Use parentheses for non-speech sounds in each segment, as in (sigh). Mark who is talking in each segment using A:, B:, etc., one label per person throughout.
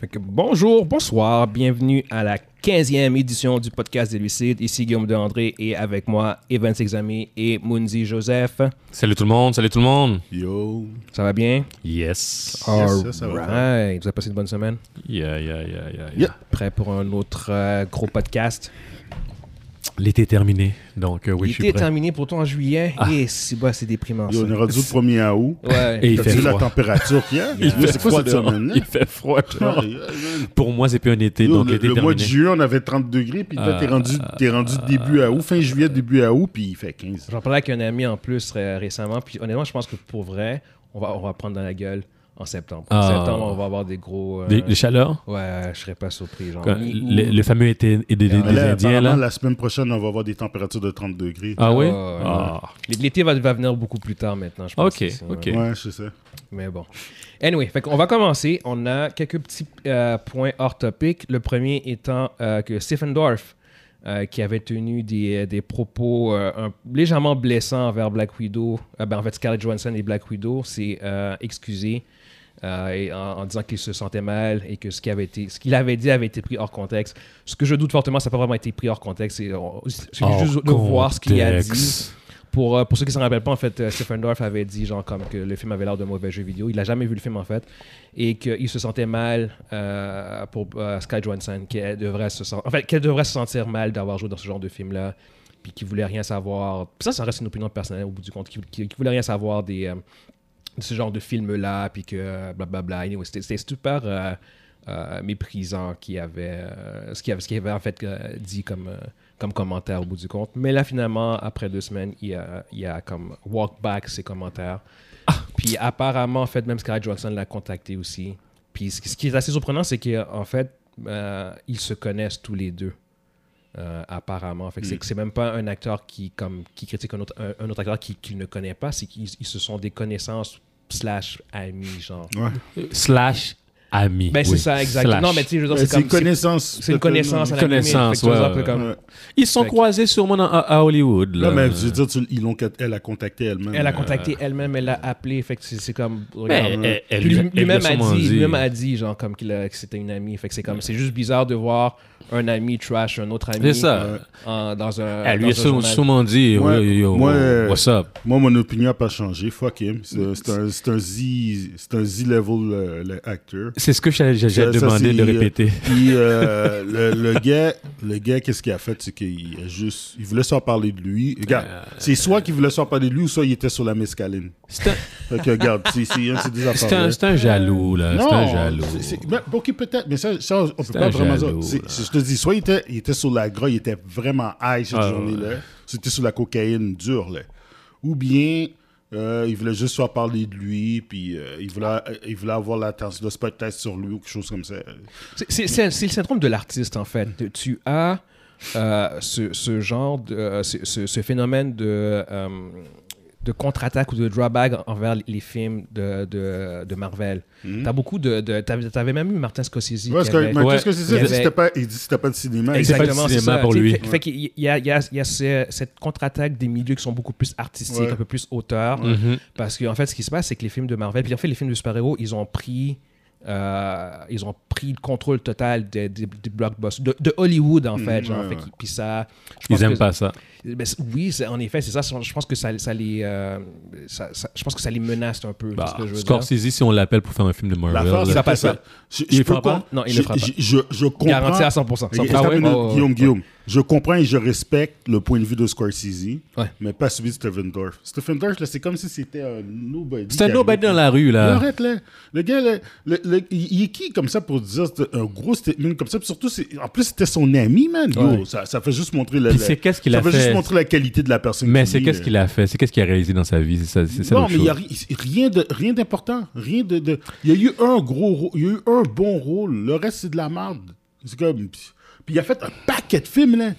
A: Fait que bonjour, bonsoir, bienvenue à la 15e édition du podcast des Lucides. Ici Guillaume de André et avec moi Evan Sexami et Munzi Joseph.
B: Salut tout le monde, salut tout le monde.
C: Yo.
A: Ça va bien?
B: Yes.
A: Ah.
C: Yes, ça, ça va
A: Alright. Vous avez passé une bonne semaine?
B: Yeah, yeah, yeah, yeah.
C: Yeah.
A: Prêt pour un autre euh, gros podcast?
B: L'été est terminé, donc euh, oui,
A: Il
B: je suis
A: était
B: prêt. Ah.
A: terminé pourtant en juillet. Et si bah, c'est déprimant.
C: Yo,
A: ça.
C: on est rendu au 1er août.
A: Ouais.
B: (laughs) Et il
C: T'as
B: fait
C: vu la
B: froid.
C: température qu'il y a?
B: Il
C: Yo,
B: fait
C: c'est quoi
B: froid
C: cette
B: dehors.
C: semaine-là?
B: Il fait froid dehors. Pour moi, c'est plus un été,
C: Yo,
B: donc
C: le,
B: l'été
C: le
B: est
C: mois de
B: terminé. Ah.
C: juillet, on avait 30 degrés, puis toi, t'es rendu, t'es rendu début à août, fin juillet, début à août, puis il fait 15.
A: J'en parlais avec un ami en plus euh, récemment. Puis honnêtement, je pense que pour vrai, on va, on va prendre dans la gueule en septembre. En
B: Ah.
A: septembre, on va avoir des gros. euh,
B: Des- Les chaleurs,
A: Ouais, je serais pas surpris. Genre,
B: quand-
A: mi-août.
B: le, le fameux été des, des- des
C: Mais là,
B: Indiens
C: apparemment,
B: là.
C: la semaine prochaine, on va avoir des températures de 30 degrés.
B: Ah oui.
A: Ouais, ouais, ouais.
B: Ah.
A: L'été va, va venir beaucoup plus tard maintenant, je pense.
B: Ok,
A: que c'est-
B: ok.
A: ouais.
C: Ouais, c'est ça.
A: Mais bon. Anyway, fait on va commencer. On a quelques petits euh, points hors topic. Le premier étant euh, que Stephen Dorff, euh, qui avait tenu des, des propos euh, un- légèrement blessants envers Black Widow, euh, ben, en fait Scarlett Johansson et Black Widow, s'est euh, excusé euh, et en, en disant qu'il se sentait mal et que ce qu'il avait, été- ce qu'il avait dit avait été pris hors contexte. Ce que je doute fortement, ça n'a pas vraiment été pris hors contexte. C'est on- c'est
B: Hors
A: juste de voir ce qu'il a dit.
B: contexte.
A: Pour, euh, pour ceux qui ne s'en rappellent pas, en fait, euh, Stephen Dorff avait dit genre, comme que le film avait l'air d'un mauvais jeu vidéo. Il n'a jamais vu le film, en fait. Et qu'il se sentait mal euh, pour euh, Sky Johansson, qu'elle devrait, se sen- en fait, qu'elle devrait se sentir mal d'avoir joué dans ce genre de film-là. Puis qu'il voulait rien savoir. Puis ça, ça reste une opinion personnelle au bout du compte. Qu'il qu'il- qu'il voulait rien savoir des, euh, de ce genre de film-là. Puis que euh, blablabla. Anyway, c'était c'était super euh, euh, méprisant qu'il avait, euh, ce qu'il avait, ce qu'il avait, en fait euh, dit comme. euh, comme commentaire au bout du compte. Mais là, finalement, après deux semaines, il y a, il y a comme walk back ses commentaires. Puis apparemment, en fait, même Scarlett Johansson l'a contacté aussi. Puis ce qui- ce qui est assez surprenant, c'est qu'en fait, euh, ils se connaissent tous les deux. euh, apparemment. Fait que c'est que c'est même pas un acteur qui, comme, qui critique un autre, un, un autre acteur qui- qu'il ne connaît pas, c'est qu'ils ils se sont des connaissances slash amis, genre.
C: Ouais.
B: Slash ami.
A: Ben, c'est
B: oui.
A: ça, exactement.
B: Slash.
A: Non, mais tu sais, je veux dire,
C: Ouais,
A: c'est
C: Ben, C'est une
A: comme... c'est-
C: connaissance.
A: C'est une connaissance à la limite.
B: Connaissance,
A: Fait que tu vois,
B: ouais,
A: un peu comme-
C: Ouais.
B: Ils se sont
A: Fait que-
B: croisés sûrement dans- à, à Hollywood là.
C: Non, mais je veux dire, tu- ils l'ont, elle a contacté elle-même.
A: Elle a contacté elle-même, elle l'a appelé. Fait que c'est c'est comme. regarde,
B: Ben, elle- elle
A: lui-
B: lui a- elle
A: lui-même
B: lui a
A: a
B: sûrement
A: dit,
B: dit.
A: lui-même a dit, genre, comme qu'il a- que c'était une amie. Fait que c'est comme, c'est juste bizarre de voir un ami trash un autre ami.
B: C'est ça.
A: euh, en- dans un.
B: Elle Ah, lui
A: dans
B: a
A: un
B: sûrement-
A: journal.
B: sûrement dit,
C: Ouais,
B: yo, yo,
C: moi, euh,
B: what's up?
C: Moi, mon opinion n'a pas changé. Fuck him. C'est, c'est un, c'est un Z, c'est un Z-level euh, le acteur.
B: C'est ce que j'allais j'allais
C: Ça, ça,
B: demander de
C: c'est, euh,
B: répéter.
C: Puis euh, le, le gars, le gars, qu'est-ce qu'il a fait, c'est qu'il a juste, il voulait s'en parler de lui. Regarde,
B: Euh,
C: c'est soit qu'il voulait s'en parler de lui ou soit il était sur la mescaline.
B: C'est un-
C: Fait que regarde, c'est c'est- hein, c'est des affaires.
B: C'est un,
C: là.
B: c'est un jaloux, là. C'est un jaloux.
C: c'est- c'est- ben, ok, peut-être, mais ça, ça, on peut
B: C'est
C: pas
B: un
C: vraiment
B: jaloux,
C: dire.
B: là.
C: C'est- Je te dis, soit il était, il était sur la gras, il était vraiment high cette
B: Ah,
C: journée-là, c'était sur la cocaïne dure, là. Ou bien, euh, il voulait juste soit parler de lui, puis euh, il, voulait, euh, il voulait avoir l'attention, le spotlight sur lui ou quelque chose comme ça.
A: C'est- C'est c'est- c'est le syndrome de l'artiste, en fait. Tu- Tu as euh, ce, ce genre, de, euh, ce, ce- ce phénomène de, euh, de contre-attaque ou de drawback envers les films de, de, de Marvel. T'as beaucoup de. de t'avais t'avais même eu Martin Scorsese. qui
C: Hmm. Ouais,
A: avait-
C: c'est correct. Mais
B: Ouais.
C: qu'est-ce que c'est ça?
A: Il y
C: Il dit que
A: avait-
C: c'était pas- il dit que c'était pas de cinéma.
B: Exact.
A: Exactement,
B: C'est pas du
A: c'est
B: cinéma
A: ça.
B: pour
A: Tu sais,
B: lui.
A: Fait, fait qu'il y a, il y a- il y a ce- cette contre-attaque des milieux qui sont beaucoup plus artistiques,
C: Ouais.
A: un peu plus auteurs.
B: Mhm.
A: Parce qu'en fait, ce qui se passe, c'est que les films de Marvel, puis en fait, les films de super-héros, ils ont pris. euh, ils ont pris le contrôle total des, des- des blockbusters, de, de Hollywood en fait. genre,
C: ouais,
A: fait
C: ouais.
A: qu'ils- Puis ça. je pense
B: Ils aiment
A: que-
B: pas ça.
A: ben, c- oui, c'est- en effet, c'est ça. Je pense que ça, ça les. euh, ça- ça- je pense que ça les menace un peu. c'est
B: Bah,
A: ce que je veux dire.
B: Scorsese, si on l'appelle pour faire un film de Marvel,
C: L'affaire,
B: là,
A: Il
C: c'est
A: va pas
C: que
A: le
C: ça.
A: faire.
C: Je,
B: Il
C: je
B: le fera
C: peux
B: pas?
C: com-
A: Non, il le
C: je-
A: fera pas.
C: Je, je, je comprends.
A: Garanti à 100%.
C: Attends,
A: 100%.
C: attends une minute,
A: Ah Ouais, ouais,
C: Guillaume,
A: ouais.
C: Guillaume. Je comprends et je respecte le point de vue de Scorsese,
A: Ouais.
C: mais pas celui de Stephen Dorff. Stephen Dorff, là, c'est comme si c'était un nobody.
B: C'est un
C: qui
B: nobody
C: arrivait.
B: dans la rue,
C: Mais
B: là.
C: Arrête, là. Le gars, là, le- le- il il est qui comme ça pour dire c'est un gros statement comme ça? Puis surtout, c'est- en plus, c'était son ami, man. Yo,
A: Ouais.
C: ça, ça fait juste montrer la,
B: Puis
C: la-
B: c'est qu'est-ce qu'il
C: ça
B: a
C: fait
B: fait?
C: juste montrer la qualité de la personne.
B: Mais c'est qu'est-ce qu'il a fait? C'est qu'est-ce qu'il a réalisé dans sa vie? C'est ça, c'est ça
C: non,
B: l'autre
C: mais il n'y a
B: chose.
C: ri- rien de- rien d'important. Rien de, de- Il y a eu un gros rôle. Il y a eu un bon rôle. Le reste, c'est de la merde. C'est comme. Puis il a fait un paquet de films, là.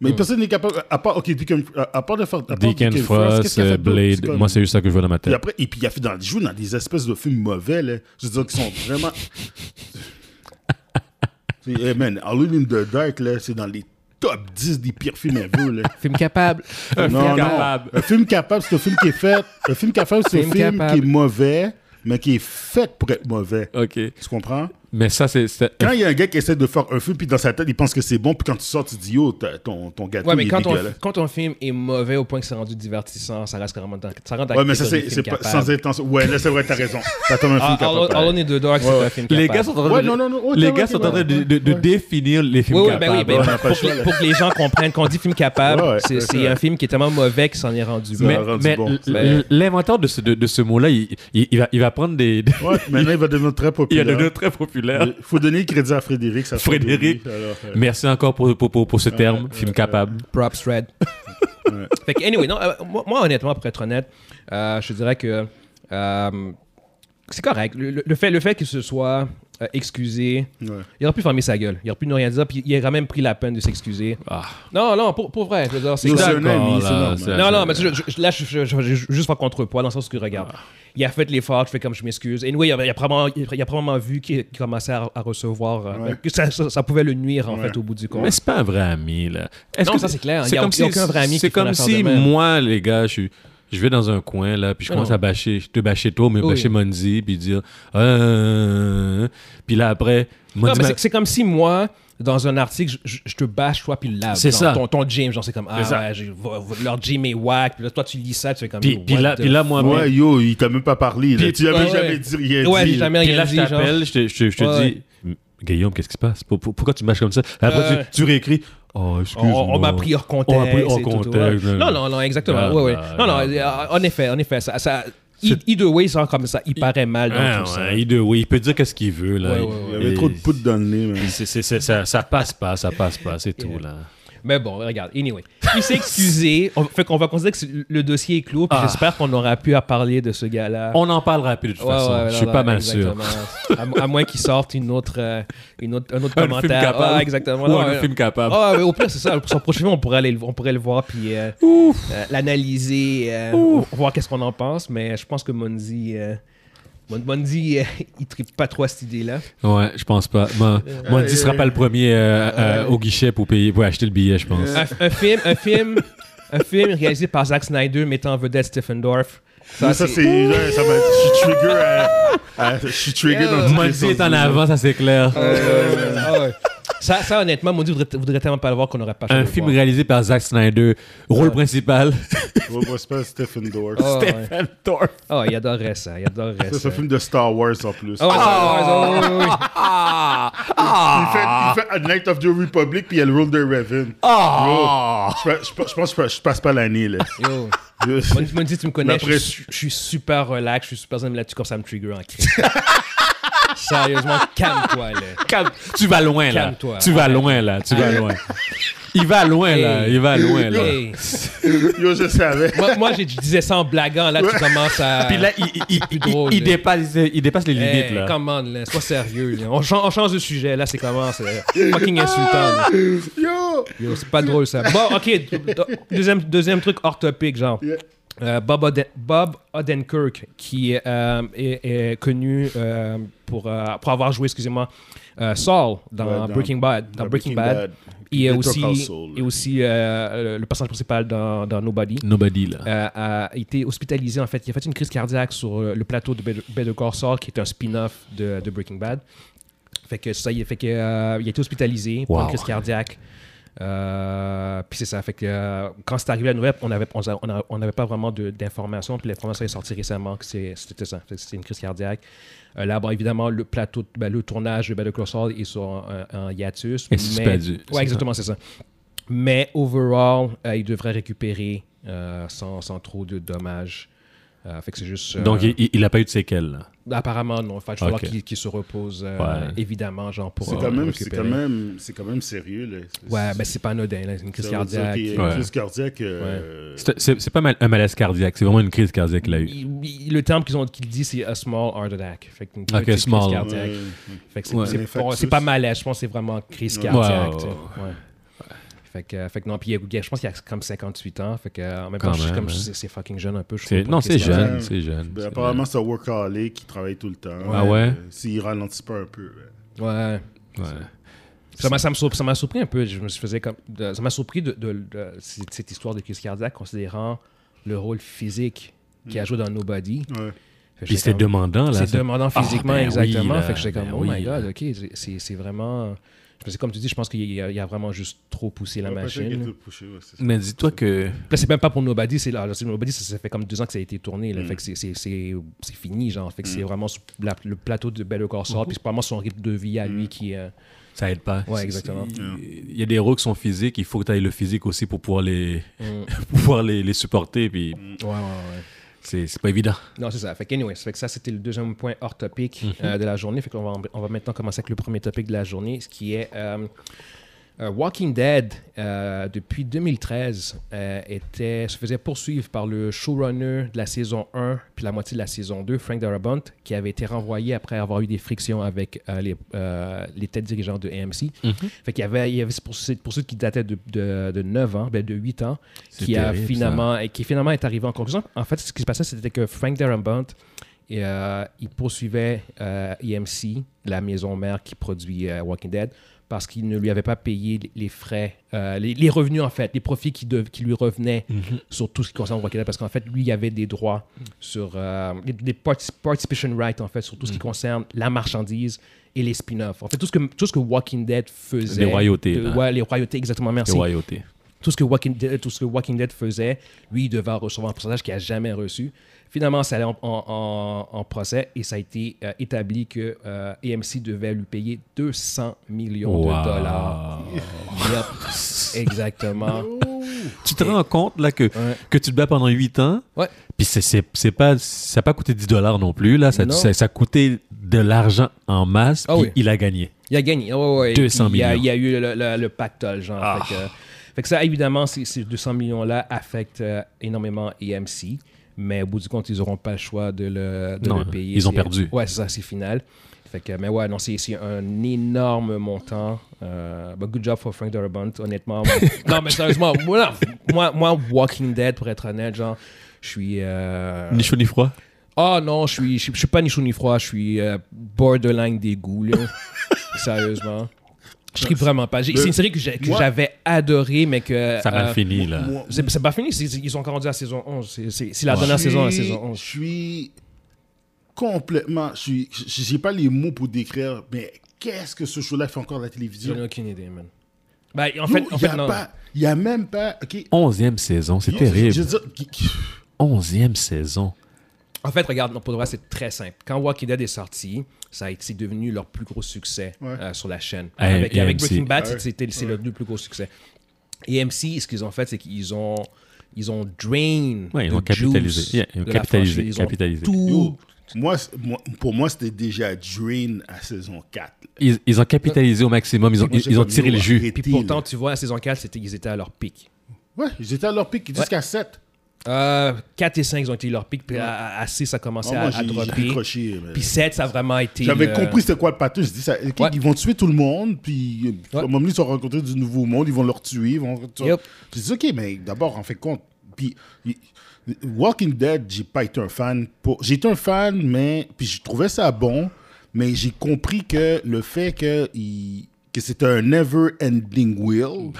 C: Mais personne n'est capable. À part, OK, Deacon- à, à part de faire. à part
B: Hmm. Deacon
C: Deacon Frost, qu'est-ce
B: Frost,
C: qu'il a fait
B: euh,
C: d'autre? C'est
B: Blade.
C: comme-
B: Moi, c'est juste ça que je vois dans ma
C: Puis
B: tête.
C: après, et puis il a fait dans, il joue dans des espèces de films mauvais, là. Je veux dire, qui sont
B: (laughs)
C: vraiment. C'est- hey, man, Halloween in the Dark, là, c'est dans les top 10 des pires films ever, là.
A: Film
B: (laughs)
A: capable.
C: Non, non.
B: capable.
C: Un film capable, c'est un film qui est fait. Un film capable, c'est un
A: Film
C: film
A: capable.
C: qui est mauvais, mais qui est fait pour être mauvais.
B: OK.
C: Tu comprends?
B: Mais ça, c'est. c'est-
C: Quand il y a un gars qui essaie de faire un film, puis dans sa tête, il pense que c'est bon, puis quand tu sors, tu dis yo, t'as- ton, ton gâteau,
A: Ouais, mais
C: il est
A: quand ton,
C: dégueulasse.
A: quand ton film est mauvais au point que c'est rendu divertissant, ça reste quand même dans, ça rentre dans
C: Ouais,
A: la
C: mais ça,
A: catégorie
C: c'est
A: film
C: c'est pas-
A: capable.
C: sans intention. Ouais, là, c'est vrai, t'as raison. T'as comme un film
A: Ah, All,
C: capable.
A: All On Need the Dark, c'est un film
B: Les
A: capable.
B: gars sont en train
C: Ouais,
B: de,
C: non, non, non. Oh,
B: les
C: t'as-
B: gars
C: ouais,
B: sont
C: ouais,
B: en train de,
C: ouais.
B: de- de définir les films
A: Oui, oui, ben
B: capables.
A: oui, ben,
C: on n'a
A: pour,
C: pas le
A: que-
C: choix, là.
A: pour que les gens comprennent qu'on dit film capable,
C: Ouais, ouais,
A: c'est
C: c'est
A: c'est
C: ça.
A: un film qui est tellement mauvais que ça en est rendu
C: Ouais.
A: bon.
B: mais
C: Ça a rendu
B: mais
C: bon.
B: l-
A: Mais-
B: l'inventeur de ce, de, de ce mot-là, il, il- il va, il va prendre des. des-
C: Ouais, maintenant, il va devenir très
B: il va
C: populaire.
B: devenir très populaire.
C: Il faut donner le crédit à Frédéric. Ça sort de
B: Frédéric.
C: lui, alors, euh,
B: Merci encore pour, pour, pour, pour ce terme, film capable.
A: Props Red. fait que, anyway, non, euh, moi, moi, honnêtement, pour être honnête, euh, je dirais que euh, c'est correct. Le, le- le fait, le fait qu'il se soit euh, excusé,
C: ouais.
A: il aurait pu fermer sa gueule. Il aurait pu ne rien dire, puis il aurait même pris la peine de s'excuser.
B: Ah.
A: Non, non, pour, pour vrai, je veux dire, c'est
C: Nous,
A: correct.
C: c'est un
B: là,
C: ami, c'est normal.
B: c'est-
A: Non, non, mais tu sais, je- je- là, je, je, je- je- juste faire contrepoids dans le sens que, regarde,
B: Ah.
A: il a fait l'effort, je fais comme je m'excuse. Et anyway, il a, il, a probablement, il a- il a probablement vu qu'il qu'il commençait à, à recevoir, euh,
C: Ouais.
A: que ça, ça, ça pouvait le nuire, en
C: Ouais.
A: fait, au bout du compte.
B: Mais c'est pas un vrai ami, là. Est-ce
A: Non, ça, c'est clair. Y a- y a aucun vrai ami qui
B: C'est
A: fait
B: comme
A: l'affaire
B: si,
A: de même.
B: moi, les gars, je suis- Je vais dans un coin, là, puis je
A: Mais
B: commence
A: non.
B: à bâcher, te bâcher toi, mais
A: Oui.
B: bâcher Monzi, puis dire, Ah, euh, puis là après,
A: Non,
B: Monzi
A: mais
B: m'a-
A: c'est- c'est comme si moi, dans un article, je, je- je te bâche, toi, puis le lave.
B: C'est
A: Genre,
B: ça.
A: Ton, ton gym, genre, c'est comme, ah
B: C'est ça.
A: ouais, j'ai- vo- vo- leur gym est whack, puis là, toi, tu lis ça, tu fais comme.
B: puis,
A: yo,
B: puis
A: what
B: là,
A: the
B: puis là, moi,
C: Ouais, yo, il t'a même pas parlé. là.
B: Puis-
C: Tu n'avais
A: Ouais,
C: jamais
A: ouais.
C: dit rien.
A: Ouais,
C: dit,
A: j'ai jamais
B: Puis
A: rien
B: là, je
A: dit, genre.
B: t'appelle, je te, je te- je te
A: Ouais,
B: dis, M- Guillaume, qu'est-ce qui se passe Pour- pour- Pourquoi tu marches comme ça Après,
A: Ouais.
B: tu, tu réécris. Oh,
A: On,
B: excuse-moi.
A: on m'a pris hors
B: On
A: contexte.
B: m'a pris hors
A: et tout, tout,
B: contexte.
A: ouais. Non, non, non, exactement.
B: Ah,
A: ouais, ouais.
B: bah,
A: non, non,
B: bah,
A: euh, en effet, en effet. Ça, ça, i- either way, ça, comme ça, il paraît mal dans
B: Ah,
A: tout ça.
B: ouais, il, de- oui, il peut dire qu'est-ce qu'il veut. Là.
A: Ouais, ouais, ouais.
C: Il y avait trop de poudre dans le nez. man.
B: C'est- c'est- c'est- ça, ça passe pas, ça passe pas, c'est tout. là.
A: Mais bon, regarde, anyway. Il s'est
B: (laughs)
A: excusé. On, fait qu'on va considérer que c'est- le dossier est clos. Puis
B: Ah.
A: j'espère qu'on aura pu à parler de ce gars-là.
B: On en parlera plus de toute
A: Ouais,
B: façon.
A: ouais,
B: je
A: non,
B: suis
A: non,
B: pas mal sûr.
A: exactement. à, à moins qu'il sorte une autre, euh, une autre, un autre
B: (laughs) Un film
A: commentaire.
B: capable.
A: Ah, exactement.
B: Ou
A: Non,
B: un
A: ouais.
B: film capable.
A: Ah, mais au pire, c'est ça. Pour son prochain film, on pourrait, aller, le- on pourrait le voir puis euh, euh, l'analyser, euh, voir qu'est-ce qu'on en pense. Mais je pense que Monzi, euh, Mon- Monzi euh, il tripe pas trop à cette idée-là.
B: Ouais, je pense pas. Mon- Mondi sera pas le premier euh, euh, au guichet pour payer, pour acheter le billet, je pense.
A: Un, un film, un film, un film réalisé par Zack Snyder mettant en vedette Stephen Dorff.
C: Ça, ça, c'est. ouais, Ça m'a. Je suis trigger à. à- Je suis trigger dans toutes les
B: Mondi est
C: sens.
B: en avant, ça c'est clair.
A: Ah ouais. ça, ça, honnêtement, Monzi voudrait, voudrait tellement pas le voir qu'on n'aurait pas.
B: Un film réalisé par Zack Snyder, rôle principal.
C: Ouais, ouais, c'est pas Stephen Dorff.
A: Oh,
B: (laughs) Stephen Dorff.
A: Oh, il adorerait ça. Il adorerait
C: Ça,
A: ça.
C: C'est un film de Star Wars en plus.
A: Ah ouais, ça- ouais, ça- ouais, ouais, ouais.
C: Ah. Il, fait, il fait A Night of the Republic puis il y a le Rule de Raven.
B: Ah!
C: Je, je- je pense que je passe pas l'année là.
A: Yo.
C: Je-
A: Mon- Mondi, tu me connais,
C: La
A: je,
C: presse.
A: suis- je suis super relax, je suis super zen là-dessus, comme ça me trigger en crise. (laughs) Sérieusement, calme-toi, là.
B: Calme- Tu vas loin là.
A: Calme-toi.
B: Tu vas loin là. Tu vas loin. Il va loin là.
A: Hey.
B: Il va loin là.
A: Hey.
C: Yo, je savais.
A: Moi, moi, j'ai- je disais ça en blaguant, là, tu commences à...
B: Puis là, il, il- il- il-
A: drôle,
B: il
A: là.
B: dépasse, il dépasse les
A: Hey,
B: limites là.
A: come on, là, sois sérieux. là. On, chan- on change de sujet, là, c'est comment?
B: (laughs)
A: C'est fucking insultant. là.
C: Yo!
A: Yo, c'est pas drôle, ça. Bon, OK, deuxième, deuxième truc hors topic, genre.
C: Yeah.
A: Euh, Bob, Oden- Bob Odenkirk, qui euh, est, est connu euh, pour, euh, pour avoir joué, excusez-moi, euh, Saul dans,
C: Ouais, dans-
A: Breaking Bad. Dans Breaking, Bad. Il est
C: Better
A: aussi,
C: Call Saul.
A: et aussi euh, le- le personnage principal dans, dans Nobody.
B: Nobody là.
A: euh, a été hospitalisé en fait. Il a fait une crise cardiaque sur euh, le plateau de Better- Better Call Saul, qui est un spin-off de, de Breaking Bad. Fait que ça, il fait que euh, il a été hospitalisé pour
B: Wow.
A: une crise cardiaque. Euh, puis c'est ça. Fait que euh, quand c'est arrivé la nouvelle, on n'avait on, a- on a- on n'avait pas vraiment de- d'informations. Puis l'information est sortie récemment que c'est- c'était ça. Fait que C'était une crise cardiaque. Euh, là, bon, évidemment, le plateau, ben, le tournage de Better Call Saul est sur un, un- un hiatus.
B: Est
A: mais-
B: suspendu, c'est ça.
A: Ouais, exactement, c'est ça. Mais overall, euh, il devrait récupérer euh, sans, sans trop de dommages. Euh, fait que c'est juste. euh,
B: Donc il- il il a pas eu de séquelles. là.
A: Apparemment, non. Fait que je vais
B: Ok.
A: qu'il qu'il se repose, euh,
B: Ouais.
A: évidemment, genre pour.
C: C'est
A: euh,
C: quand, même- c'est
A: récupérer.
C: quand, même- c'est quand même sérieux là. C'est-
A: Ouais, ben c'est pas anodin, là. C'est une crise
C: ça veut dire
A: cardiaque.
C: qu'il y a
B: Ouais.
C: Une crise cardiaque. euh,
B: C'est- C'est c'est pas mal un malaise cardiaque. C'est vraiment une crise cardiaque qu'il a eu.
A: Il- il- le terme qu'ils ont qu'il dit c'est a small heart attack fait que une petite crise
B: small.
A: cardiaque.
C: ouais.
A: fait que c'est
B: Ouais.
A: c'est
C: Un
A: pas-
C: infarctus.
A: c'est pas malaise je pense que c'est vraiment crise
C: Ouais.
A: cardiaque
B: Ouais,
A: tu sais.
B: ouais,
A: Ouais. fait que, euh, fait que non, puis il y a- je pense qu'il a comme 58 ans. Fait que, euh, en même
B: Quand
A: temps, je suis
B: même,
A: comme
B: hein.
A: c'est c'est fucking jeune un peu. je
B: C'est-
A: trouve, pour
B: Non,
A: une
B: c'est
A: crise cardiaque.
B: jeune, c'est jeune.
C: Ben,
B: c'est
C: apparemment, c'est un workaholic qui travaille tout le temps.
B: Ah ouais?
C: Euh, S'il ralentit pas un peu. ouais.
A: Ouais.
B: jeune. Ouais.
A: Ça m'a ça me surp- ça m'a surpris un peu. Je me suis faisais comme, de- ça m'a surpris de, de- de cette cette histoire de crise cardiaque, considérant le rôle physique qu'il a joué dans Nobody.
C: Ouais.
A: Fait Fait que
B: Puis
A: j'étais
B: c'est
A: comme-
B: demandant, là.
A: C'est
B: ça.
A: demandant
B: Ah,
A: physiquement,
B: ben oui,
A: exactement.
B: là,
A: fait que j'étais comme,
B: ben
A: oh my
B: oui.
A: god, ok, c'est- c'est c'est vraiment. C'est comme tu dis, je pense qu'il y, a- il y a vraiment juste trop poussé la machine.
B: Mais dis-toi que.
A: Là, c'est même pas pour Nobody. C'est là, c'est Nobody, ça, ça fait comme deux ans que ça a été tourné. Là, Fait que c'est- c'est- c'est c'est fini, genre. Fait que c'est vraiment sur la- le plateau de Better Call Saul, puis c'est vraiment son rythme de vie à lui qui. euh,
B: Ça aide pas.
A: Ouais,
B: C'est-
A: exactement.
B: c'est- Il y a des héros qui sont physiques, il faut que tu ailles le physique aussi pour pouvoir les,
A: Mm.
B: (laughs) pour pouvoir les, les supporter, puis
A: Ouais, ouais, ouais.
B: c'est c'est pas évident.
A: Non, c'est ça. Fait que, anyway, ça fait que ça, c'était le deuxième point hors topic euh, de la journée. Fait qu'on va, on va maintenant commencer avec le premier topic de la journée, ce qui est euh, euh, Walking Dead, euh, depuis 2013, euh, était, se faisait poursuivre par le showrunner de la saison 1 puis la moitié de la saison 2, Frank Darabont, qui avait été renvoyé après avoir eu des frictions avec euh, les, euh, les têtes dirigeantes de AMC.
B: Mhm.
A: Fait qu'il y avait, il y avait cette poursuite, cette poursuite qui datait de, de, de 9 ans, ben de 8 ans,
B: C'est
A: qui, a
B: terrible,
A: finalement, et qui finalement est arrivé en conclusion. En fait, ce qui se passait, c'était que Frank Darabont, et, euh, il poursuivait euh, EMC, la maison mère qui produit euh, Walking Dead, parce qu'il ne lui avait pas payé les- les frais, euh, les, les revenus en fait, les profits qui, dev- qui lui revenaient
B: Mhm.
A: sur tout ce qui concerne Walking Dead, parce qu'en fait, lui, il avait des droits sur euh, des, des partic- participation rights en fait, sur tout ce qui
B: Mhm.
A: concerne la marchandise et les spin-offs. En fait, tout ce que, tout ce que Walking Dead faisait.
B: Les royautés, hein.
A: de-
B: là.
A: ouais, les royautés, exactement, merci
B: C'est royauté.
A: tout ce que Walking Dead, tout ce que Walking Dead faisait, lui, il devait recevoir un pourcentage qu'il n'a jamais reçu. Finalement, ça allait en, en- en- en procès et ça a été euh, établi que euh, AMC devait lui payer 200 millions de
B: Wow.
A: dollars. Yep. Exactement.
B: Tu te rends compte là que,
A: Ouais.
B: que tu te bats pendant 8 ans,
A: Ouais.
B: puis c'est- c'est c'est pas, ça n'a pas coûté 10 dollars non plus, là. Ça,
A: Non.
B: ça, ça a coûté de l'argent en masse,
A: Ah
B: puis
A: oui.
B: il a gagné.
A: Il a gagné. Ouais, ouais, ouais.
B: 200
A: il y a,
B: millions. Ah.
A: il y a eu le, le- le pactole, genre. Fait, que, fait que ça, évidemment, ces, ces 200 millions-là affectent euh, énormément EMC. Mais au bout du compte, ils n'auront pas le choix de le, de
B: Non,
A: le payer.
B: ils ont
A: C'est-
B: perdu.
A: Ouais, c'est ça, c'est final. Fait que, mais ouais, non, c'est c'est un énorme montant. Euh, but good job for Frank Darabont,
B: (laughs)
A: honnêtement. non, mais sérieusement, moi, moi, moi, Walking Dead, pour être honnête, genre, je suis. euh,
B: Ni chaud ni froid.
A: ah non, je suis, je, suis- je suis pas ni chaud ni froid, je suis euh, borderline dégoût,
C: (laughs)
A: là. Sérieusement. Je tripe vraiment pas. J'ai- C'est une série que j'ai- que
C: Moi-
A: j'avais adorée, mais que.
B: Ça a mal
A: euh,
B: fini, là.
A: C'est c'est pas fini, c'est- c'est- ils ont encore rendu à la saison 11. C'est- C'est c'est la
B: Ouais.
A: dernière
C: Je suis-
A: saison, la saison 11.
C: Je suis complètement. Je suis. j- J'ai pas les mots pour décrire, mais qu'est-ce que ce show-là fait encore à la
A: J'en ai
C: télévision?
A: aucune idée, man. Ben, en
C: Yo,
A: fait, en
C: il
A: fait,
C: y a
A: non. Oh,
C: pas. Il y a même pas. Ok.
B: 11e saison, c'est
C: Yo,
B: terrible.
C: Je veux dire, qui- qui-
B: 11e saison.
A: En fait, regarde, non, pour de vrai, c'est très simple. Quand Walking Dead est sorti, ça a été c'est devenu leur plus gros succès
C: Ouais.
A: euh, sur la chaîne.
B: Ah,
A: avec,
B: et
A: avec
B: AMC.
A: Breaking Bad,
C: Ah ouais.
A: c'était c'est le plus gros succès. Et MC, ce qu'ils ont fait, c'est qu'ils ont ils ont drain,
B: Ouais, ils
A: the
B: ont capitalisé.
A: juice
B: Yeah, ils ont
A: de la
B: capitalisé,
A: franchise. Ils ont
B: capitalisé.
A: tout-
C: yo, moi, c'est- moi- pour moi, c'était déjà Drain à saison 4.
B: Ils, ils ont capitalisé au maximum, ils ont, ils, ils ont tiré le jus.
A: Puis pourtant, tu vois, la saison 4, c'était- ils étaient à leur pic.
C: Ouais, ils étaient à leur pic jusqu'à 7.
A: Euh, 4 et 5, ils ont été à leur pic. Puis à, à 6, ça commençait
C: moi,
A: à, à
C: j'ai j'ai
A: dropper.
C: décroché. mais-
A: Puis 7, ça a vraiment été. euh,
C: J'avais
A: le-
C: compris c'était quoi le pâté. Je dis ça. ok,
A: Ouais.
C: Ils vont tuer tout le monde, puis euh,
A: Ouais.
C: à un moment donné, ils vont rencontrer du nouveau monde, ils vont leur tuer. Ils vont...
A: Yep.
C: Je dis, ok, mais d'abord, en fait compte. Puis y- Walking Dead, j'ai pas été un fan. Pour... J'ai été un fan, mais. Puis je trouvais ça bon, mais j'ai compris que le fait que, il- que c'était un never-ending will,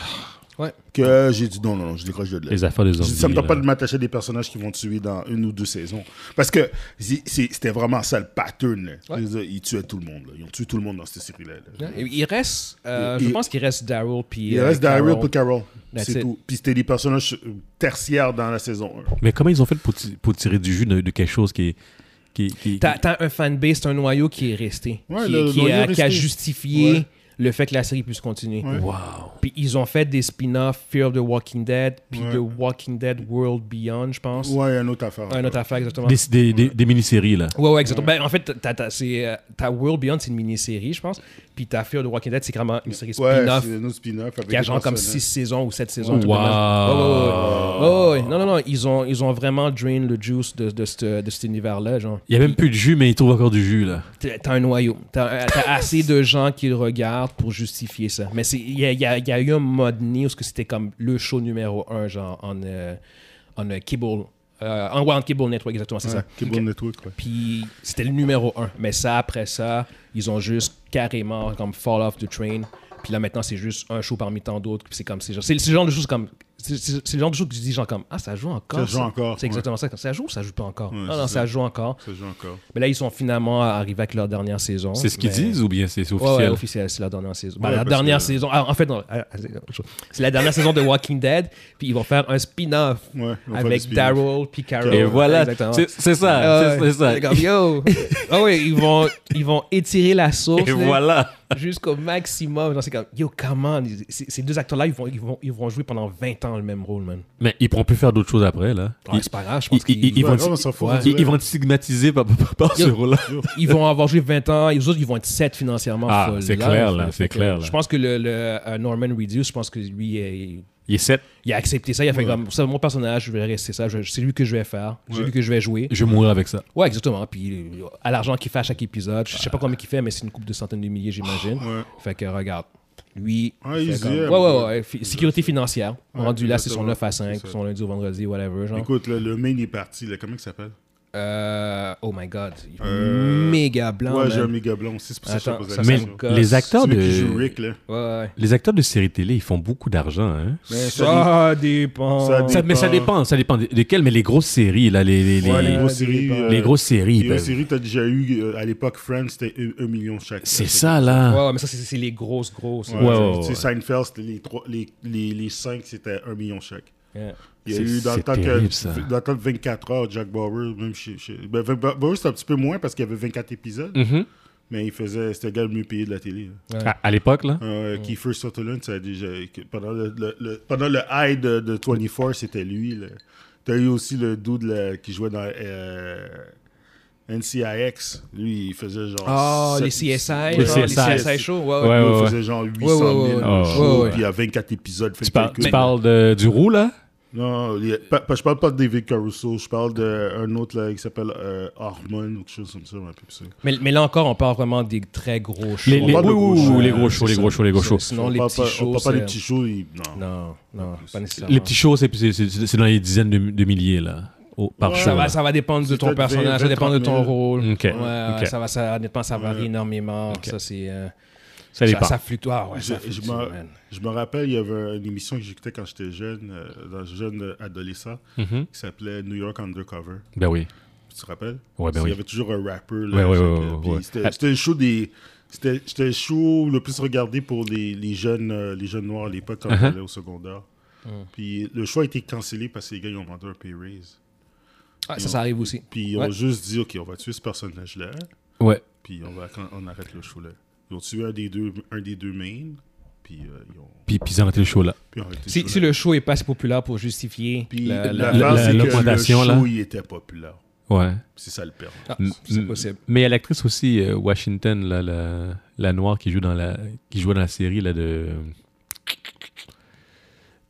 A: Mm. Ouais.
C: que j'ai dit non, non, non, je décroche de là.
B: Les affaires des
C: Je-
B: zombies.
C: Ça me tente pas
B: là.
C: de m'attacher à des personnages qui vont tuer dans une ou deux saisons. Parce que c'est- c'est- c'était vraiment ça le pattern. là.
A: Ouais.
C: Je veux dire, Ils tuaient tout le monde. là. Ils ont tué tout le monde dans cette série-là. là.
A: Et- Il reste, euh,
C: Il-
A: je pense qu'il reste Daryl. Puis,
C: Il
A: euh,
C: reste Daryl
A: Carol.
C: pour Carol.
A: That's
C: C'est
A: it.
C: tout. Puis c'était des personnages euh, tertiaires dans la saison 1.
B: Mais comment ils ont fait pour, ti- pour tirer du jus de, de quelque chose qui est. Qui, qui-
A: T'as, t'as un fanbase, t'as un noyau qui est resté.
C: Ouais,
A: qui,
C: le
A: qui
C: noyau
A: a,
C: est
A: qui a
C: resté.
A: justifié
C: Ouais.
A: le fait que la série puisse continuer.
C: Ouais.
B: Wow.
A: Puis ils ont fait des spin-offs, Fear of the Walking Dead, puis
C: Ouais.
A: The Walking Dead World Beyond, je pense.
C: Ouais, il y a une autre affaire.
A: Un autre affaire, exactement.
B: Des, des- des- des mini-séries, là.
A: Ouais, ouais, exactement. Ben, en fait, t'as, t'as- c'est, euh, t'as World Beyond, c'est une mini-série, je pense. Puis t'as Fear of the Walking Dead, c'est vraiment une série
C: Ouais,
A: spin-off.
C: c'est une autre spin-off. avec
A: Il y a
C: des
A: genre comme
C: personnages.
A: 6 saisons ou 7 saisons. Ouais,
B: Wow.
A: ouais, ouais. Ouais, ouais, ouais. Non, non, non. Ils ont, ils ont vraiment drain le juice de, de, ce- de cet univers-là. Genre.
B: Il y a même plus de jus, mais ils trouvent encore du jus, là.
A: T'as t'as un noyau. T'as t'as assez de gens qui le regardent pour justifier ça. Mais c'est- il y a, il y a- il y a eu un moment donné où ce que c'était comme le show numéro un, genre en, euh, en euh, Cable. euh, en Wild Cable Network, exactement, c'est
C: Ouais,
A: ça.
C: Cable Network. ouais.
A: Puis c'était le numéro un. Mais ça, après ça, ils ont juste carrément comme fall off the train. Puis là, maintenant, c'est juste un show parmi tant d'autres. Puis c'est comme, c'est genre- c'est- c'est le genre de choses comme, C'est c'est le genre de choses que tu dis, genre comme Ah, ça joue encore.
C: Ça joue encore,
A: C'est
C: ouais.
A: exactement ça. Ça joue ou ça joue pas encore
C: Ouais,
A: Non,
C: c'est
A: non,
C: ça.
A: ça joue encore.
C: Ça joue encore.
A: Mais là, ils sont finalement arrivés avec leur dernière saison.
B: C'est ce qu'ils
A: mais-
B: disent ou bien c'est c'est
A: Ouais, ouais,
B: officiel?
A: officiel, c'est la dernière saison. Ben,
C: Ouais,
A: la
C: parce
A: dernière
C: que-
A: saison. ah, en fait, non. ah, c'est autre chose. C'est la dernière saison de Walking Dead, puis ils vont faire un spin-off
C: Ouais, ils vont faire des
A: avec
C: spin-offs.
A: Daryl puis Carol.
B: Et voilà,
A: Exactement.
B: c'est c'est ça,
A: Ah
B: c'est-
A: ouais.
B: c'est ça.
A: C'est comme,
B: (laughs)
A: yo. Ah oui, ils vont, ils vont étirer la source
B: Et
A: là,
B: voilà.
A: jusqu'au maximum. Genre, C'est comme, yo, come on. Ils- Ces ces deux acteurs-là, ils vont, ils, vont, ils vont jouer pendant 20 ans le même rôle, man.
B: Mais ils pourront plus faire d'autres choses après, là.
A: Ah,
B: Ils-
A: c'est pas grave, je
B: ils-
A: pense
B: ils-
A: qu'ils
B: ils
C: Ouais,
B: vont
C: non,
B: te-
C: on s'en fout.
B: ils- ils vont te stigmatiser par, par- par ce
A: Yo.
B: rôle-là.
A: ils vont avoir joué 20 ans, et les autres, ils vont être 7 financièrement.
B: Ah,
A: folles,
B: c'est clair, là,
A: Fait
B: c'est
A: que,
B: clair, là.
A: Je pense que le, le, euh, Norman Reedus, je pense que lui, il,
B: Il est 7.
A: il a accepté ça. Il a fait comme, ça, mon personnage, je vais rester ça. je- C'est lui que je vais faire. C'est lui que je vais jouer.
B: Je vais mourir avec ça.
A: Ouais, exactement. Puis euh, à l'argent qu'il fait à chaque épisode, je sais pas combien qu'il fait, mais c'est une coupe de centaines de milliers, j'imagine.
C: Ouais.
A: Fait que regarde, lui.
C: Ah,
A: il
C: il
A: fait
C: se
A: comme-
C: dit,
A: ouais,
C: euh,
A: ouais, ouais. Fi- Sécurité financière.
C: Ouais,
A: Rendu là, c'est son
C: exactement.
A: 9 à 5,
C: C'est ça.
A: son lundi au vendredi, whatever. Genre.
C: Écoute, le, le main est parti. Là. Comment il s'appelle
A: Euh, oh my god. il est
C: Euh,
A: Méga blanc.
C: Ouais,
A: man.
C: j'ai un méga blond. C'est pour ça que je te
A: Attends,
C: pose la
A: ça
B: Mais
A: sonne
C: question.
A: gosse.
B: les acteurs
C: Celui qui joue
B: de
C: Rick, là.
A: Ouais, ouais.
B: les acteurs de séries télé, ils font beaucoup d'argent. Hein?
A: Mais
C: Ça
A: ça dépend.
C: ça
B: Ça- mais ça dépend, ça dépend des- desquels. Mais les grosses séries, là, les, les, les,
C: Ouais, les
A: les-
C: grosses séries.
A: les
C: euh,
B: les grosses séries,
C: Les
B: ben,
C: grosses séries, t'as déjà eu euh, à l'époque Friends, c'était 1 million chaque.
B: c'est
C: Fait
B: ça
A: Ouais,
B: là.
A: ouais, mais ça, c'est- c'est les grosses, grosses.
C: que- Ouais,
A: Ouais.
B: ouais,
C: tu sais,
B: ouais.
C: Seinfeld, c'était les, trois, les, les, les 5, c'était 1 million chaque.
A: Ouais.
C: Il y a
B: C'est-
C: eu dans le,
B: c'est
C: temps
B: terrible, ça.
C: que, dans le temps de 24 heures, Jack Bauer, même chez, chez- ben, Jack Bauer, c'était un petit peu moins parce qu'il y avait 24 épisodes,
B: Mhm.
C: mais il faisait, c'était le gars le mieux payé de la télé. là.
B: À, à l'époque, là.
C: Euh, Kiefer Sutherland, ça a déjà, que pendant, le, le- le- pendant le high de, de 24, c'était lui. là. T'as eu aussi le dude là, qui jouait dans euh, NCIX. Lui, il faisait genre.
A: Ah,
C: sept-
A: les CSI.
C: Ouais,
A: genre, Les
B: CSI.
A: CSI show. Ouais,
B: Ouais,
A: ouais.
C: Lui,
B: ouais,
C: il
B: ouais.
C: faisait genre 800
A: ouais,
C: 000
A: ouais.
C: en
B: Ouais,
C: show,
A: ouais.
C: puis il y a 24 épisodes. Fait
B: Tu
C: le
B: parles,
C: calcul.
B: tu parles de- du roux, là.
C: Non, il y a- pas- pas- je parle pas de David Caruso, je parle d'un autre là, qui s'appelle euh, Harmon ou quelque chose comme ça. un peu plus.
A: Mais, mais là encore, on parle vraiment des très gros shows.
B: Les, les-
C: On parle de
B: oui, oui,
C: gros
B: oui,
C: shows,
B: les gros shows,
A: c'est
B: les gros
A: ça.
B: shows, les gros shows.
A: Sinon,
C: On
A: les
C: parle
A: petits
C: pas- On
A: shows.
C: parle pas des
A: c'est-
C: petits shows. il- Non.
A: Non, non, pas nécessairement.
B: Les petits shows, c'est c'est- c'est- c'est dans les dizaines de, de milliers, là, au- par
C: Ouais.
B: show.
A: Ça va,
B: là.
A: ça va dépendre de
C: C'est
A: ton
C: peut-être
A: personnage, ça
C: 20,
A: dépend de ton
C: 30 000.
A: rôle.
B: Ok,
A: Ouais, ouais,
B: ok.
A: Ça, va, ça dépend, ça varie énormément. Ça, c'est. euh, ça,
B: Ça dépend.
A: ça fluctue. Ah, ouais, ça
C: Je, Ben, je
A: fluctue,
C: me,
A: man.
C: je me rappelle, il y avait une émission que j'écoutais quand j'étais jeune, euh, dans jeune adolescent,
B: Mhm.
C: qui s'appelait New York Undercover.
B: Ben oui.
C: Tu te rappelles?
B: Ouais, ben
C: il
B: oui.
C: y avait toujours un rapper.
B: Ouais,
C: Là,
B: ouais,
C: chaque- euh,
B: ouais, ouais,
C: puis
B: ouais.
C: C'était c'était le show des... C'était c'était le show le plus regardé pour les, les jeunes, euh, les jeunes noirs à l'époque quand
B: Uh-huh.
C: on allait au secondaire. Puis le show a été cancellé parce que les gars, ils ont demandé un pay raise.
A: Ah, ça, ça arrive aussi.
C: Puis ils
A: Ouais.
C: ont juste dit, OK, on va tuer ce personnage-là,
B: Ouais.
C: puis on, va, on arrête le show-là. Ils ont tué un des deux, un des deux mains, puis euh, ils ont...
B: Puis, puis ils ont arrêté le show, là.
C: puis ils ont arrêté le
A: Si,
C: show-là.
A: si le show est pas assez populaire pour justifier.
C: Puis
A: la-
C: la,
A: la-
B: la-
C: fin, c'est que le
B: l'augmentation,
C: show,
B: là.
C: il était populaire.
B: Ouais.
C: C'est ça le père.
A: Ah,
B: M-
A: c'est
B: m-
A: possible.
B: Euh, Mais il y a l'actrice aussi, euh, Washington, là, la, la noire qui joue dans la, qui jouait dans la série là, de.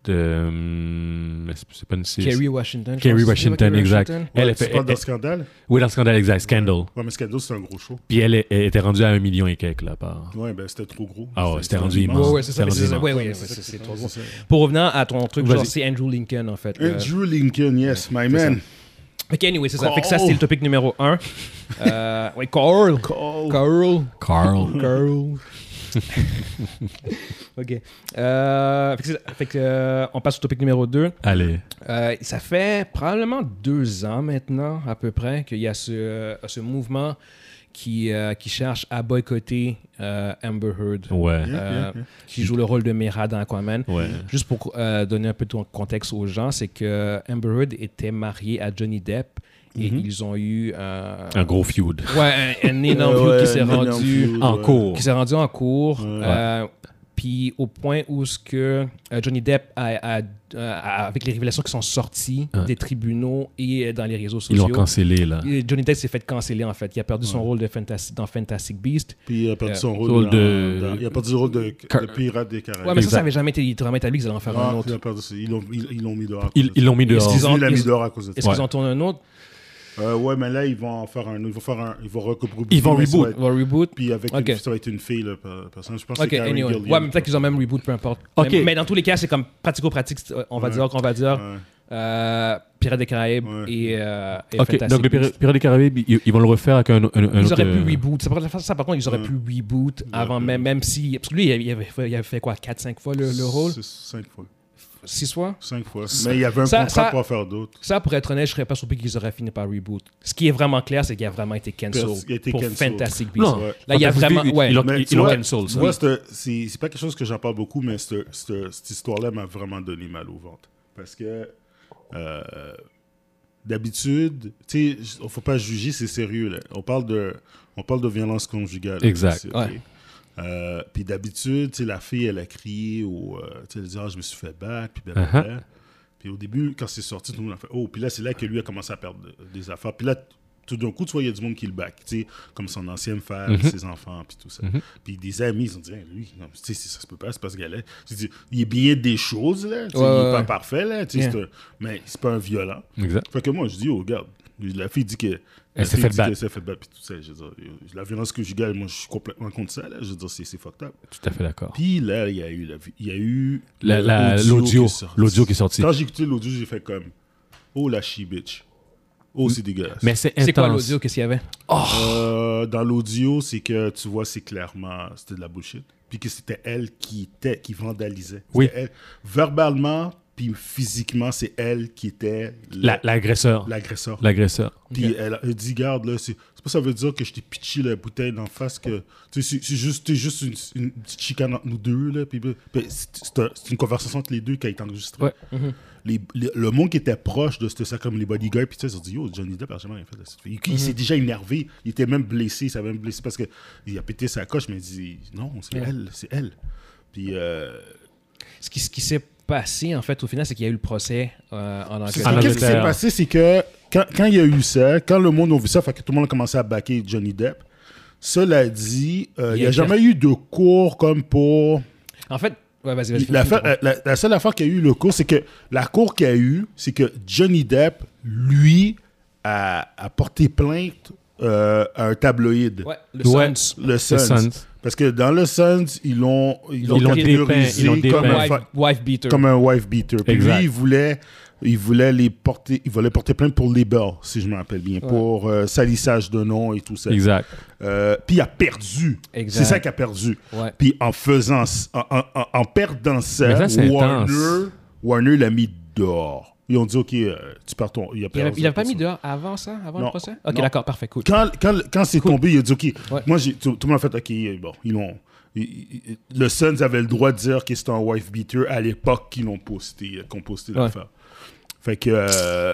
B: de. hum, c'est- C'est pas une série.
A: Kerry Washington. je
B: Kerry
A: pense que c'est
B: Washington,
A: Kerry
B: exact. Elle est
C: tu
B: fait.
C: parles d'un
B: elle-
C: scandale?
B: Oui, dans le scandale, exact. Scandal.
C: Ouais, mais Scandal, c'est un gros show.
B: Puis elle, est- elle était rendue à un million et quelques, là, par.
C: Ouais, ben c'était trop gros.
B: Ah ouais, c'était rendu
A: Ouais,
B: immense.
A: ouais, c'est ça. mais
B: C'est
A: c'est ça,
B: rendu
A: ouais, ouais, c'est- c'est- c'est trop gros.
C: C'est ça.
A: Pour revenir à ton truc,
B: Vas-y.
A: genre, c'est Andrew Lincoln, en fait. le-
C: Andrew Lincoln, yes, my man.
A: Ok, anyway, c'est ça. Fait que ça,
C: Carl.
A: c'est le topic numéro
C: (laughs)
A: 1. Euh, ouais, Carl.
C: Call. (laughs)
A: Carl.
B: Carl.
A: Girl. (laughs) ok. Euh, fait que c'est- fait que, euh, on passe au topic numéro 2.
B: Allez.
A: ça fait probablement deux ans maintenant, à peu près, qu'il y a ce, euh, ce mouvement qui, euh, qui cherche à boycotter euh, Amber Heard,
B: Ouais.
A: euh, qui joue le rôle de Mera dans Aquaman.
B: Ouais.
A: Juste pour euh, donner un peu de contexte aux gens, c'est que Amber Heard était mariée à Johnny Depp et ils ont eu euh,
B: Mhm. Un gros feud.
A: ouais, un,
B: (laughs)
A: un énorme
C: Ouais,
A: feud
C: ouais,
A: qui s'est
C: un énorme
A: rendu
C: feud,
B: En
C: ouais.
B: cours.
A: qui s'est rendu en cours.
C: Ouais.
A: euh, Puis au point où ce que euh, Johnny Depp, a, a- a- avec les révélations qui sont sorties
B: Ouais.
A: des tribunaux et euh, dans les réseaux
B: Ils l'ont
A: sociaux,
B: cancellé, là.
A: et Johnny Depp s'est fait canceller en fait. Il a perdu son rôle de Fantasi- dans Fantastic Beast.
C: Puis il a perdu son
B: rôle
C: rôle
B: de-
C: de. dans- Il a perdu le rôle de
B: Car-
C: de pirate des Caraïbes.
A: Ouais, mais ça,
B: Exact.
A: ça n'avait jamais été littéralement établi qu'ils allaient en faire
C: Ah,
A: un autre.
C: il a perdu ça. Ils l'ont- Ils ils l'ont mis dehors. à
B: Ils
C: cause de
B: ils
C: ça.
B: l'ont mis dehors.
A: Ils ont-
C: Lui, il l'a mis
A: ils-
C: dehors à cause de
A: Est-ce
C: ça.
B: Ouais.
A: qu'ils en tournent un autre
C: Euh, Ouais, mais là, ils vont en faire un. Ils vont faire un. Ils vont recouper.
B: Ils vont
C: mais ça va
B: reboot.
A: Ils vont reboot
C: être- Puis avec.
A: Ok.
C: une- Ça va être une fille, là. par- Personne. Je pense que
A: Ok,
C: c'est Karen
A: anyway.
C: Gillian.
A: Ouais, mais peut-être qu'ils ont même reboot, peu importe.
B: Ok.
A: Mais, mais dans tous les cas, c'est comme pratico-pratique, c'est- on va
C: Ouais.
A: dire qu'on va dire.
C: Ouais.
A: euh, Pirates des Caraïbes
C: Ouais.
A: et, euh, et
B: Ok,
A: Fantastic
B: donc les
A: Beasts.
B: Pira- Pirates des Caraïbes, ils, ils vont le refaire avec un, un, un
A: Ils
B: autre.
A: auraient
B: euh,
A: pu reboot. Ça, par- ça, par contre, ils auraient
C: Ouais.
A: pu reboot avant
C: auraient pu.
A: même, même si. Parce que lui, il avait, il avait fait, il avait fait quoi 4-5 fois le, le rôle
C: C'est cinq fois.
A: six fois.
C: Cinq fois. Mais il y avait un
A: Ça-
C: contrat
A: ça-
C: pour en faire d'autres.
A: Ça, pour être honnête, je serais pas surpris qu'ils auraient fini par reboot. Ce qui est vraiment clair, c'est qu'il a vraiment été cancel
C: Parce qu'il a été
A: pour
C: cancel.
A: Fantastic Beasts.
B: Non,
C: Ouais.
A: Là, il y a
B: Fantastic
A: vraiment.
B: Beasts,
A: ouais.
B: ils l'ont-
C: Mais tu
B: l'ont
C: vois,
B: cancel,
C: tu
B: ça.
C: vois, c'est- c'est c'est pas quelque chose que j'en parle beaucoup, mais c'est- c'est- cette histoire-là m'a vraiment donné mal au ventre. Parce que euh, d'habitude, tu sais, j- faut pas juger, c'est sérieux. Là. On, parle de, on parle de violence conjugale. là,
B: Exact,
A: ouais.
C: ok? Euh, puis d'habitude, tu sais, la fille, elle a crié, ou euh, tu sais, elle dit, ah, je me suis fait battre, puis blablabla.
B: Uh-huh.
C: Puis au début, quand c'est sorti, tout le monde a fait, oh, puis là, c'est là que lui a commencé à perdre de- des affaires. Puis là, t- tout d'un coup, tu vois, il y a du monde qui le back, tu sais, comme son ancienne femme,
A: Mhm.
C: ses enfants, puis tout ça. Puis des amis, ils ont dit, Hey, lui, non, tu sais, ça se peut pas, c'est pas ce gars-là. Tu dis, il est billet des choses, là, tu sais,
A: Ouais,
C: il est
A: ouais,
C: pas
A: ouais.
C: parfait, là, tu sais,
A: Yeah.
C: c'est un- mais c'est pas un violent.
B: Exact.
C: Fait que moi, je dis, oh, regarde, la fille dit que. la
B: s'est
C: fille
B: fait
C: dit
B: battre.
C: qu'elle s'est fait battre, puis tout ça. Je veux dire, la violence conjugale, moi, je suis complètement contre ça, là. Je veux dire, c'est c'est fucked up.
B: Tout à fait d'accord.
C: Puis là, il y a eu la vi- il y a eu
B: La- la-
C: l'audio
B: l'audio,
C: qui est sorti.
B: l'audio qui est sorti.
C: Quand j'ai écouté l'audio, j'ai fait comme Oh la she bitch. Oh, c'est dégueulasse.
B: Mm. Mais c'est intense.
A: C'est quoi l'audio qu'est-ce qu'il y avait
C: Euh, dans l'audio, c'est que tu vois, c'est clairement c'était de la bullshit. Puis que c'était elle qui était qui vandalisait.
B: Oui.
C: C'était elle. Verbalement puis physiquement, c'est elle qui était
B: La-
C: la-
B: L'agresseur.
C: l'agresseur.
B: L'agresseur.
C: Puis elle, elle dit, garde, là, c'est c'est pas ça veut dire que je t'ai pitché la bouteille d'en face, que tu sais, c'est c'est juste, t'es juste une, une petite chicane entre nous deux, là. Puis, puis c'est c'est un- c'est une conversation entre les deux qui a été enregistrée.
B: Ouais.
A: Mm-hmm.
C: Les- les- le monde qui était proche de ce- ça, comme les bodyguards, puis tout ça, ils ont dit, yo, Johnny Depp a jamais rien fait de cette fille. Il, il s'est déjà énervé, il était même blessé, il s'est même blessé parce qu'il a pété sa coche, mais il dit, non, c'est elle, c'est elle. Puis, euh,
A: Ce qui, ce qui s'est passé, en fait, au final, c'est qu'il y a eu le procès euh, en Angleterre.
C: C'est ça.
B: En
C: Qu'est-ce qui s'est
B: Angleterre.
C: passé, c'est que quand, quand il y a eu ça, quand le monde a vu ça, fait que tout le monde a commencé à baquer Johnny Depp. Cela dit, euh, il n'y a,
A: Il a
C: jamais eu de cours comme pour.
A: En fait, ouais, vas-y, vas-y.
C: La,
A: finis ton
C: euh, fa-
A: propos.
C: la- la seule affaire qu'il y a eu le cours, c'est que la cour qu'il y a eu, c'est que Johnny Depp, lui, a, a porté plainte euh, à un tabloïde.
A: Ouais, le
B: Ouais.
A: Suns.
C: Le Suns.
B: Suns.
C: Parce que dans le Suns, ils l'ont ils l'ont
B: Ils l'ont dépeint,
C: catégorisé
B: ils l'ont
C: comme
B: dépeint.
C: un
A: Wife,
C: fa-
A: wife beater.
C: comme un wife beater. Puis
B: Exact.
C: lui, il voulait, il voulait les porter, il voulait porter plainte pour label, si je me rappelle bien, pour euh, salissage de nom et tout ça.
B: Exact.
C: Euh, puis il a perdu.
A: Exact.
C: C'est ça qu'il a perdu.
A: Ouais.
C: Puis en faisant, c- en, en- en- en perdant
B: Mais
C: ça,
B: ça, c'est
C: Warner,
B: intense.
C: Warner l'a mis dehors. Ils ont dit, ok, euh, tu perds ton. Il a
A: Il
C: perdu
A: avait, il avait pas
C: ton-
A: mis dehors avant ça, avant
C: Non.
A: le procès Ok,
C: Non.
A: d'accord, parfait, cool.
C: quand, quand, quand c'est tombé, il a dit OK.
A: Ouais.
C: Moi, j'ai, tout, tout le monde a fait OK. euh, Bon, ils l'ont. ils- ils- Le Suns avait le droit de dire que c'était un wife beater à l'époque qu'ils l'ont posté, euh, qu'on posté l'affaire. Fait que. euh,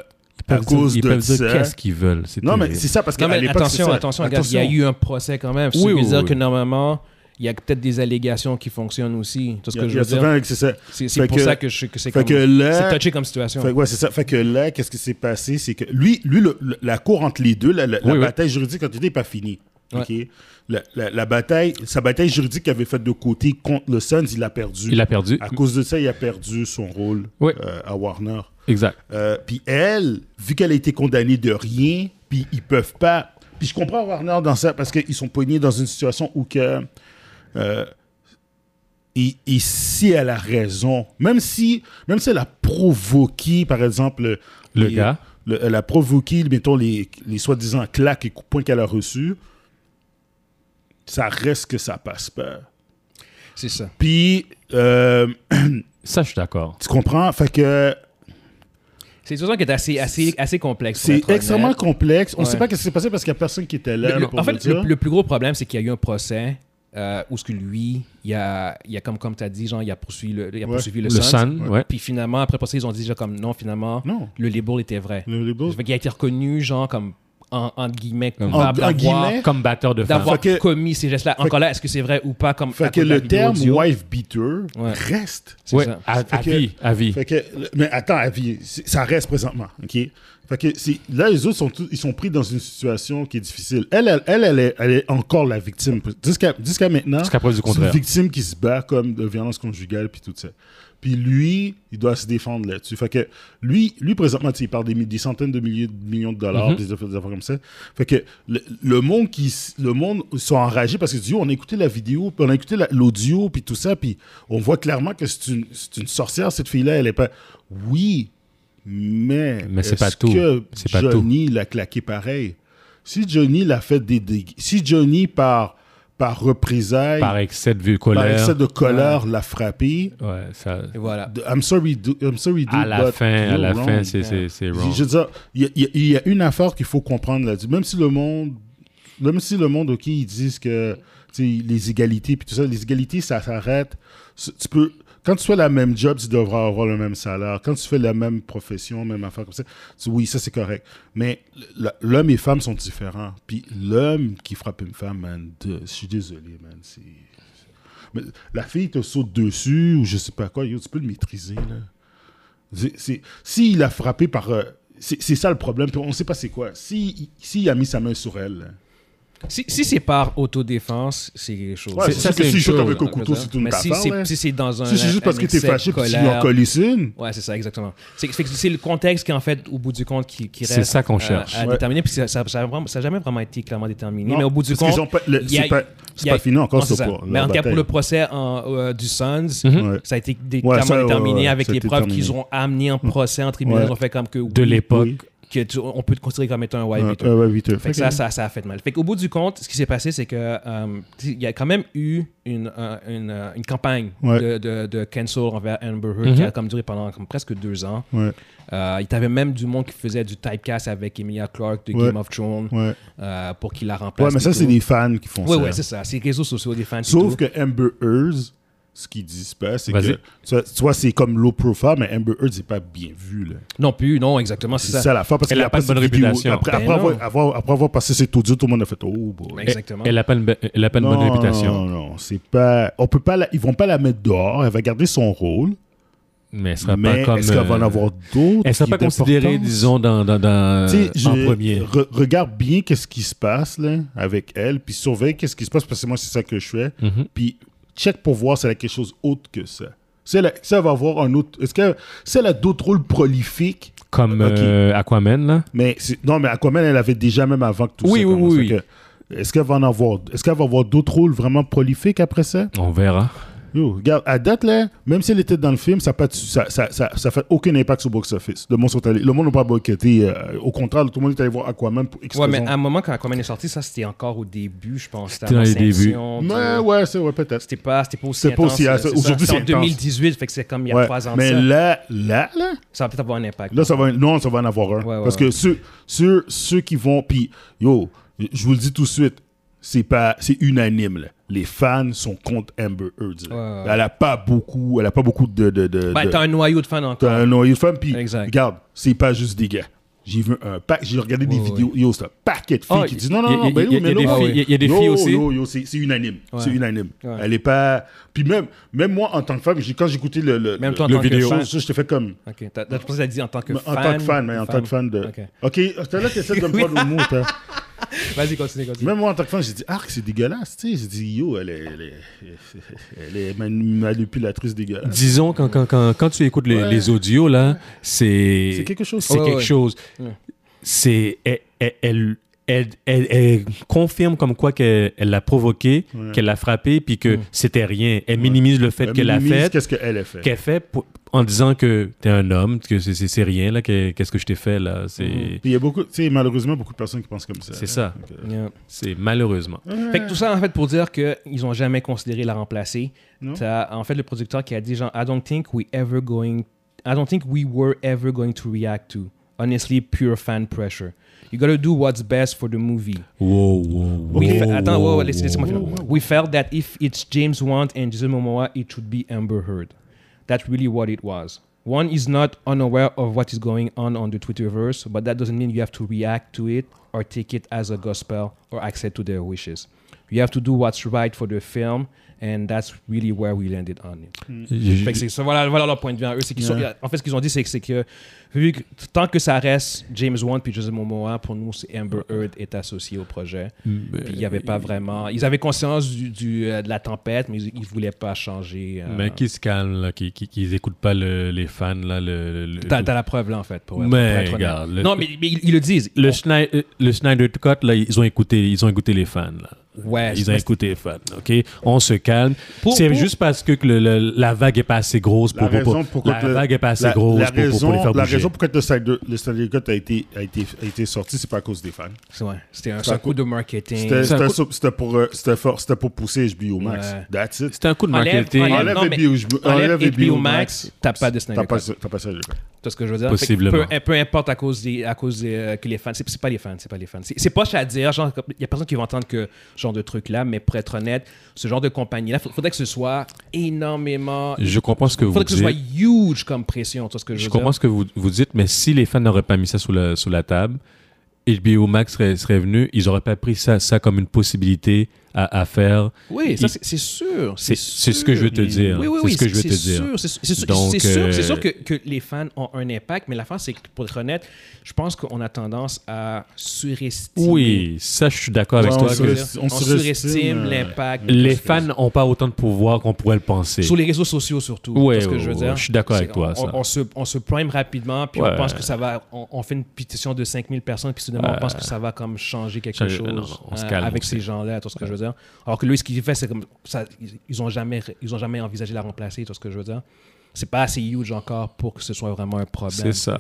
C: à
B: peuvent dire-
C: cause
B: ils
C: de
B: peuvent dire
C: ça.
B: qu'est-ce qu'ils veulent. C'est
C: Non, mais
B: terrible.
C: c'est ça, parce qu'à
A: Non, mais
C: l'époque.
A: attention,
C: c'est ça.
A: attention, regarde, il y a eu un procès quand même. Ça
B: Oui,
A: veut
B: oui,
A: dire
B: oui.
A: que normalement, il y a peut-être des allégations qui fonctionnent aussi. Tout ce
C: Il y a-
A: que
C: il
A: je
C: y a
A: veux dire.
C: souvent que c'est ça.
A: C'est c'est
C: Fait
A: pour ça que, je, que c'est
C: fait
A: comme-
C: que là-
A: c'est touché comme situation.
C: Fait que ouais, c'est ça. Fait que là, qu'est-ce qui s'est passé? C'est que lui, lui le- le- la cour entre les deux, la, la- la
B: Oui, oui.
C: bataille juridique entre les deux n'est pas finie.
A: Ouais.
C: OK? La, la- la bataille, sa bataille juridique qu'il avait faite de côté contre le Suns, il l'a perdu.
B: Il a perdu.
C: À cause de ça, il a perdu son rôle
B: Oui.
C: euh, à Warner.
B: Exact.
C: Euh, puis elle, vu qu'elle a été condamnée de rien, puis ils peuvent pas. Puis je comprends Warner dans ça parce qu'ils sont poignés dans une situation où que. euh, et, et si elle a raison, même si, même si elle a provoqué, par exemple,
B: Le
C: les-
B: gars.
C: le- elle a provoqué, mettons, les, les soi-disant claques et coups de poing qu'elle a reçus, ça reste que ça passe pas.
A: C'est ça.
C: Puis, euh,
B: Ça, je suis d'accord.
C: tu comprends? Fait que
A: C'est une situation qui est assez, assez, assez complexe. pour être
C: C'est
A: honnête.
C: extrêmement complexe. On ne
A: Ouais.
C: sait pas ce qui s'est passé parce qu'il n'y a personne qui était là.
A: Le- le-
C: là, pour
A: en fait,
C: nous
A: le,
C: dire.
A: le plus gros problème, c'est qu'il y a eu un procès euh, où ce que lui, il a, il a comme, comme tu as dit, genre, il a poursuivi le, il a
C: Ouais.
A: poursuivi le,
B: Le
A: Suns.
B: Sun, ouais.
A: Puis finalement, après le procès, ils ont dit, genre, comme non, finalement,
C: Non.
A: le label était vrai.
C: Le- les beaux-
A: Fait qu'il a été reconnu, genre, comme, en, entre guillemets,
B: En-
A: coupable
C: en
A: d'avoir-
C: guillemets?
B: Comme batteur de femme.
A: d'avoir
C: Fait que-
A: commis ces gestes-là. Encore là, est-ce que c'est vrai ou pas comme à
C: Fait que
A: cause de la
C: le
A: vidéo
C: terme
A: audio?
C: wife beater
A: Ouais.
C: reste.
A: C'est
B: Ouais,
A: ça.
B: à,
C: Fait
B: à
C: que-
B: vie, à vie.
C: Fait que, le- mais attends, Avi, c'est- ça reste présentement, OK? Fait que c'est- là, les autres, sont tous- ils sont pris dans une situation qui est difficile. Elle, elle, elle, elle est, elle est encore la victime. Jusqu'à jusqu'à maintenant,
B: Jusqu'à preuve du
C: c'est une
B: contraire.
C: victime qui se bat comme de violence conjugale puis tout ça. Puis lui, il doit se défendre là-dessus. Fait que lui, lui présentement, tu sais, il parle des, mi- des centaines de milliers de millions de dollars,
B: Mhm.
C: des, affaires, des affaires comme ça. Fait que le, le monde qui, s- le monde sont enragés parce que Dieu, on a écouté la vidéo, puis on a écouté la- l'audio, puis tout ça, puis on voit clairement que c'est une, c'est une sorcière cette fille-là. Elle est pas. Oui, mais.
B: Mais c'est pas
C: est-ce
B: tout.
C: Que
B: C'est pas tout.
C: Johnny l'a claqué pareil. Si Johnny l'a fait des dég- si Johnny par par représailles,
B: par
C: par,
B: excès de colère.
C: excès de colère, l'a frappé.
B: Ouais, ça.
A: Et voilà.
C: De- I'm sorry, du- I'm sorry, dude,
B: À la
C: but
B: fin, à
C: you're
B: la fin,
C: wrong.
B: c'est- c'est c'est
C: Je,
B: wrong.
C: je veux dire, il y a- il y, a- il y a une affaire qu'il faut comprendre là-dessus. Même si le monde, même si le monde, ok, ils disent que tu sais, les égalités puis tout ça, les égalités, ça s'arrête. C- Tu peux, quand tu fais la même job, tu devras avoir le même salaire. Quand tu fais la même profession, même affaire comme ça, tu- oui, ça c'est correct. Mais l- l'homme et femme sont différents. Puis l'homme qui frappe une femme, man, de- je suis désolé, man, c'est. mais la fille te saute dessus ou je sais pas quoi, yo, tu peux le maîtriser là. C'est- c'est- S'il a frappé par. euh, c'est c'est ça le problème. puis On ne sait pas c'est quoi. S'il si, il a mis sa main sur elle.
A: Si, si c'est par autodéfense, c'est quelque chose.
C: Ouais,
B: ça,
C: c'est
B: c'est
C: que si
B: une
C: je
B: chose,
C: shoot avec un
A: Ouais,
C: couteau,
A: ça.
C: c'est une
A: Mais
C: affaire.
A: si c'est
C: ouais.
A: si
C: Si
A: c'est dans un.
C: c'est juste
A: un
C: parce que t'es
A: excès de
C: fâché puis tu lui en
A: colère.
C: colles une.
A: Ouais, c'est ça, exactement. C'est c'est- c'est le contexte qui, en fait, au bout du compte, qui, qui
B: C'est
A: reste.
B: ça qu'on
A: à-
B: cherche.
A: À,
C: Ouais.
A: déterminer, puis ça n'a ça, ça a vraiment- ça a jamais vraiment été clairement déterminé.
C: Non,
A: mais au bout du
C: parce qu'ils
A: compte.
C: ont pas- le-
A: il y a-
C: c'est pas- c'est
A: il y a-
C: pas fini encore,
A: non,
C: ce
A: c'est
C: pour-
A: Mais
C: leur
A: en tout cas, pour
C: bataille.
A: le procès en- euh, du Suns,
B: Mhm.
C: Ouais.
A: ça a été dé-
C: Ouais, ça,
A: clairement
C: ouais,
A: déterminé
C: ouais,
A: avec
C: ça a
A: les
C: été
A: preuves
C: terminé.
A: qu'ils ont amenées en procès, en tribunal.
C: Ouais.
A: Ils ont fait comme que.
B: De
A: oui,
B: l'époque.
C: Oui.
A: que tu- On peut te considérer comme étant un white
C: Ouais, euh,
A: beater.
C: ouais, ouais, vite.
A: hein. Fait que ça, ça, ça a fait mal. Fait qu'au bout du compte, ce qui s'est passé, c'est que euh, t'sais, il y a quand même eu une, euh, une, euh, une campagne
C: Ouais.
A: de, de, de cancel envers Amber Heard
B: Mhm.
A: qui a comme duré pendant comme presque deux ans.
C: Ouais,
A: Euh, il y avait même du monde qui faisait du typecast avec Emilia Clarke de
C: Ouais.
A: Game of Thrones
C: ouais.
A: euh, pour qu'il la remplace.
C: Ouais, mais ça, c'est des fans qui font
A: Oui,
C: ça.
A: ouais, c'est ça. C'est les réseaux sociaux des fans. et
C: Sauf
A: tout.
C: que Amber Heard, ce qu'ils disent pas, c'est
B: Vas-y.
C: que. Tu vois- tu vois, c'est comme low profile, mais Amber Heard, c'est pas bien vu. là.
A: Non plus, non, exactement. C'est
C: C'est
A: ça.
C: ça la fin. Parce
B: Elle
C: que
B: a pas de
C: après
B: bonne
C: cette vidéo-
B: réputation.
C: Après,
A: Ben
C: après
A: non.
C: avoir, avoir- après avoir passé cet audio, tout le monde a fait Oh, boy.
A: Exactement.
B: Elle n'a pas une be- elle a pas une bonne
C: Non,
B: réputation.
C: Non, non, c'est pas. On peut pas. La... Ils vont pas la mettre dehors. Elle va garder son rôle.
B: Mais elle sera
C: mais
B: pas comme.
C: est-ce qu'elle va en
B: euh,
C: avoir d'autres
B: Elle sera
C: qui
B: pas
C: est
B: considérée,
C: d'importance?
B: disons, dans, dans, dans-
C: Tu sais, je-
B: en premier.
C: re- regarde bien qu'est-ce qui se passe là, avec elle, puis surveille qu'est-ce qui se passe parce que moi c'est ça que je fais.
B: Mhm.
C: Puis check pour voir si elle a quelque chose autre que ça. Si elle, a- si elle va avoir un autre, est-ce que si elle a d'autres rôles prolifiques
B: Comme
C: Ok.
B: euh, Aquaman, là.
C: Mais c'est- non, mais Aquaman, elle avait déjà même avant que tout
B: Oui,
C: ça.
B: oui,
C: commence.
B: oui,
C: Fait que, Est-ce qu'elle va en avoir Est-ce qu'elle va avoir d'autres rôles vraiment prolifiques après ça
B: On verra.
C: Yo, regarde, à date, là, même si elle était dans le film, ça n'a ça, ça, ça, ça fait aucun impact sur le box-office. Le monde sont allés- le monde n'a pas boycotté. euh, au contraire, tout le monde est allé voir Aquaman pour X
A: Ouais, mais
C: raison.
A: à un moment, quand Aquaman est sorti, ça, c'était encore au début, je pense. C'était
B: C'était dans les
A: avant Inception,
C: Mais
A: de-
C: ouais, c'est ouais, peut-être.
A: C'était pas, c'était pas aussi
C: C'est pas
A: intense,
C: aussi-
A: euh,
C: ah,
A: ça.
C: aujourd'hui,
A: en
C: c'est intense.
A: 2018, fait que c'est comme il y a
C: Ouais.
A: trois ans de
C: mais
A: ça.
C: là, là, là,
A: Ça va peut-être avoir un impact.
C: là, ça va, non, ça va en avoir un.
A: Ouais, ouais,
C: Parce
A: ouais.
C: que ceux, ceux, ceux qui vont, puis yo, je vous le dis tout de suite, c'est pas, c'est unanime. là. Les fans sont contre Amber Heard. là.
A: Ouais, ouais.
C: Elle a pas beaucoup, elle a pas beaucoup de, de, de-
A: Ben,
C: de-
A: t'as un noyau de fans encore.
C: T'as un noyau de femmes, puis
A: Exact.
C: regarde, c'est pas juste des gars. J'ai vu un pack, j'ai regardé des
A: Oui,
C: vidéos, yo, c'est un paquet de filles
B: Ah,
C: qui
B: y-
C: disent non, non,
B: y-
C: non,
B: y-
C: ben
B: y-
C: oui,
B: y-
C: mais
B: y a des
C: non.
A: filles-
B: y a- y a des
C: Yo,
B: filles aussi.
C: Yo, yo, c'est c'est unanime, c'est unanime.
A: Ouais.
C: Elle est pas... Puis même, même moi, en tant que femme, j'ai- quand j'écoutais le, le,
A: Même
C: le-
A: toi, en
C: le
A: tant que
C: vidéo,
A: fan.
C: je te fais comme...
A: Ok, t'as- t'as- je pense que t'as dit en tant que
C: En
A: fan.
C: tant que fan, mais en tant que fan de...
A: Ok.
C: OK, c'est là que t'essaies de me prendre au mot,
B: (laughs)
C: toi.
A: Vas-y, continue, continue.
C: Même moi, en tant que fan, j'ai dit, arc, c'est dégueulasse, tu sais. J'ai dit, yo, elle est, elle est, elle est manu- manipulatrice dégueulasse.
B: Disons, quand, quand, quand, quand tu écoutes les,
C: Ouais.
B: les audios, là, c'est.
C: C'est quelque chose.
B: C'est
A: Ouais,
B: quelque
A: ouais.
B: chose.
A: Ouais.
B: C'est. Elle, elle, elle, elle- elle- elle confirme comme quoi qu'elle elle l'a provoqué, qu'elle l'a frappé, puis que c'était rien. Elle minimise le fait
C: Mm. Elle
B: qu'elle l'a
C: minimise
B: fait,
C: Qu'est-ce qu'elle a fait.
B: qu'elle fait pour- en disant que t'es un homme, que c'est- c'est c'est rien, là, que- qu'est-ce que je t'ai fait, là. C'est
C: Puis il y a beaucoup, tu sais, malheureusement, beaucoup de personnes qui pensent comme ça.
B: c'est ça.
C: Donc, euh,
A: Yeah.
B: C'est malheureusement.
A: Fait que tout ça, en fait, pour dire qu'ils n'ont jamais considéré la remplacer.
C: Non.
A: T'as, en fait, le producteur qui a dit genre, I don't think we ever going, I don't think we were ever going to react to, honestly, pure fan pressure. You gotta do what's best for the movie.
B: Wow, wow,
A: We
B: wow,
A: fe- attends, ouais,
B: wow,
A: ouais, laisse- laisse-moi finir.
B: wow.
A: We felt that if it's James Wan and Jason Momoa, it should be Amber Heard. That's really what it was. One is not unaware of what is going on on the Twitterverse, but that doesn't mean you have to react to it or take it as a gospel or accept to their wishes. You have to do what's right for the film, and that's really where we landed on it.
B: Je-
A: Fait que c'est ça, voilà, voilà leur point de vue. à Eux, c'est qu'ils sont-
C: Ouais.
A: en fait, ce qu'ils ont dit, c'est que, c'est que vu que tant que ça reste James Wan puis Jason Momoa, pour nous, c'est Amber Heard est associée au projet. Puis il n'y avait pas vraiment. Ils avaient conscience du, du, euh, de la tempête, mais ils ne voulaient pas changer. euh,
B: Mais qui se calme, là, qui, qui, qui écoutent pas le- les fans, là, le, le-
A: T'as t'as la preuve, là, en fait. Pour,
B: Mais
A: pour être honnête.
B: regarde, le-
A: non, mais, mais ils, ils le disent.
B: le
A: On-
B: Schneider, le Schneider Cut, là, ils ont écouté, ils ont écouté les fans, là.
A: Ouais,
B: Ils
A: c'est-
B: ont écouté les fans, OK? On se calme.
A: Pour-
B: C'est
A: pour-
B: juste parce que le- le- la vague est pas assez grosse
C: La
B: pour... pour-
C: raison
B: pour-
C: pourquoi
B: la
C: que le-
B: vague est pas assez
C: la-
B: grosse
C: la
B: pour- pour, pour les
C: raison-
B: faire
C: La
B: bouger.
C: raison pourquoi le Snyder, le Snyder Cut a été, a été, a été sorti, c'est pas à cause des fans.
A: c'est- ouais, C'était un,
C: Ça
A: seul coup
C: coûte-
A: de marketing.
C: C'était-
B: C'est un
C: C'était
B: coup-
C: sou- c'était pour, euh, c'était for- c'était pour pousser HBO Max.
A: Ouais.
C: That's it.
B: C'est un coup de
A: Enlève-
B: marketing.
A: enlève-
C: Enlève
A: non, mais-
C: HBO Max.
A: enlève
C: enlève
A: HBO Max, t'as pas de Snyder
C: T'as pas
A: Cut.
C: t'as pas Snyder Cut.
A: Tu vois ce que je veux dire?
B: Possiblement.
A: Fait que Peu, peu importe à cause, des, à cause des, euh, que les fans. C'est c'est pas les fans, c'est pas les fans. C'est c'est poche à dire. genre, Il y a personne qui va entendre que ce genre de truc-là, mais pour être honnête, ce genre de compagnie-là, il faudrait que ce soit énormément. Il
B: Je comprends ce que vous
A: faudrait que ce soit
B: dites.
A: huge comme pression. Tu vois ce que je veux
B: Je
A: dire?
B: comprends ce que vous, vous dites, mais si les fans n'auraient pas mis ça sous la, sous la table, HBO Max serait, serait venu, ils n'auraient pas pris ça, ça comme une possibilité à, à faire.
A: Oui, ça,
B: Ils-
A: c'est c'est sûr.
B: C'est c'est ce que je veux te
A: sûr.
B: dire.
A: Oui, oui,
B: c'est
A: oui,
B: ce que je veux te
A: c'est
B: dire.
A: sûr, C'est sûr, c'est sûr,
B: Donc,
A: c'est sûr, c'est
B: euh,
A: sûr que, que les fans ont un impact, mais la fin, c'est que, pour être honnête, je pense qu'on a tendance à surestimer.
B: Oui, ça, je suis d'accord
C: Ouais,
B: avec toi.
A: on,
C: on
B: que
A: surestime,
C: surestime,
A: on
C: surestime,
A: surestime
C: euh,
A: l'impact.
B: les
A: Parce que-
B: fans n'ont pas autant de pouvoir qu'on pourrait le penser.
A: Sur les réseaux sociaux, surtout.
B: Ouais,
A: c'est ce que
B: ouais,
A: je veux
B: ouais,
A: dire.
B: je suis d'accord avec
A: C'est-
B: toi,
A: on-
B: ça.
A: On, se, on se prime rapidement, puis on
B: Ouais.
A: pense que ça va. On, on fait une pétition de 5000 personnes, puis soudainement, on pense que ça va comme changer quelque
B: Changer-
A: chose
B: non, non, on se
A: euh,
B: calme,
A: avec
B: on se
A: ces
B: calme.
A: gens-là, tout ce que je veux dire. Alors que lui, ce qu'il fait, c'est comme. Ça, ils- ils n'ont jamais, ils ont jamais envisagé la remplacer, tout ce que je veux dire. C'est pas assez huge encore pour que ce soit vraiment un problème.
B: C'est ça.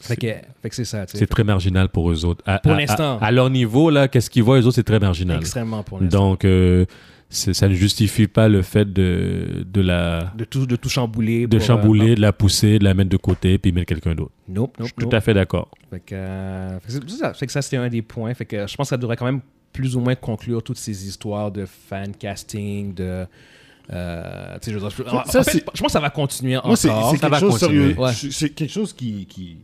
A: Fait que, fait que c'est ça, tu sais.
B: C'est très marginal pour eux autres. À,
A: Pour
B: à- à-
A: l'instant.
B: À, leur niveau, là, qu'est-ce qu'ils voient, eux autres, c'est très marginal.
A: Extrêmement pour l'instant.
B: Donc, euh, c'est- ça ne justifie pas le fait de, de la
A: De tout, de tout chambouler.
B: de
A: pour, euh,
B: chambouler, de la pousser, de la mettre de côté, puis mettre quelqu'un d'autre.
A: nope, nope,
B: Je suis tout
A: nope.
B: à fait d'accord.
A: Fait que, euh, fait que c'est- c'est ça, Fait que ça, c'était un des points. Fait que, euh, je pense que ça devrait quand même plus ou moins conclure toutes ces histoires de fan casting, de. euh, tu sais, je, veux dire, je- en-
C: ça,
A: en fait,
C: c'est-
A: je pense que ça va continuer
C: Moi, c'est
A: encore.
C: c'est
B: ça va
C: quelque chose de
B: continuer.
C: sérieux.
A: Ouais.
C: C'est c'est quelque chose qui. qui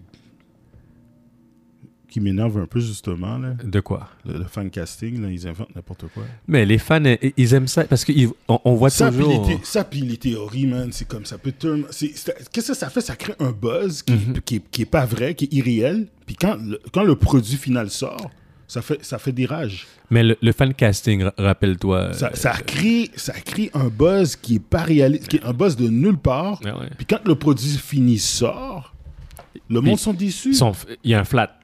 C: qui m'énerve un peu justement là.
B: De quoi
C: Le, le fan casting là, ils inventent n'importe quoi.
B: Mais les fans, eh, ils aiment ça parce qu'on on voit
C: Ça puis, les
B: toujours.
C: thé- ça, puis les théories, man, c'est comme ça peut tourner. c'est- c'est- Qu'est-ce que ça fait Ça crée un buzz qui,
B: Mm-hmm.
C: qui, est- qui est pas vrai, qui est irréel. Puis quand le, quand le produit final sort, ça fait, ça fait des rages.
B: Mais le, le fan casting, ra- rappelle-toi.
C: Ça,
B: euh,
C: ça, crée, ça crée un buzz qui est pas réaliste, qui est un buzz de nulle part.
B: Ben Ouais, ouais.
C: Puis quand le produit fini sort, le monde sont déçus.
B: ils sont- Il y a un flat.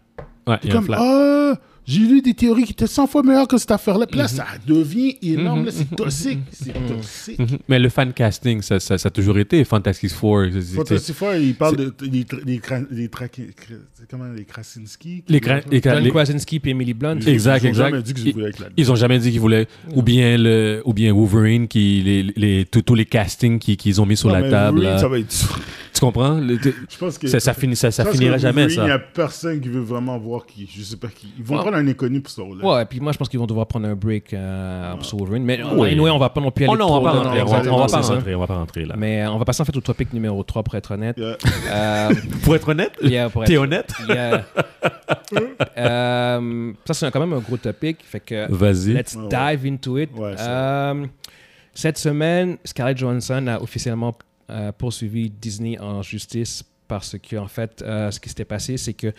B: Ouais, il y a un
C: comme,
B: flat.
C: ah, j'ai lu des théories qui étaient 100 fois meilleures que cette affaire-là.
B: Mhm.
C: Puis là, ça devient énorme. Là, c'est toxique. C'est toxique.
B: Mhm. Mais le fan casting, ça, ça, ça a toujours été Fantastic Four. c'est- c'est-
C: Fantastic Four, il parle de, des, tra- des, tra- des, tra- c'est comment, les Krasinski. qui-
B: Les cra- les cra-
A: John
B: les-
A: Krasinski et Emily Blunt.
C: Ils-
B: Exact,
C: ils ont
B: exact.
C: jamais dit que je
B: Ils-
C: voulais être là-dedans.
B: Ils ont jamais dit qu'ils voulaient. Ou bien, le, ou bien Wolverine, qui, les, les, tous tous les castings qui- qu'ils ont mis sur
C: Non,
B: la
C: mais
B: table.
C: Wolverine,
B: là.
C: ça va être dur.
B: Tu comprends Le- tu-
C: Je pense que
B: Ça, ça, finit- ça, ça
C: je pense
B: finira
C: que
B: jamais,
C: Wolverine, Il n'y a
B: ça.
C: personne qui veut vraiment voir qui. Je sais pas qui. Ils vont
A: Ouais.
C: prendre un inconnu pour ce rôle-là.
A: Ouais, puis moi, je pense qu'ils vont devoir prendre un break euh, sur Wolverine. Mais
B: Oui.
A: anyway, on va pas non plus aller
B: Oh non, on
A: trop
B: va pas
A: dans-
B: rentrer.
C: non,
B: On va- on va pas
A: c'est ça.
B: rentrer. On va pas rentrer là.
A: Mais euh, on va passer en fait au topic numéro 3, pour être honnête.
C: Yeah.
A: Euh,
B: (laughs) Pour être honnête,
A: yeah,
C: (laughs)
A: pour être-
B: t'es honnête
A: yeah. Euh, ça, c'est quand même un gros topic. Fait que
B: Vas-y.
A: Let's
C: Ouais, ouais.
A: dive into it.
C: Ouais,
A: Euh, cette semaine, Scarlett Johansson a officiellement euh, poursuivi Disney en justice parce que en fait, euh, ce qui s'était passé, c'est que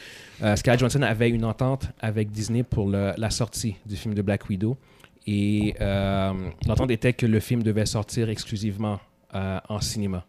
A: euh, Scarlett Johansson avait une entente avec Disney pour le- la sortie du film de Black Widow. Et euh, l'entente était que le film devait sortir exclusivement euh, en cinéma.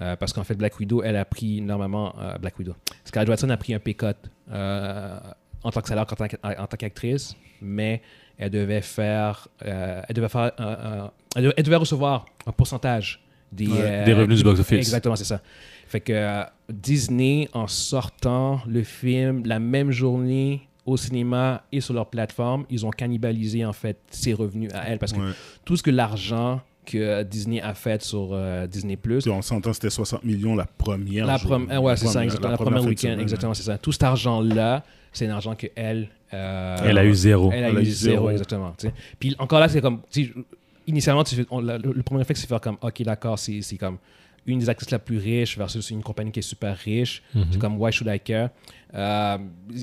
A: Euh, parce qu'en fait, Black Widow, elle a pris normalement euh, Black Widow. Scarlett Johansson a pris un pécote euh, en tant que salaire, qu'en tant que- en tant qu'actrice, mais elle devait faire, euh, elle devait faire, euh, euh, elle, devait, elle devait recevoir un pourcentage des, euh,
B: des revenus du box-office.
A: Exactement, c'est ça. Fait que euh, Disney, en sortant le film la même journée au cinéma et sur leur plateforme, ils ont cannibalisé en fait ses revenus à elle parce que
C: Ouais.
A: tout ce que l'argent que euh, Disney a fait sur euh, Disney Plus,
C: Puis on s'entend, c'était 60 millions la première.
A: la
C: journée.
A: première, ouais, c'est ça,
C: première-
A: exactement. La,
C: la
A: première,
C: fin de
A: week-end,
C: semaine,
A: exactement, c'est ça. Tout cet argent-là, c'est un argent que elle, euh,
B: Elle a eu zéro.
A: elle a eu zéro, exactement. tu sais. Puis encore là, c'est comme, tu sais, initialement, tu fais- on- la- le, le premier réflexe, c'est faire comme, ok, d'accord, c'est c'est comme une des actrices la plus riche versus une compagnie qui est super riche. C'est comme, why should I care? Euh,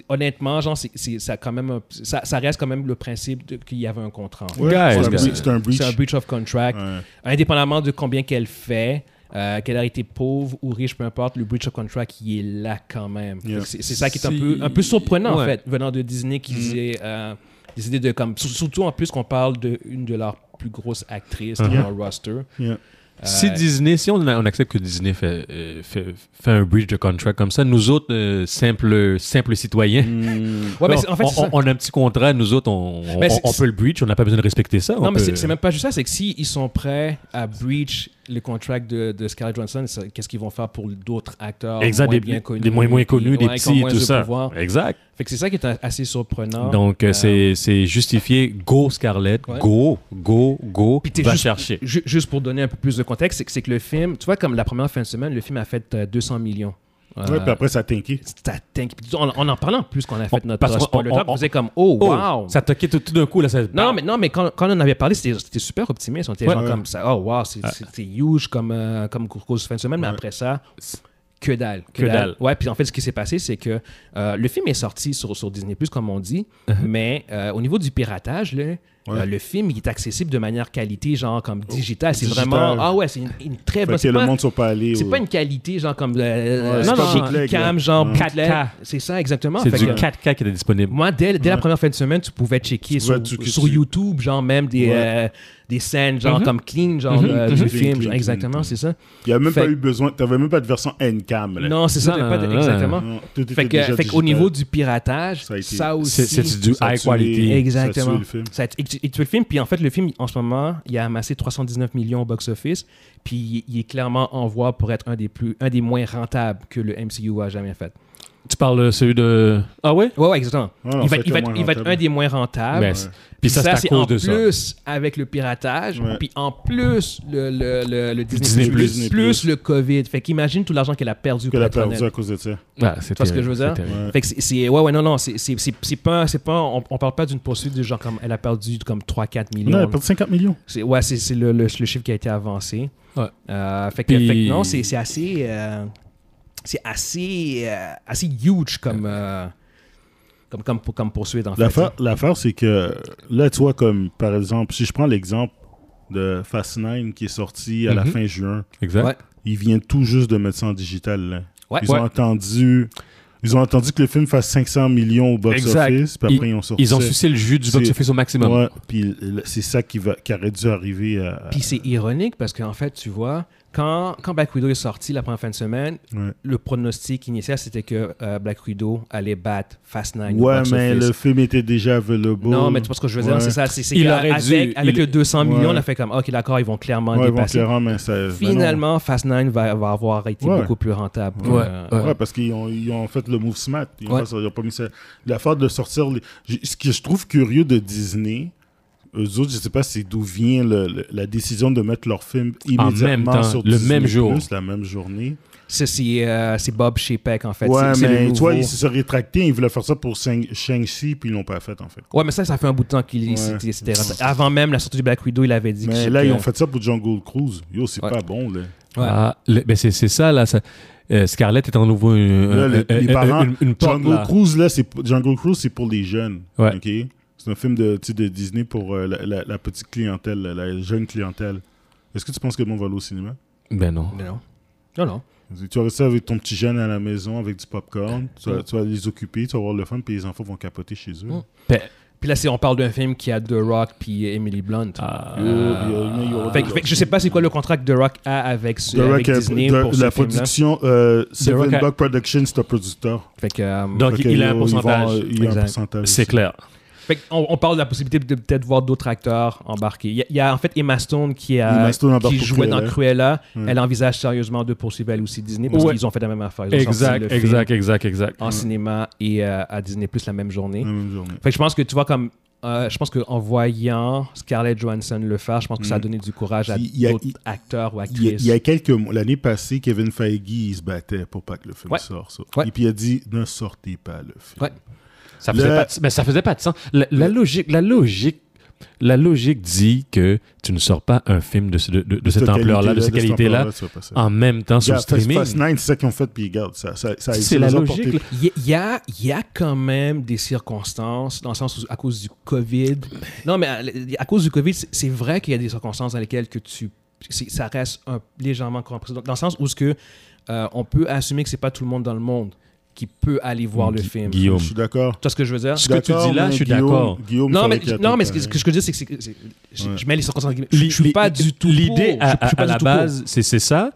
A: honnêtement, genre, c'est- c'est- ça, quand même, un- ça, ça reste quand même le principe de- qu'il y avait un contrat.
C: Ouais,
B: Guys,
C: c'est un
B: guys.
C: bre- C'est un breach.
A: C'est un breach of contract.
C: Ouais.
A: Indépendamment de combien qu'elle fait, euh, qu'elle a été pauvre ou riche, peu importe, le breach of contract, il est là quand même.
C: Yeah.
A: Fait que C'est c'est ça qui est un
B: Si-
A: peu, un peu surprenant, en
B: Ouais.
A: fait, venant de Disney
B: Mm.
A: qu'ils aient euh, décidé de... comme sur- Surtout en plus qu'on parle d'une de, une de leurs plus grosses actrices dans
C: Mhm.
A: leur roster. Euh,
C: Yeah.
B: Uh-huh. Si Disney, si on, on accepte que Disney fait, euh, fait, fait un breach de contract comme ça, nous autres, euh, simples, simples citoyens,
A: Ouais, mais
B: on-
A: c'est- en fait,
B: on,
A: c'est ça.
B: on a un petit contrat, nous autres, on, on-
A: Mais c'est-
B: on peut le breach, on n'a pas besoin de respecter ça.
A: Non,
B: on
A: mais
B: peut-
A: c'est c'est même pas juste ça. C'est que s'ils sont prêts à breach le contract de, de Scarlett Johansson, ça- qu'est-ce qu'ils vont faire pour d'autres acteurs
B: Exact,
A: moins
B: des,
A: bien connus
B: des moins, moins connus,
A: puis-
B: des
A: ouais, qui ont
B: petits,
A: moins
B: tout
A: de
B: ça.
A: pouvoir.
B: Exact.
A: Fait que c'est ça qui est a- assez surprenant.
B: Donc, euh,
A: Euh,
B: c'est- c'est justifié. Go, Scarlett.
A: ouais.
B: Go, go, go.
A: Puis t'es
B: va
A: juste-
B: chercher.
A: ju- juste pour donner un peu plus de contexte, c'est que, c'est que le film, tu vois, comme la première fin de semaine, le film a fait euh, 200 millions. Euh,
C: Ouais, puis après, ça t'inquiète.
A: ça tinque. Puis on- on en parlant plus qu'on a fait
B: On-
A: notre
B: parce
A: euh,
B: qu'on-
A: spoiler
B: on-
A: talk,
B: on-
A: on faisait comme oh,
B: Oh,
A: wow.
B: Ça toquait tout, tout d'un coup. Là, ça...
C: Ah.
A: Non, mais, non, mais quand, quand on en avait parlé, c'était c'était super optimiste. On était
B: Ouais.
A: genre comme ça, oh wow, c'est c'était huge comme, euh, comme cause de fin de semaine, mais après ça, que dalle.
B: Que dalle.
A: Ouais, puis en fait, ce qui s'est passé, c'est que euh, le film est sorti sur, sur Disney, comme on dit,
C: Uh-huh.
A: mais euh, au niveau du piratage, là, euh, le film il est accessible de manière qualité, genre comme digital. C'est
C: Oh, digital.
A: vraiment. Ah ouais, c'est une, une très bonne.
C: Fait que
A: c'est
C: le
A: pas-
C: monde ne sont pas allés.
A: c'est
C: au-
A: pas une qualité, genre comme. euh,
C: Ouais,
A: non,
C: c'est
A: non,
C: pas bootleg,
A: cam,
C: là.
A: genre
C: Ouais.
A: 4K. C'est ça, exactement.
B: Ah, C'est
A: Fait
B: du
A: que-
B: 4K qui était disponible.
A: moi, dès, dès la première fin de semaine, tu pouvais checker
C: Tu
A: sur,
C: vois, tu- que
A: sur
C: tu-
A: YouTube, genre même des,
C: Ouais.
A: euh, des scènes, genre comme clean, genre
B: Mhm.
A: euh,
B: Mhm.
A: du
C: Clean,
A: film.
C: clean,
A: genre,
C: clean,
A: exactement,
C: clean.
A: c'est ça.
C: Il n'y a même
A: Fait-
C: pas eu besoin. Tu n'avais même pas de version N-cam. là.
A: Non, c'est ça,
B: Non,
A: t'as pas de-
B: non, non.
A: exactement.
C: Non, tout était
A: Fait que-
C: déjà
A: fait qu'au
C: digital.
A: niveau du piratage,
C: Ça a
A: ça,
C: été-
A: aussi.
B: C'est c'est du
C: Ça a
B: high
C: tué
B: quality.
C: les- Ça a
A: Exactement.
C: tué le film.
A: Ça a t- et tu le film, puis en fait, le film, en ce moment, il a amassé 319 millions au box-office, puis il- il est clairement en voie pour être un des, plus, un des moins rentables que le MCU a jamais fait.
B: Tu parles euh, celui de. Ah ouais?
A: Ouais, Ah ouais, exactement.
C: Ouais, non,
A: il, va,
C: c'est
A: être- il va être-
C: moins
A: il va être
C: rentable.
A: un des moins rentables.
B: Ben, c'est- Puis ça, c'est à
A: c'est
B: cause
A: en
B: de ça.
A: plus avec le piratage,
C: Ouais.
A: puis en plus le, le, le, le Disney,
B: Disney
A: Plus,
B: Plus.
A: Disney plus le COVID. Fait qu'imagine tout l'argent qu'elle a perdu
C: Que
A: pour
C: la
A: être honnête.
C: perdu à cause de ça.
B: Ah, c'est
A: Tu vois ce que
B: terrible,
A: je veux dire?
B: c'est terrible.
C: Ouais.
A: Fait que c'est- c'est. Ouais, ouais, non, non. c'est- C'est c'est- c'est pas. c'est pas on, on parle pas d'une poursuite du genre comme elle a perdu comme 3-4
C: Non,
A: millions.
C: elle a perdu 50 millions.
A: c'est ouais, c'est c'est le, le, le chiffre qui a été avancé.
B: Ouais.
A: Euh, fait, que,
B: Puis-
A: fait que non, c'est c'est assez. euh, c'est assez. euh, assez huge comme. euh, comme, comme, pour- comme poursuite en fait.
C: L'affaire, l'affaire, c'est que là, tu vois, comme par exemple, si je prends l'exemple de Fast 9 qui est sorti à la
B: Mhm.
C: fin juin,
B: Exact.
A: Ouais.
C: il vient tout juste de mettre ça en digital. là.
A: Ah, Ouais.
C: ils, Ont entendu, ils ont entendu que le film fasse 500 millions au
B: Exact.
C: box-office, puis après, ils, ont sorti.
B: Ils ont
C: ça.
B: sucé le jus du
C: C'est-
B: box-office au maximum.
C: Ouais, puis le- c'est ça qui, va, qui aurait dû arriver à.
A: Puis c'est ironique parce qu'en fait, tu vois, quand, quand Black Widow est sorti la première fin de semaine,
C: Ouais.
A: le pronostic initial, c'était que euh, Black Widow allait battre Fast Nine. au
C: Ouais,
A: box
C: mais
A: office.
C: le film était déjà available.
A: Non, mais tu vois ce que je veux dire,
C: Ouais.
A: c'est ça. c'est- c'est
B: Il
A: qu'à-
B: aurait
A: avec,
B: dû,
A: avec
B: il-
A: le 200
C: Ouais.
A: millions, on a fait comme, OK, d'accord, ils vont clairement
C: Ouais, ils vont
A: dépasser.
C: clairement, mais ça- ben non.
A: Finalement, Fast Nine va, va avoir été
C: Ouais.
A: beaucoup plus rentable. que,
B: Ouais,
A: euh,
B: ouais.
C: Ouais, parce qu'ils ont, ils ont fait le move smart. Ils ont,
A: Ouais.
C: fait ça, ils ont pas mis ça. L'affaire de sortir. les- J- Ce que je trouve curieux de Disney, eux autres, je sais pas c'est d'où vient le- le- la décision de mettre leur film immédiatement
B: même temps,
C: sur
B: le
C: Disney+,
B: même jour.
C: la même journée.
A: ça, C'est euh, c'est Bob Chapek, en fait.
C: ouais,
A: C'est- c'est le
C: mais tu
A: nouveau.
C: vois, ils se sont rétractés. Ils voulaient faire ça pour Shang- Shang-Chi, puis ils l'ont pas fait, en fait.
A: Ouais, mais ça, ça fait un bout de temps qu'il
C: Ouais.
A: c'était- c'était rentable. Avant même la sortie du Black Widow, il avait dit
C: Mais
A: que-
C: là, ils
A: que-
C: ont fait ça pour Jungle Cruise. Yo, c'est
A: Ouais.
C: pas bon, là.
A: Ouais.
B: Ah, le- ben c'est c'est ça, là. ça- euh, Scarlett est en nouveau une,
C: Là, les,
B: euh,
C: les
B: euh,
C: parents,
B: une- une porte,
C: Jungle
B: là.
C: Cruise, là, c'est pour- Jungle Cruise, c'est pour les jeunes.
B: Ouais.
C: ok? C'est un film de, tu sais, de Disney pour euh, la, la- la petite clientèle, la, la jeune clientèle. Est-ce que tu penses que le monde va aller au cinéma?
B: Ben non.
A: Mais non. Non, non.
C: Tu vas rester avec ton petit jeune à la maison avec du popcorn, tu vas, tu vas les occuper, tu vas avoir le fun, puis les enfants vont capoter chez eux.
A: Mm.
B: Ben,
A: Puis là, c'est- on parle d'un film qui a The Rock puis Emily Blunt.
B: ah,
C: Yo, yo, yo, yo,
A: Fait,
C: yo.
A: que- fait que je sais pas c'est quoi le contrat que The Rock a avec, ce-
C: The
A: avec
C: Rock, euh,
A: Disney
C: de-
A: pour ce
C: la
A: film-là.
C: production, euh, Seven
B: Rock a-
C: Buck Productions, c'est un producteur.
A: Fait que, euh,
B: Donc,
C: Fait
B: il-
C: que,
B: il a
C: yo,
B: un
C: ils vont-
B: pourcentage.
C: Il y a un
A: Exact.
C: pourcentage.
B: C'est clair.
A: fait que on, on parle de la possibilité de peut-être voir d'autres acteurs embarqués. Il y, a- il y a en fait Emma Stone qui, a,
C: Emma Stone embarque
A: qui
C: pour
A: jouait dans
C: Cruella.
A: Cruella.
C: Ouais.
A: Elle envisage sérieusement de poursuivre elle aussi Disney parce
B: Ouais.
A: qu'ils ont fait la même affaire. Ils ont sorti le
B: Exact,
A: film
B: exact, exact, exact.
A: En cinéma et euh, à Disney Plus la même journée.
C: La même journée.
A: Fait que je pense que tu vois comme. euh, je pense qu'en voyant Scarlett Johansson le faire, je pense que ça a donné du courage à
C: Mm. Il y a-
A: d'autres
C: il-
A: acteurs ou
C: Il y, a,
A: actrices.
C: il y a quelques mois, l'année passée, Kevin Feige, il se battait pour pas que le film
A: Ouais.
C: sorte. ça.
A: Ouais.
C: Et puis il a dit ne sortez pas le film.
A: Ouais.
B: Ça faisait,
C: Le-
B: pas de, mais ça faisait pas de sens. La, la logique, la logique, la logique dit que tu ne sors pas un film de, ce- de, de- de cette ampleur-là, de cette qualité-là, en même temps sur
C: Sur
B: le
C: streaming.
B: streaming.
C: Fast 9, c'est ça qu'ils ont fait, puis regarde, ça, ça, ça
B: C'est
C: ça
B: la
C: les a
B: logique,
C: portés-
B: là.
A: Il y, il y a, il y a quand même des circonstances, dans le sens où à cause du COVID. Non, mais à, à cause du COVID, c'est- c'est vrai qu'il y a des circonstances dans lesquelles que tu, c'est- ça reste un- légèrement compris. Dans le sens où ce que, euh, on peut assumer que c'est pas tout le monde dans le monde qui peut aller voir le
B: Gu-
A: film. Tu
B: Guillaume.
C: Je suis d'accord.
A: vois ce que je veux dire?
B: Ce que tu
C: D'accord,
B: dis là,
C: mais
B: je suis
C: Guillaume-
B: d'accord.
C: Guillaume,
A: Non,
C: ça
A: mais,
C: m'inquiète
A: non, mais
C: pas,
A: ce que, ce que je veux dire, c'est que c'est- c'est- je,
C: Ouais.
A: je mets les circonstances. en guillemets. Je, je suis pas du tout.
B: L'idée
A: pour.
B: à,
A: Je- je suis
B: à
A: pas du
B: la
A: tout pour.
B: base, c'est c'est ça.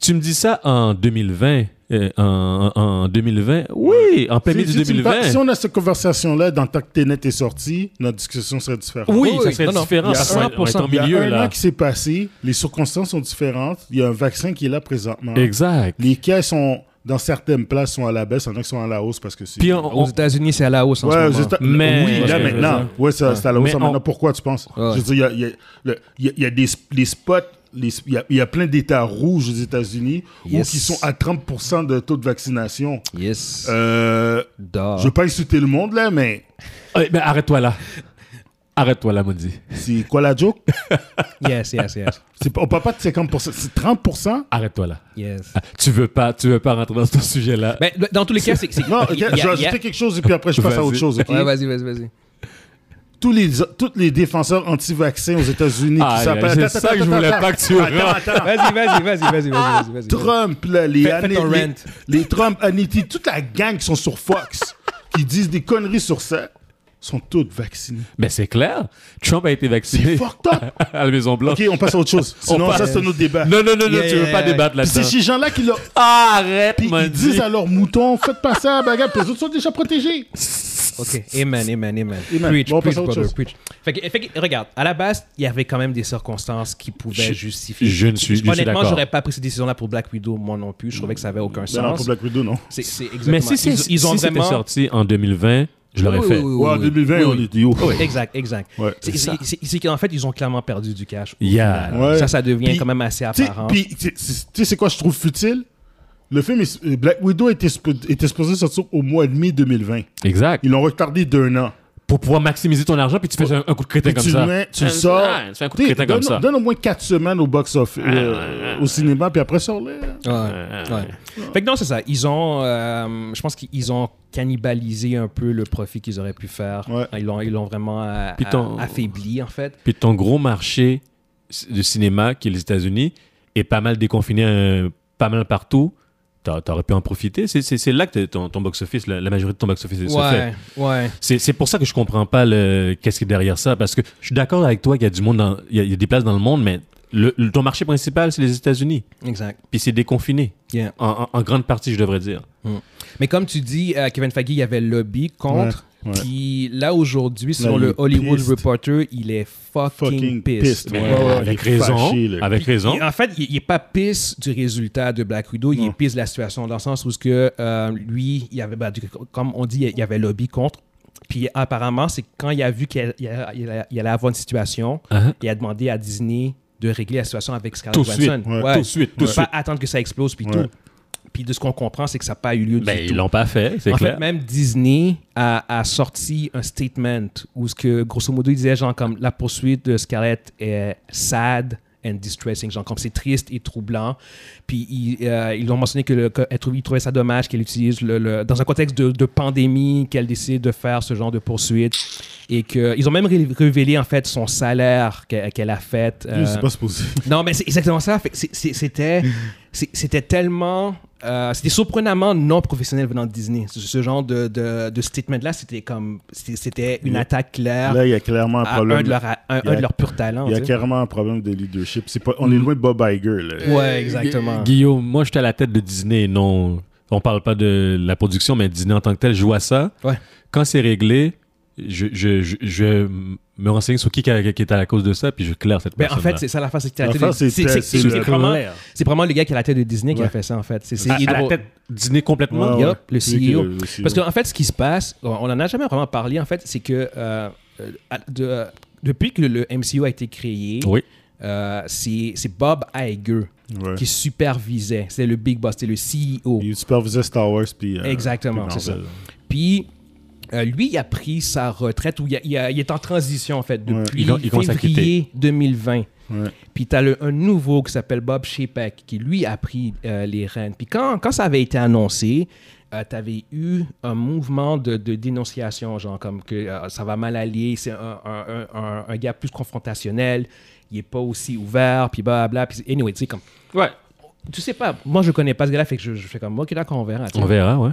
B: Tu me dis ça en 2020. euh, en, en- en 2020. Oui, en plein
C: Si-
B: milieu
C: si
B: de
C: tu me parles-
B: 2020.
C: Si on a cette conversation-là dans tant que Ténet est sorti, notre discussion serait différente.
A: Oui,
B: Oui, ça
A: oui,
B: serait
A: non, non.
B: différent.
A: Il y a
B: ça serait-
A: 100%.
B: on
C: Il
B: est
C: y
B: en
C: a
B: milieu,
C: un
B: là.
C: an qui s'est passé, les circonstances sont différentes. Il y a un vaccin qui est là présentement.
B: Exact.
C: Les cas sont, dans certaines places, sont à la baisse, il y en a qui sont à la hausse parce que c'est.
B: Puis on-
A: Aux
B: on-
A: États-Unis, c'est à la hausse en
C: Ouais,
A: ce
C: aux
A: moment.
C: États-
B: Mais-
C: oui,
B: Parce
C: là
B: que-
C: maintenant. Oui, ça, c'est à la hausse.
B: Mais
C: ça, maintenant,
B: on-
C: pourquoi tu penses
A: Ouais.
C: Je veux dire, il y a, il y a- le- il y a- il y a des les spots, les- il y a, il y a plein d'États rouges aux États-Unis
A: Yes.
C: où qui sont à 30 de taux de vaccination.
A: Yes.
C: Euh,
A: Dor.
C: Je veux pas insulter le monde, là, mais
B: Eh, ben, arrête-toi là. Arrête-toi là, Mondi.
C: c'est quoi la joke
A: Yes, yes, yes.
C: C'est pas- On parle pas de 50 c'est 30
B: Arrête-toi là.
A: yes.
B: Tu veux pas, tu veux pas rentrer dans ce sujet-là.
A: Ben, dans tous les cas, c'est. c'est-
C: Non, ok,
A: il y a-
C: je vais
A: il y a-
C: ajouter quelque chose et puis après je passe à
B: Vas-y.
C: autre chose. ok?
A: Ouais, vas-y, vas-y, vas-y.
C: Tous les tous les défenseurs anti-vaccins aux États-Unis
B: Ah,
C: qui s'appellent.
B: c'est
C: Attends,
B: ça
C: attends,
B: que je voulais
C: attends,
B: pas que tu
C: attends,
B: rentres.
C: attends.
A: Vas-y, vas-y, vas-y, vas-y, vas-y, vas-y. vas-y.
C: Trump, là, les,
A: Fais- fais ton
C: les,
A: rant.
C: les Trump, Hannity, toute la gang qui sont sur Fox, qui disent des conneries sur ça, sont toutes vaccinées.
B: Mais c'est clair. Trump a été
C: C'est
B: vacciné
C: fucked up.
B: (laughs) à la Maison-Blanche.
C: Ok, on passe à autre chose. Sinon,
B: passe.
C: ça, c'est un autre débat.
B: Non, non, non, non,
A: Yeah,
B: tu
A: yeah,
B: veux pas
A: yeah.
B: débattre
C: Puis c'est
B: là-dedans.
C: ces gens-là qui
B: (laughs)
C: leur-
B: Ah, arrête,
C: puis ils
B: Mondi.
C: disent à leurs moutons, faites pas ça, bagarre, puis les autres sont déjà protégés.
A: Ok, amen, amen, amen.
C: Amen.
A: Preach,
C: Bon, on
A: preach,
C: passe à autre
A: brother,
C: chose.
A: preach. Fait que, fait que, regarde, à la base, il y avait quand même des circonstances qui pouvaient
B: Je-
A: justifier.
B: je ne suis- je suis
A: Honnêtement,
B: d'accord.
A: j'aurais pas pris cette décision-là pour Black Widow, moi non plus. Je trouvais que ça avait aucun
C: Ben Non,
A: sens.
C: pour Black Widow, non.
A: C'est c'est exactement.
B: Mais si, c'est-
A: ils, ils ont
B: si c'était
A: vraiment.
B: sorti en 2020, je l'aurais
A: Oui,
B: fait.
A: oui, oui,
C: Ouais, en
A: oui.
C: 2020,
A: Oui,
C: on
A: oui.
C: est dit, oh.
A: Oui, exact, exact.
C: Ouais.
A: C'est-
B: C'est ça.
A: c'est- c'est- C'est qu'en fait, ils ont clairement perdu du cash. au
B: Yeah.
A: final.
C: Ouais.
A: Ça, ça devient
C: Puis,
A: quand même assez
C: Tu sais,
A: apparent.
C: puis, tu sais, c'est- tu sais, c'est quoi je trouve futile? Le film est- euh, Black Widow était, spo- était supposé sortir au mois de mai 2020.
B: Exact.
C: Ils l'ont retardé d'un an.
B: Pour pouvoir maximiser ton argent, puis tu fais un, un coup de crétin
C: Puis
B: comme
C: tu, le
B: ça.
C: mets, tu le
B: Ouais,
C: sors.
B: ouais, tu fais un coup de
C: Tu sais,
B: crétin comme
C: donne-
B: ça.
C: Donne au moins 4 semaines au box office, au cinéma, puis après sors les
A: Ouais, Euh, ouais. Fait que non, c'est ça. Ils ont, euh, je pense qu'ils ont cannibalisé un peu le profit qu'ils auraient pu faire.
C: Ouais.
A: Ils l'ont, ils l'ont vraiment euh,
B: Puis ton-
A: a- affaibli en fait.
B: Puis ton gros marché c- de cinéma, qui est les États-Unis, est pas mal déconfiné euh, pas mal partout. T'a- T'aurais pu en profiter. C'est- C'est c'est là que t'as- ton, ton box-office, la, la majorité de ton box-office se fait.
A: Ouais, ouais.
B: C'est c'est pour ça que je comprends pas le qu'est-ce qui est derrière ça parce que je suis d'accord avec toi qu'il y a du monde dans- il y, a- il y a des places dans le monde mais le, le- ton marché principal c'est les États-Unis
A: Exact.
B: puis c'est déconfiné
A: Yeah.
B: en, en- en grande partie je devrais dire.
A: Mais comme tu dis, euh, Kevin Feige, il y avait le lobby contre.
C: Ouais, ouais.
A: Qui, là aujourd'hui, selon
C: il
A: le
C: est
A: Hollywood
C: pissed.
A: Reporter, il est fucking,
C: Fucking
A: pissed.
C: pissed,
A: Mais
C: ouais. Ouais, ouais.
B: avec
C: il est
B: raison
C: fâché, là.
B: avec raison.
A: Il- en fait, il, il est pas pisse du résultat de Black Widow, il est
C: Non.
A: pisse de la situation dans le sens où ce que euh, lui, il avait, bah, du- comme on dit, il y avait lobby contre. Puis apparemment, c'est quand il a vu qu'il y a- il y a- il allait avoir une situation,
B: Hein?
A: il a demandé à Disney de régler la situation avec Scarlett
B: Tout de suite,
A: Johansson.
C: ouais,
B: tout de suite, tout de
A: Pas
B: suite.
A: attendre que ça explose puis
C: Ouais.
A: tout. Puis de ce qu'on comprend, c'est que ça n'a pas eu lieu
B: Ben
A: du tout.
B: ils l'ont pas fait c'est
A: En
B: clair.
A: fait, même Disney a, a sorti un statement où, ce que, grosso modo, il disait genre comme la poursuite de Scarlett est sad and distressing, genre comme c'est triste et troublant. Puis ils, euh, ils ont mentionné que, le- que elle trou- ils trouvaient ça dommage qu'elle utilise le, le- dans un contexte de, de pandémie qu'elle décide de faire ce genre de poursuite et que ils ont même ré- révélé en fait son salaire qu'elle qu'elle a fait. euh,
C: C'est pas supposé.
A: non, mais c'est exactement ça. Fait que c'est- c'est-
C: (laughs)
A: C'était c'est- c'était tellement. euh, c'était surprenamment non professionnel venant de Disney. Ce, ce genre de, de, de statement-là, c'était comme. C'était c'était une
C: Là,
A: attaque claire
C: Là, il y a clairement un
A: à Ah. un de hein.
C: problème.
A: leurs à- un-
C: Il y a-
A: un de leurs purs talents.
C: Il y a
A: tu sais.
C: clairement un problème de leadership. C'est Pas, on est loin de Bob Iger, là.
A: Ouais, exactement.
B: Guillaume, moi j'étais à la tête de Disney, non, on parle pas de la production, mais Disney en tant que tel, je vois ça.
A: Ouais.
B: Quand c'est réglé, je, je, je, je me renseigne sur qui, qui est à la cause de ça, puis je claire cette
A: Ben, en
B: personne.
A: fait, c'est ça l'affaire, c'est que t'es à la tête
C: L'affaire,
A: de- c'est-
C: c'est-
A: c'est-
C: c'est
A: c'est-
C: le-
A: c'est vraiment, c'est vraiment le gars qui est à la tête de Disney qui a
C: Ouais.
A: fait ça, en fait. C'est c'est-
B: à,
A: il est
B: à la
A: drôle.
B: tête Disney complètement.
C: Ouais,
A: Yup,
C: ouais.
A: le
C: C'est lui qui
A: CEO.
C: est le- E le CEO.
A: Parce qu'en fait, ce qui se passe, on on en a jamais vraiment parlé, en fait, c'est que euh, euh, à- de- depuis que le MCU a été créé,
B: Oui.
A: euh, c'est c'est Bob Iger
C: Ouais.
A: qui supervisait. C'était le big boss, c'était le E CEO.
C: Il supervisait Star Wars, puis. euh,
A: Exactement,
C: puis
A: c'est ça.
C: Marvel.
A: Puis, euh, lui, il a pris sa retraite, ou il, a- il a- il est en transition, en fait,
C: Ouais.
A: depuis
B: Il a- il commence à
A: février 2020.
C: Ouais.
A: Puis, tu as un nouveau qui s'appelle Bob Chapek, qui, lui, a pris euh, les rênes. Puis, quand, quand ça avait été annoncé, tu avais eu un mouvement de, de dénonciation, genre comme que euh, ça va mal aller, c'est un, un- un- un- un gars plus confrontationnel, il n'est pas aussi ouvert, puis blablabla. Puis, anyway, tu sais, comme
B: Ouais.
A: tu sais pas, moi je connais pas ce gars-là, fait que je, je fais comme moi qui d'accord, on verra. tu sais.
B: On verra, ouais.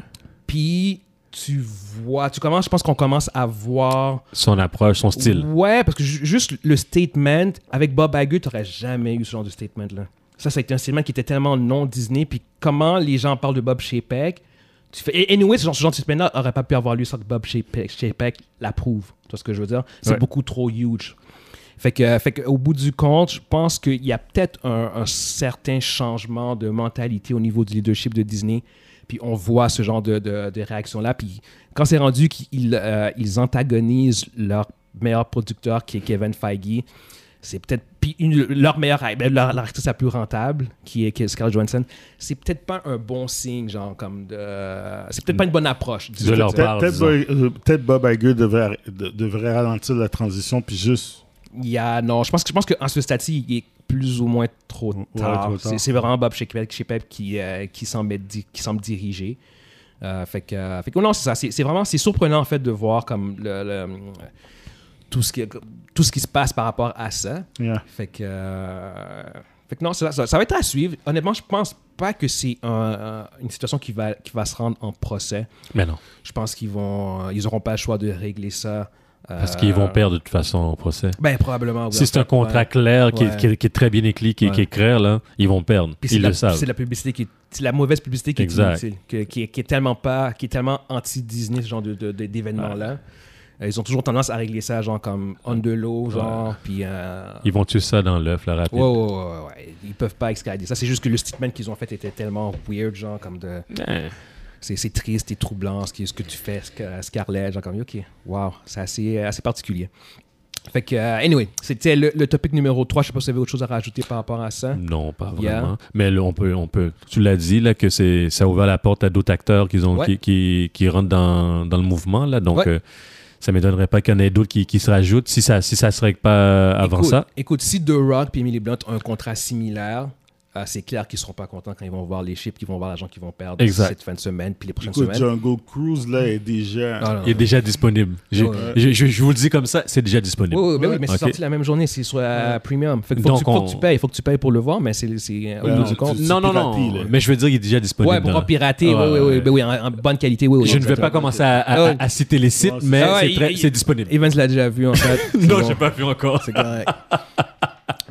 A: Puis tu vois, tu commences, je pense qu'on commence à voir.
B: Son approche, son style.
A: Ouais, parce que ju- juste le statement avec Bob Hague, t'aurais jamais eu ce genre de statement là. Ça, ça a été un statement qui était tellement non Disney, puis comment les gens parlent de Bob Chapek. Tu fais, et anyway, ce genre, ce genre de statement-là aurait pas pu avoir lieu sans que Bob Chapek Chapek l'approuve. Tu vois ce que je veux dire? C'est
B: Ouais.
A: beaucoup trop huge. Fait que, fait que, au bout du compte, je pense qu'il y a peut-être un, un certain changement de mentalité au niveau du leadership de Disney. Puis on voit ce genre de, de, de réaction-là. Puis quand c'est rendu qu'ils euh, ils antagonisent leur meilleur producteur, qui est Kevin Feige, c'est peut-être puis une- leur meilleure ben, leur, leur actrice la plus rentable qui est, qui est Scarlett Johansson c'est peut-être pas un bon signe genre comme de c'est peut-être pas une bonne approche
B: De leur
A: disons.
B: part,
C: Peut-être
B: disons.
C: Bob- euh, peut-être Bob Iger devrait, arr- de- devrait ralentir la transition, puis juste.
A: Il y a- non, je pense que je pense qu'en ce stade-ci, il est plus ou moins trop
C: Ouais,
A: tard.
C: trop tard.
A: C'est- C'est vraiment Bob Shepard qui, euh, qui, semble être di- qui semble diriger. Euh, fait que, euh, fait que- non, c'est ça. C'est c'est vraiment c'est surprenant en fait de voir comme le, le- tout ce qui tout ce qui se passe par rapport à ça.
C: Yeah.
A: Fait que, euh, fait que non, ça, ça- ça va être à suivre. Honnêtement, je pense pas que c'est un- un- une situation qui va qui va se rendre en procès.
B: Mais non,
A: Je pense qu'ils vont ils auront pas le choix de régler ça. euh,
B: parce qu'ils vont perdre de toute façon au procès.
A: Ben probablement. oui,
B: Si
A: en
B: c'est un
A: fait,
B: contrat
A: ouais.
B: clair qui, est-
A: Ouais.
B: qui est, qui est très bien écrit, qui, est- qui est clair, là, ils vont perdre.
A: Puis c'est
B: Ils
A: la-
B: le savent.
A: C'est la publicité qui est, c'est la mauvaise publicité qui est
B: Exact.
A: inutile, que- qui, est- qui est tellement pas, qui est tellement anti-Disney ce genre de, de- de- d'événements-là. Euh, Ils ont toujours tendance à régler ça genre comme on the low, genre, puis... euh,
B: Ils vont tuer ça dans l'œuf, là, rapide.
A: ouais, ouais, ouais, ouais, ouais. Ils peuvent pas escalader ça. C'est juste que le statement qu'ils ont fait était tellement weird, genre comme de...
B: Ouais.
A: C'est, c'est triste et troublant ce, qui- ce que tu fais, Sc- Scarlett, genre comme, OK, wow, c'est assez, assez particulier. Fait que, euh, anyway, c'était le, le topic numéro 3. Je sais pas si vous avez autre chose à rajouter par rapport à ça.
B: Non, pas vraiment.
A: Yeah.
B: Mais là, on peut, on peut. Tu l'as dit là que c'est, ça a ouvert la porte à d'autres acteurs qu'ils ont,
A: Ouais.
B: qui, qui, qui rentrent dans, dans le mouvement là. Donc,
A: Ouais.
B: euh, ça m'étonnerait pas qu'il y en ait d'autres qui, qui se rajoutent si ça, si ça se règle pas avant
A: écoute,
B: ça.
A: Écoute, si The Rock et Emily Blunt ont un contrat similaire, euh, c'est clair qu'ils seront pas contents quand ils vont voir les chiffres, qu'ils vont voir l'argent qu'ils vont perdre
B: Exact.
A: cette fin de semaine Ah, puis les prochaines
C: Écoute,
A: semaines.
C: Jungle Cruise, là, est déjà.
A: Non, non, non.
B: Il est déjà disponible. J'ai-
A: Ouais.
B: Je, je- je vous le dis comme ça, c'est déjà disponible.
A: Oui, oui, ben oui, mais
B: Ok.
A: c'est sorti la même journée, c'est sur euh, Premium. Fait que faut,
B: Donc
A: que tu, faut
B: on-
A: que tu payes, faut que tu payes pour le voir, mais c'est c'est, euh, au
C: Ouais,
A: bout du
C: on-
A: compte.
C: c'est
B: Non, non,
C: piraté,
B: non.
C: là.
B: Mais je veux dire, il est déjà disponible.
A: Ouais, pour
B: là.
A: pas pirater,
B: Ouais,
A: oui, oui,
B: ouais.
A: oui, ben oui, en, en bonne qualité, oui, oui.
B: Je ne vais pas commencer à, à-
A: Ouais.
B: à- à citer les sites,
C: Ouais, c'est-
B: mais
A: Ah ouais,
B: c'est,
A: il-
B: très-
A: il- (laughs)
B: c'est disponible.
A: Evans l'a déjà vu, en fait. C'est
B: (laughs) Non,
A: bon.
B: j'ai pas vu encore.
A: C'est correct.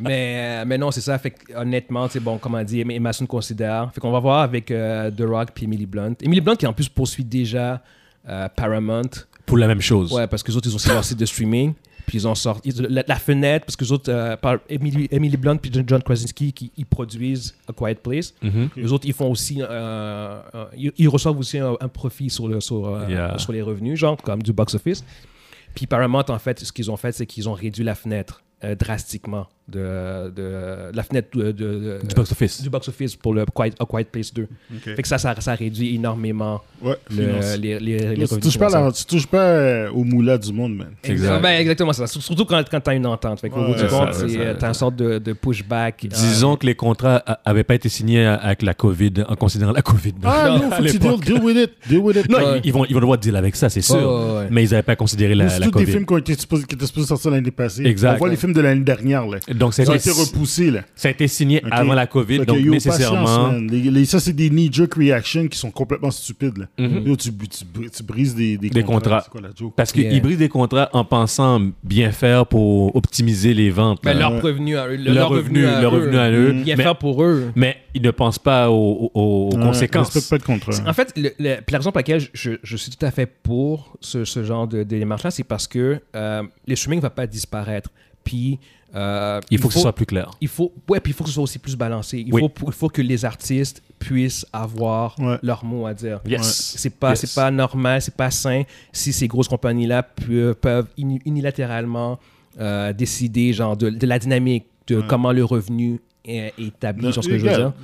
A: mais, euh, mais non, c'est ça. Fait que, honnêtement, c'est bon, comme on dit, mais Masson considère. Fait qu'on va voir avec euh, The Rock puis Emily Blunt. Emily Blunt qui en plus poursuit déjà euh, Paramount.
B: Pour la même chose.
A: Ouais, parce que les autres, ils ont aussi leur site de streaming. Puis ils ont sorti ils- la, la fenêtre, parce que les autres, euh, par Emily, Emily Blunt puis John Krasinski, qui, ils produisent A Quiet Place.
B: Mhm.
A: Les autres, ils font aussi, euh, euh, ils, ils reçoivent aussi un, un profit sur, le, sur, euh,
B: Yeah.
A: sur les revenus, genre comme du box-office. Puis Paramount, en fait, ce qu'ils ont fait, c'est qu'ils ont réduit la fenêtre euh, drastiquement de, de- la fenêtre de, de- de-
B: Du box-office.
A: du box-office pour le Quiet, A Quiet Place 2.
C: Ok.
A: Fait que ça, ça, ça réduit énormément
C: Ouais,
A: le-
C: finance.
A: les, les, les
C: Là,
A: revenus.
C: tu touches pas, à
A: financiers.
C: la- tu touches pas euh, au moulin du monde,
B: (laughs)
C: man.
A: Exactement.
B: Exact.
A: Ben, exactement ça. Surtout quand, quand tu as une entente. Fait qu'au
C: Ouais,
A: bout du
C: ça,
A: compte,
B: ça,
A: c'est,
B: ça,
A: euh, t'as une sorte de, de pushback. euh,
B: Disons que les contrats n'avaient pas été signés à- avec la COVID, en considérant la COVID. (laughs)
C: Ah, non,
B: à
C: faut que tu deal,
B: l'époque.
C: deal with it. Deal with it.
B: Non,
A: Ouais.
B: ils, ils vont, ils vont devoir deal avec ça, c'est
A: Ouais,
B: sûr.
A: ouais, ouais.
B: Mais ils n'avaient pas considéré
C: Mais
B: la,
C: c'est
B: la
C: tous des
B: COVID.
C: films qui ont été supposés- qui étaient supposés sortir l'année passée.
B: Exact.
C: On voit les films de l'année dernière, là.
B: Donc, ça
C: Ils ont
B: a,
C: été
B: été,
C: repoussés, là.
B: ça a été signé
C: Ok.
B: avant la COVID,
C: Fait que,
B: donc
C: yo,
B: nécessairement.
C: patience, man. Les- les- ça, c'est des knee-jerk reactions qui sont complètement stupides. là. Yo, tu, tu- tu- tu brises des, des,
B: Mhm. Des contrats.
C: C'est quoi la joke?
B: parce qu'ils
A: Yeah.
B: brisent des contrats en pensant bien faire pour optimiser les ventes.
A: Ben,
B: là.
A: leur revenu à eux.
B: Leur revenu-
A: à
B: leur
A: eux.
B: revenu à eux.
A: Bien
B: Mais-
A: faire pour eux.
B: Mais ils ne pensent pas aux, aux- aux
C: Ouais, respecte
B: conséquences.
C: pas de contrat.
A: En fait, le- le- puis la raison pour laquelle je, je- je suis tout à fait pour ce, ce genre de, de démarche-là, c'est parce que euh, le streaming ne va pas disparaître. Puis, euh,
B: Il faut que ce soit plus clair.
A: il faut, ouais, puis il faut que ce soit aussi plus balancé. Il,
B: Oui.
A: faut, il faut que les artistes puissent avoir
C: Ouais.
A: leur mot à dire.
B: Yes.
A: C'est pas,
B: Yes.
A: c'est pas normal, c'est pas sain si ces grosses compagnies-là pu- peuvent uni- unilatéralement euh, décider genre, de, de la dynamique, de comment le revenu est, est établi, genre ce que je veux dire.
C: Regarde,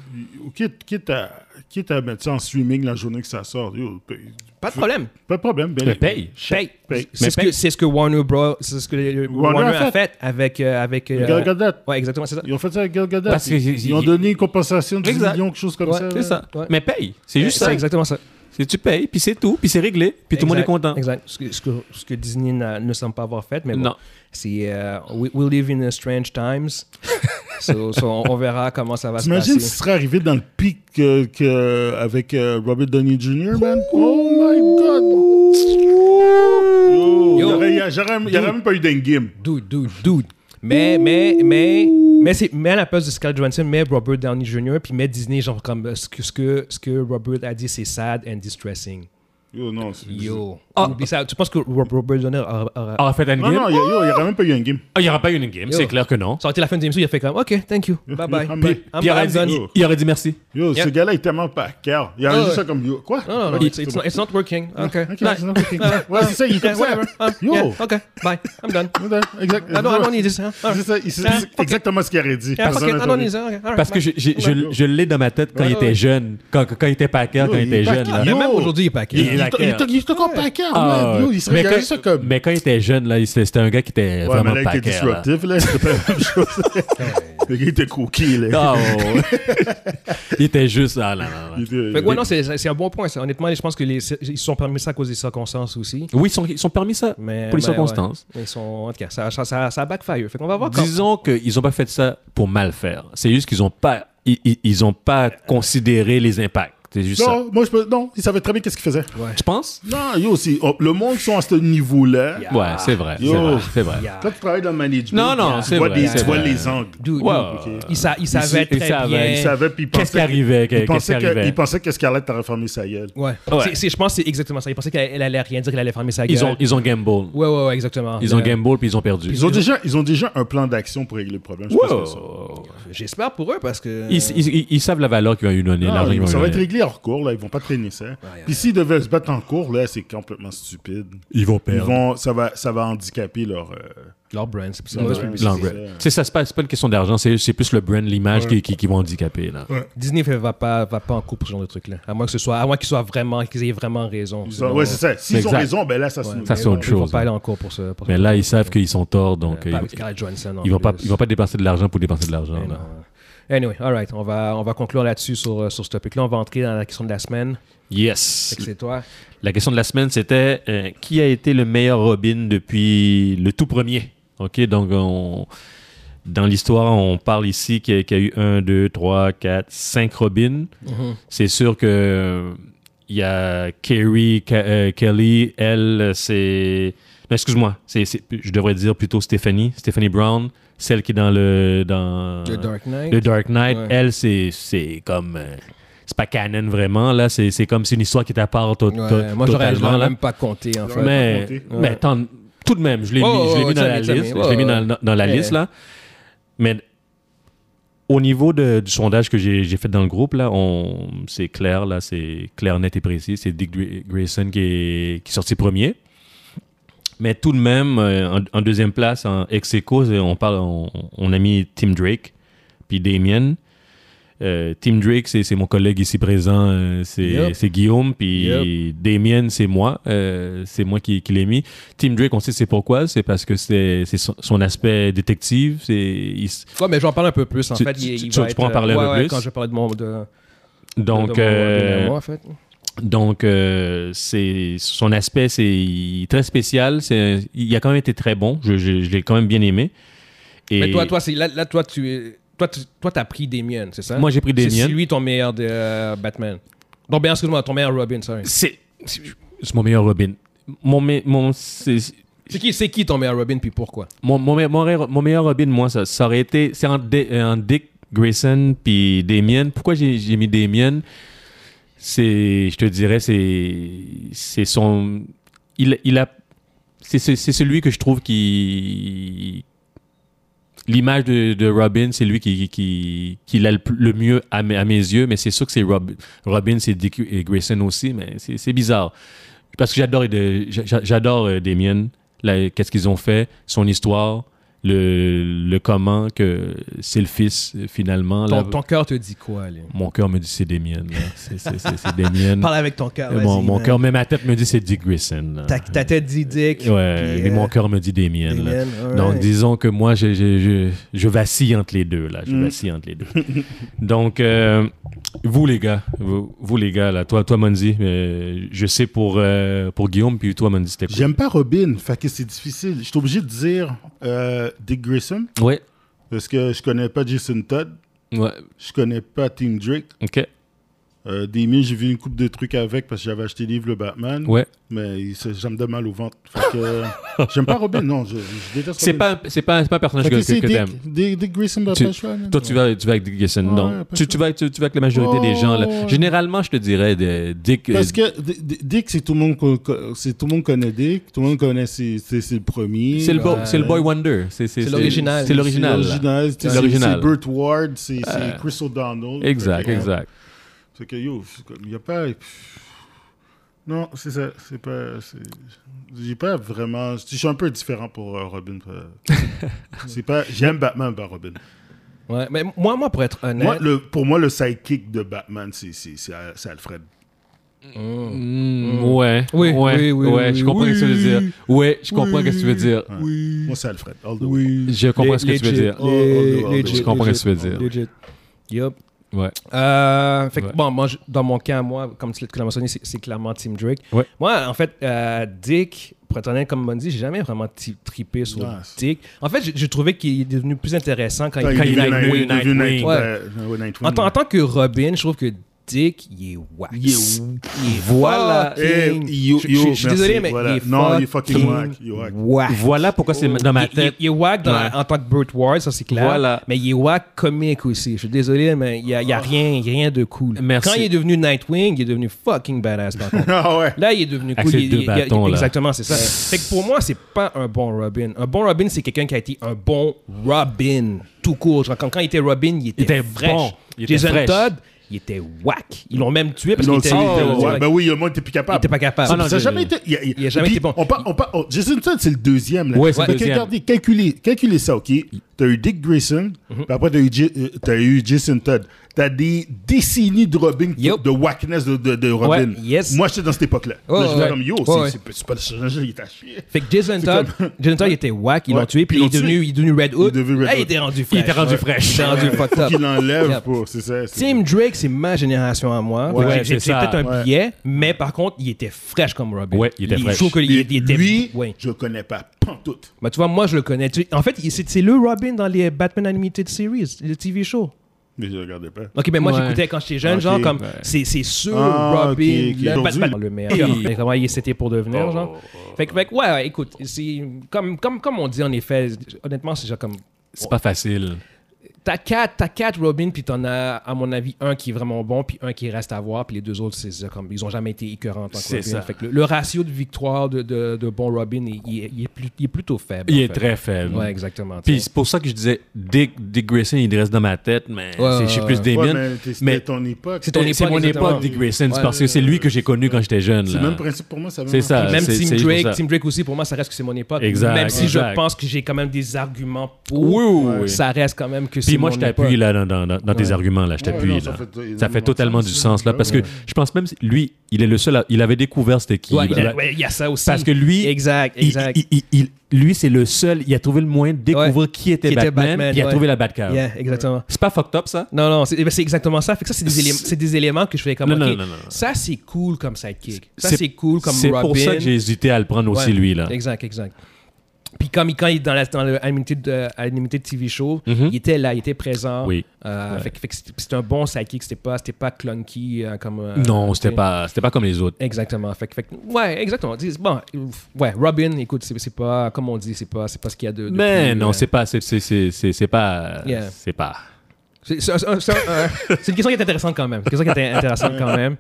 C: Euh, Quitte, quitte à, quitte à mettre ça en streaming la journée que ça sort, yo, paye.
A: Pas de problème.
C: pas de problème. ben,
B: Mais paye.
A: Paye.
C: Paye.
B: Mais
A: C'est ce,
B: paye.
A: que- c'est ce que Warner Bros. C'est ce que euh,
C: Warner
A: Warner,
C: a
A: a, fait. avec. euh, avec euh,
C: Gal Gadot.
A: ouais, exactement, c'est ça.
C: Ils ont fait ça avec Gal Gadot.
B: Parce que-
C: ils, ils ont donné une compensation de 10
B: Exact.
C: millions, quelque chose comme
A: Ouais,
C: ça.
B: C'est
C: là.
B: ça.
A: Ouais.
B: Mais paye. C'est juste ça.
A: C'est exactement ça.
B: C'est- Tu payes, puis c'est tout, puis c'est réglé, puis tout le monde est
A: Exact,
B: content.
A: Exact. Ce que, ce que, ce que Disney n'a- ne semble pas avoir fait, mais bon.
B: Non.
A: C'est euh, we, we live in a strange times. So- so on, on verra comment ça va se
C: T'imagines si
A: passer.
C: ce serait arrivé dans le pic que, que- avec euh, Robert Downey Jr., man? Oh my god! Yo,
A: Yo.
C: il y aurait- il y a- j'aurais- Il n'y aurait même pas eu d'endgame.
A: Dude, dude, dude. Mais, mais, mais, mais c'est mais à la place de Scarlett Johansson, mais Robert Downey Jr. puis mais Disney genre comme euh, ce que ce que, ce que Robert a dit c'est sad and distressing.
C: Yo, non. c'est-
A: Yo.
B: Ah.
A: Oublie ça. Tu penses que Ro- Robert Downey aura, aura-
B: Alors, fait
C: Non,
B: Endgame
C: non, il n'y aurait même pas eu Endgame.
B: Ah, il n'y aura pas eu Endgame, c'est
A: Yo.
B: clair que non.
A: sorti la fin de l'émission, il a fait comme OK,
C: (laughs)
A: thank you, bye bye.
C: I'm
A: I'm,
C: back.
B: il, aurait
A: I'm done.
B: dit, il aurait dit merci.
C: Yo,
A: Yeah.
C: ce gars-là est tellement pas cœur. Il y a
A: Ah,
C: juste
A: ouais.
C: ça comme. yo, Quoi?
A: Non, non, non,
C: Ouais,
A: it's, it's not, it's not working. OK.
C: Ok,
A: Bye.
C: (laughs) c'est not working. Ouais, c'est ça, il est
A: Yeah,
C: comme ça.
A: whatever. Ah,
C: Yo!
A: yeah, OK, bye. I'm done.
C: Ouais, Exact.
A: I don't, I don't need
C: (laughs)
A: this. huh? All
C: C'est
A: right.
C: ça, il- c'est-
A: Yeah,
C: c'est
A: fuck it.
C: exactement ce qu'il aurait dit.
A: Yeah, fuck
C: Personne
A: it, I don't
C: n'aurait-
A: need this. Okay, all right,
B: Parce que
A: bye.
B: je, je, je, je l'ai dans ma tête quand
A: Ouais,
B: il était
A: ouais.
B: jeune, quand, quand il était packer, quand
C: Yo,
B: il était
C: il est
B: jeune.
C: pas-
B: là.
C: Yo.
A: Mais même aujourd'hui, il est
B: Il est
A: paquet.
C: Il
B: la
C: est- il est-
B: cœur.
C: il est encore pas cœur,
B: Ah,
C: man. Yo, Il serait
B: mais,
C: il aurait
B: quand,
C: juste ça comme.
B: mais quand il était jeune, là, il- c'était c'était un gars qui était
C: Ouais,
B: vraiment
C: mais là, il était
B: packer. là. (laughs)
C: disruptif, là. C'était pas la même chose. (laughs) Le gars était cookie, là. (laughs)
B: Ah, ouais, ouais. il était juste. Ah, là, là, là.
C: Il était-
A: Fait que ouais, non, c'est- c'est c'est un bon point. ça. Honnêtement, je pense qu'ils se sont permis ça à cause des circonstances aussi.
B: Oui, ils sont, ils sont permis ça
A: Mais,
B: pour les
A: mais,
B: circonstances.
A: ouais. Ils sont. En tout cas, ça, ça, ça, ça backfire. Fait qu'on va voir quand.
B: Disons qu'ils n'ont pas fait ça pour mal faire. C'est juste qu'ils n'ont pas, ils, ils- ils ont pas considéré les impacts. C'est juste ça.
C: Non, moi, je peux. Non, il savait très bien qu'est-ce qu'il faisait.
B: Tu penses?
C: Non, yo, c'est- oh, le monde qui sont à ce niveau-là.
A: Yeah.
B: Ouais, c'est vrai. C'est
C: Yo.
B: vrai. c'est vrai.
A: Yeah.
C: Quand tu travailles dans le management,
B: Non, non,
C: tu
B: c'est
C: vois,
B: vrai.
C: des-
B: c'est
C: tu vois
B: vrai.
C: les angles.
A: Dude,
B: Ouais.
A: dude,
C: Ok.
A: il, sa- il savait
B: il
A: très
B: savait,
A: bien.
B: il
C: Il savait, puis il pensait.
B: Qu'est-ce qui arrivait?
C: Il
B: Qu'est-ce qui
C: pensait que-
B: arrivait?
C: il pensait que Scarlett t'aurait fermé sa gueule.
A: Ouais.
B: Ouais.
A: C'est- c'est- je pense que c'est exactement ça. Il pensait qu'elle elle allait rien dire, qu'elle allait fermer sa gueule.
B: Ils ont, ils ont game ball.
A: Ouais, ouais, ouais, exactement. Euh,
B: Ils ont
A: Le-
B: game ball puis ils ont perdu.
C: Ils ont, déjà, ils ont déjà un plan d'action pour régler le problème. Je pense que ça.
B: Wow.
A: J'espère pour eux parce que.
B: Ils, ils- ils- ils savent la valeur qu'ils vont lui donner,
C: Ah,
B: l'argent qu'ils vont
C: ça
B: lui
C: va être
B: donner.
C: réglé hors cours, là. Ils vont pas traîner ça.
A: aïe,
C: Puis s'ils devaient se battre en cours, là, c'est complètement stupide.
B: Ils vont
C: Ils vont, ça, va, ça va handicaper leur. euh,
A: Leur brand, c'est plus
C: Leur
A: mauvaise
C: brand.
A: publicité.
B: Leur
C: C'est
B: brand.
C: ça.
B: C'est ça, c'est pas, c'est pas une question d'argent, c'est c'est plus le brand, l'image qui, qui, qui vont handicaper. Là.
A: Disney fait- va pas, va pas en couple pour ce genre de truc-là. À moins que ce soit, à moins qu'ils soient vraiment, qu'ils aient vraiment raison.
C: ils ont- ouais, c'est ça. S'ils ont
B: Exact.
C: raison, ben là, ça se
B: Ça, c'est autre
A: Ils vont
B: chose.
A: pas aller en cours pour ce. Pour
B: Mais
A: ce-
B: là, ils savent qu'ils sont torts, donc
A: Pas
B: euh,
A: avec
B: ils,
A: Scarlett Johansson, en
B: ils vont pas,
A: plus.
B: ils vont pas dépenser de l'argent pour dépenser de l'argent.
A: Mais
B: là.
A: non, ouais. Anyway, all right, on va, on va conclure là-dessus sur, euh, sur ce topic-là. On va entrer dans la question de la semaine. Fait
B: Yes.
A: que C'est toi.
B: La question de la semaine, c'était euh, qui a été le meilleur Robin depuis le tout premier OK, donc on- dans l'histoire, on parle ici qu'il y, a- qu'il y a eu 1, 2, 3, 4, 5 Robins. C'est sûr que euh, il y a Kerry, Ka- euh, Kelly, elle, c'est. Non, excuse-moi, c'est- c'est- je devrais dire plutôt Stephanie, Stephanie Brown, celle qui est dans le. Dans,
A: The Dark Knight.
B: le Dark Knight,
A: Ouais.
B: elle, c'est- c'est comme. euh, c'est pas canon vraiment, là. C'est c'est comme si une histoire qui est à part to- to-
A: Ouais, moi, j'aurais je
B: totalement,
A: l'aurais
B: là.
A: même pas compté, en fait.
B: Mais,
C: compté.
B: mais tant- tout de même, je l'ai
A: Ouais,
B: mis, je l'ai
A: ouais,
B: mis dans
A: ouais,
B: la
A: ça, mais-
B: liste.
A: ouais,
B: je l'ai mis
A: ouais.
B: dans, dans- dans la
A: Ouais.
B: liste, là. Mais au niveau de- du sondage que j'ai j'ai fait dans le groupe, là, on- c'est clair, là, c'est clair, net et précis. C'est Dick Gray- Grayson qui est, qui est sorti premier. Mais tout de même, euh, en, en deuxième place, en ex aequo, c'est- on, parle, on, on a mis Tim Drake, puis Damien. Euh, Tim Drake, c'est c'est mon collègue ici présent, euh, c'est
A: Yep.
B: c'est Guillaume, puis Damien, c'est moi. euh, c'est moi qui, qui l'ai mis. Tim Drake, on sait c'est pourquoi, c'est parce que c'est c'est son, son aspect détective. c'est- il s-
A: Ouais, mais j'en parle un peu plus, en
B: Tu-
A: fait.
B: tu-
A: il- il
B: tu-
A: va
B: tu
A: être,
B: pourras en parler un
A: ouais,
B: peu
A: ouais,
B: plus.
A: quand je parlais de mon. de-
B: Donc,
A: de mon,
B: euh,
A: de moi, en fait.
B: donc euh, c'est son aspect, c'est il est très spécial. c'est- Il a quand même été très bon. Je, je- je l'ai quand même bien aimé. Et
A: Mais toi, toi, c'est- là, là, toi, tu es- Toi, tu toi, t'as pris Damien, c'est ça?
B: Moi, j'ai pris Damien.
A: hein, C'est lui ton meilleur de euh, Batman. Non, bien, excuse-moi, ton meilleur Robin, sorry.
B: c'est c'est- c'est mon meilleur Robin. Mon, me- mon, c'est-
A: C'est qui, c'est qui ton meilleur Robin, puis pourquoi?
B: Mon, mon, me- mon, re- mon meilleur Robin, moi, ça, ça aurait été. C'est en, Di- euh, en Dick Grayson puis Damien. Pourquoi j'ai j'ai mis Damien C'est. Je te dirais, c'est. C'est son. Il, il a. C'est c'est- c'est celui que je trouve qui. L'image de, de Robin, c'est lui qui, qui, qui l'a le, plus- le mieux à, mes- à mes yeux, mais c'est sûr que c'est Rob- Robin, c'est Dick et Grayson aussi, mais c'est c'est bizarre. Parce que j'adore de- j'a- j'a- j'adore euh, Damien, la- qu'est-ce qu'ils ont fait, son histoire, le, le comment que c'est le fils euh, finalement.
A: Ton,
B: là.
A: ton cœur te dit quoi, là?
B: Mon cœur me dit c'est Damien. là. C'est- C'est c'est-
A: (laughs)
B: c'est Damien.
A: Parle avec ton cœur,
B: Et
A: vas-y,
B: Mon, mon
A: man.
B: cœur, même ma tête me dit c'est Dick Grayson. là.
A: Ta, ta tête dit Dick.
B: Ouais,
A: puis,
B: mais
A: euh,
B: mon cœur me dit Damien. là.
A: Damien, all
B: Donc,
A: right.
B: disons que moi, je, je, je, je vacille entre les deux, là. Je
A: Mm.
B: vacille entre les deux. Donc, euh, vous, les gars, vous, vous, les gars, là, toi, toi Monzi, euh, je sais pour, euh, pour Guillaume, puis toi, Monzi, c'était quoi?
C: J'aime pas Robin, fait que c'est difficile. Je suis obligé de dire euh, Dick Grayson.
B: Ouais.
C: Parce que je connais pas Jason Todd,
B: Ouais,
C: je connais pas Tim Drake.
B: ok.
C: Euh, Damien, j'ai vu une coupe de trucs avec parce que j'avais acheté le livre Le Batman.
B: Ouais.
C: Mais il se- ça me donne mal au ventre. Fait que, euh, j'aime pas Robin, non, je, je déteste
B: C'est
C: Robin.
B: pas, c'est pas, c'est pas un personnage
C: Fait
B: que,
C: que
B: que,
C: c'est
B: que t'aimes.
C: Dick, Dick, Dick Grayson dans
B: Tu-
C: Flash Run,
B: Toi, tu vas, tu vas avec Dick Grayson,
C: Ouais,
B: non.
C: parce
B: Tu, tu, vas, tu, tu vas avec la majorité des gens, là.
C: Oh.
B: Généralement, je te dirais, de- Dick... euh,
C: Parce que D- D- Dick, c'est tout le monde, co- co- c'est tout le monde connaît Dick, tout le monde connaît ses, ses- ses premiers. euh,
B: C'est le, bo-
A: Ouais.
B: c'est le Boy Wonder. C'est c'est-
A: C'est
B: c'est-
A: l'original.
B: C'est l'original. là.
C: C'est l'original, c'est-
B: Ouais.
C: c'est-
B: L'original. Euh,
C: c'est Burt Ward, c'est c'est Chris O'Donnell. Fait
B: Exact,
C: que,
B: exact.
C: Fait que yo, c'est comme, y a pas. Non, c'est ça, c'est pas. c'est- J'ai pas vraiment. Je suis un peu différent pour euh, Robin.
B: (laughs)
C: euh, c'est pas. J'aime Batman par Robin.
A: Ouais, mais moi, moi, pour être honnête,
C: Moi, le, pour moi, le sidekick de Batman, c'est- c'est c'est- euh, c'est Alfred.
B: Mm, ouais.
A: Oui,
B: ouais,
A: oui, oui,
B: ouais,
A: oui,
B: je comprends
A: oui.
B: ce que tu veux dire. Ouais, je comprends
A: Oui.
B: ce que tu veux dire.
A: Oui.
C: Moi, c'est Alfred. all the way.
A: Oui.
B: Je comprends ce que tu veux
A: Legit.
B: dire.
C: Oh, oh, oh, oh,
A: Legit,
B: je comprends
A: legit,
B: ce que tu veux dire.
A: legit. Yup.
B: Ouais.
A: Euh, fait que,
B: Ouais.
A: bon, moi, je- dans mon cas, moi, comme tu l'as- tu l'as mentionné, c'est c'est clairement Team Drake.
B: Ouais.
A: Moi, en fait, euh, Dick, pour être honnête, comme Mondi, j'ai jamais vraiment ti- trippé sur
C: Nice.
A: Dick. En fait, j'ai- j'ai trouvé qu'il est devenu plus intéressant quand,
B: Quand
A: il
B: il est
A: est
B: devenu
A: Nightwing.
B: Nightwing.
C: Nightwing.
A: Ouais.
C: Ouais, Nightwing.
A: En, tant- en tant que Robin, je trouve que Dick, il est wack.
C: Il est wack.
A: voilà.
C: Eh, yo,
A: je, je- je
C: yo,
A: suis
C: merci,
A: désolé, mais
C: voilà.
A: il est
C: Non, il est fucking wack, il est wack.
A: wack.
B: Voilà pourquoi c'est dans ma
A: Il, il-
B: tête.
A: il est wack dans-
B: Ouais.
A: en tant que Burt Ward, ça c'est clair.
B: Voilà.
A: Mais il est wack comique aussi. Je suis désolé, mais il n'y a,
C: Ah.
A: il y a rien, rien de cool.
B: Merci.
A: Quand il est devenu Nightwing, il est devenu fucking badass par contre.
C: (laughs) Ah ouais.
A: Là, il est devenu cool.
B: Avec ses
A: Il-
B: deux
A: il- il- il-
B: bâtons, là.
A: Exactement, c'est ça. fait que pour moi, c'est pas un bon Robin. Un bon Robin, c'est quelqu'un qui a été un bon Robin, tout court. Genre, quand, quand il était Robin, il était,
B: Il était
A: fraîche.
B: bon. Il était
A: Jason
B: fraîche.
A: Todd, il était whack. Ils l'ont même tué parce
C: Non,
A: qu'il
C: c'est-
A: était, il était-
C: ouais, ben oui, le monde était plus
A: il
C: capable.
A: était pas capable.
B: Ah non,
C: ça n'a
B: je-
C: jamais été. Il, a-
A: il a jamais
C: puis
A: été bon.
C: On parle, on parle, oh, Jason Todd, c'est le deuxième. Là.
B: Ouais, c'est le
C: Fait que
B: deuxième.
C: Regardez, calculez, calculez ça, OK? T'as eu Dick Grayson,
A: Mhm.
C: puis après, t'as eu, J- euh, t'as eu Jason Todd. T'as des décennies de Robin,
A: Yup.
C: de whackness de, de, de Robin.
A: Ouais, yes.
C: Moi, j'étais dans cette époque-là.
A: Ouais,
C: Là, je
A: ouais.
C: comme, yo,
A: Ouais,
C: c'est-
A: ouais.
C: c'est c'est pas le changer, il est à chier.
A: Fait que Jason Todd, Jason Todd, il était whack, ils l'ont
C: Ouais,
A: tué, puis
C: ils
A: il est
C: l'ont
A: devenu,
C: tué.
A: il est devenu Red Hood.
C: Il est devenu Red
A: Là, il
C: Hood.
A: était rendu fraîche.
B: était rendu fraîche.
A: Il était rendu fucked up.
C: Qu'il l'enlève
A: Yep.
C: pour, c'est ça. c'est-
A: Tim Drake, c'est ma génération à moi.
B: Ouais,
A: J'ai- j'ai
B: c'est ça.
A: peut-être un
C: Ouais.
A: billet, mais par contre, il était fraîche comme Robin.
B: Ouais, il était
A: je
B: fraîche.
A: trouve que
C: Puis
A: il- il était-
C: lui,
A: ouais.
C: je le connais pas pantoute.
A: Mais Bah, tu vois, moi, je le connais. Tu- En fait, il- c'est c'est le Robin dans les Batman Animated Series, le TV show.
C: Mais je le regardais pas.
A: Ok, ben moi,
B: Ouais.
A: j'écoutais quand j'étais jeune,
C: Ok.
A: genre, comme,
B: Ouais.
A: c'est c'est sûr,
C: Ah,
A: Robin,
C: ok, ok.
A: le
C: Aujourd'hui.
A: Batman, le meilleur.
B: Hey.
A: Mais Comment il c'était pour devenir,
B: Oh.
A: genre. Fait que, fait que, ouais, ouais, écoute, c'est- comme, comme, comme on dit, en effet, honnêtement, c'est genre comme.
B: C'est pas facile.
A: T'as quatre, t'as quatre Robin, puis t'en as, à mon avis, un qui est vraiment bon, puis un qui reste à voir, puis les deux autres, c'est ça, comme ils ont jamais été écœurants en tant que
B: C'est
A: Robin.
B: ça.
A: Fait que le, le ratio de victoire de, de, de bon Robin, il, il est- il est plus- il est plutôt faible.
B: Il
A: en
B: est
A: fait.
B: très faible.
A: Ouais, exactement. tu
B: Puis
A: sais.
B: c'est pour ça que je disais Dick, Dick Grayson, il reste dans ma tête, mais
A: Ouais,
B: c'est- je suis
A: ouais,
B: plus
A: ouais.
B: Damien.
C: Ouais, mais t'es- c'était
B: mais
C: ton époque.
A: C'est ton époque,
B: c'est mon
A: exactement.
B: époque, Dick Grayson.
A: Ouais.
B: c'est parce que c'est lui que j'ai connu quand j'étais jeune.
C: C'est le
B: là.
C: même principe pour moi, ça
B: C'est ça.
A: même
B: Euh, c'est-
A: Team
B: c'est pour
A: Drake,
B: ça.
A: Team Drake aussi, pour moi, ça reste que c'est mon époque.
B: Exact,
A: même si je
B: exact.
A: pense que j'ai quand même des arguments pour,
B: Oui, oui, oui.
A: ça reste quand même que c'est
B: Puis moi,
A: mon
B: je t'appuie
A: époque.
B: là dans, dans- dans- dans tes
C: Ouais.
B: arguments là, je
C: Ouais,
B: t'appuie
C: non, ça
B: là.
C: fait énormément
B: Ça fait totalement
C: de
B: du
C: sens.
B: sens là, parce que
C: Ouais.
B: je pense même si- lui, il est le seul, à- il avait découvert c'était qui.
A: Ouais, il
B: Bah,
A: a- ouais, il y a ça aussi.
B: Parce que lui,
A: Exact,
B: il-
A: exact.
B: il- il- il- lui c'est le seul, il a trouvé le moyen de découvrir
A: Ouais.
B: qui était
A: Qui était
B: Batman,
A: Batman,
B: puis il a
A: ouais.
B: trouvé la Batcave.
A: Yeah, exactement.
B: C'est pas fucked up ça
A: Non, non, c'est eh ben, c'est exactement ça. Fait que ça, c'est des,
B: C'est-
A: éléments- c'est des éléments que je fais comme.
B: Non, non,
A: ok,
B: non, non, non.
A: Ça, c'est cool comme sidekick. Ça, c'est cool comme
B: C'est
A: Robin.
B: pour ça que j'ai hésité à le prendre aussi
A: Ouais,
B: lui là.
A: Exact, exact. Puis comme il- quand il est dans, la, dans le Animated, euh, Animated TV show, il était là, il était présent.
B: Mhm. Oui.
A: Euh, fait, que- fait que c'était c'était un bon sidekick. C'était pas, c'était pas clunky euh, comme. euh,
B: Non, c'était
A: tu sais.
B: pas, c'était pas comme les autres.
A: Exactement. Fait, que- fait que- ouais, exactement. Dis- Bon, ouf, ouais, Robin, écoute, c'est c'est pas, comme on dit, c'est pas, c'est pas ce qu'il y a de. de
B: Mais
A: plus,
B: non,
A: euh,
B: c'est pas, c'est, c'est, c'est, c'est, c'est pas,
A: Yeah.
B: c'est pas.
A: c'est- c'est un- c'est un- un- (laughs) c'est une question qui est intéressante quand même. C'est une question qui est intéressante quand même.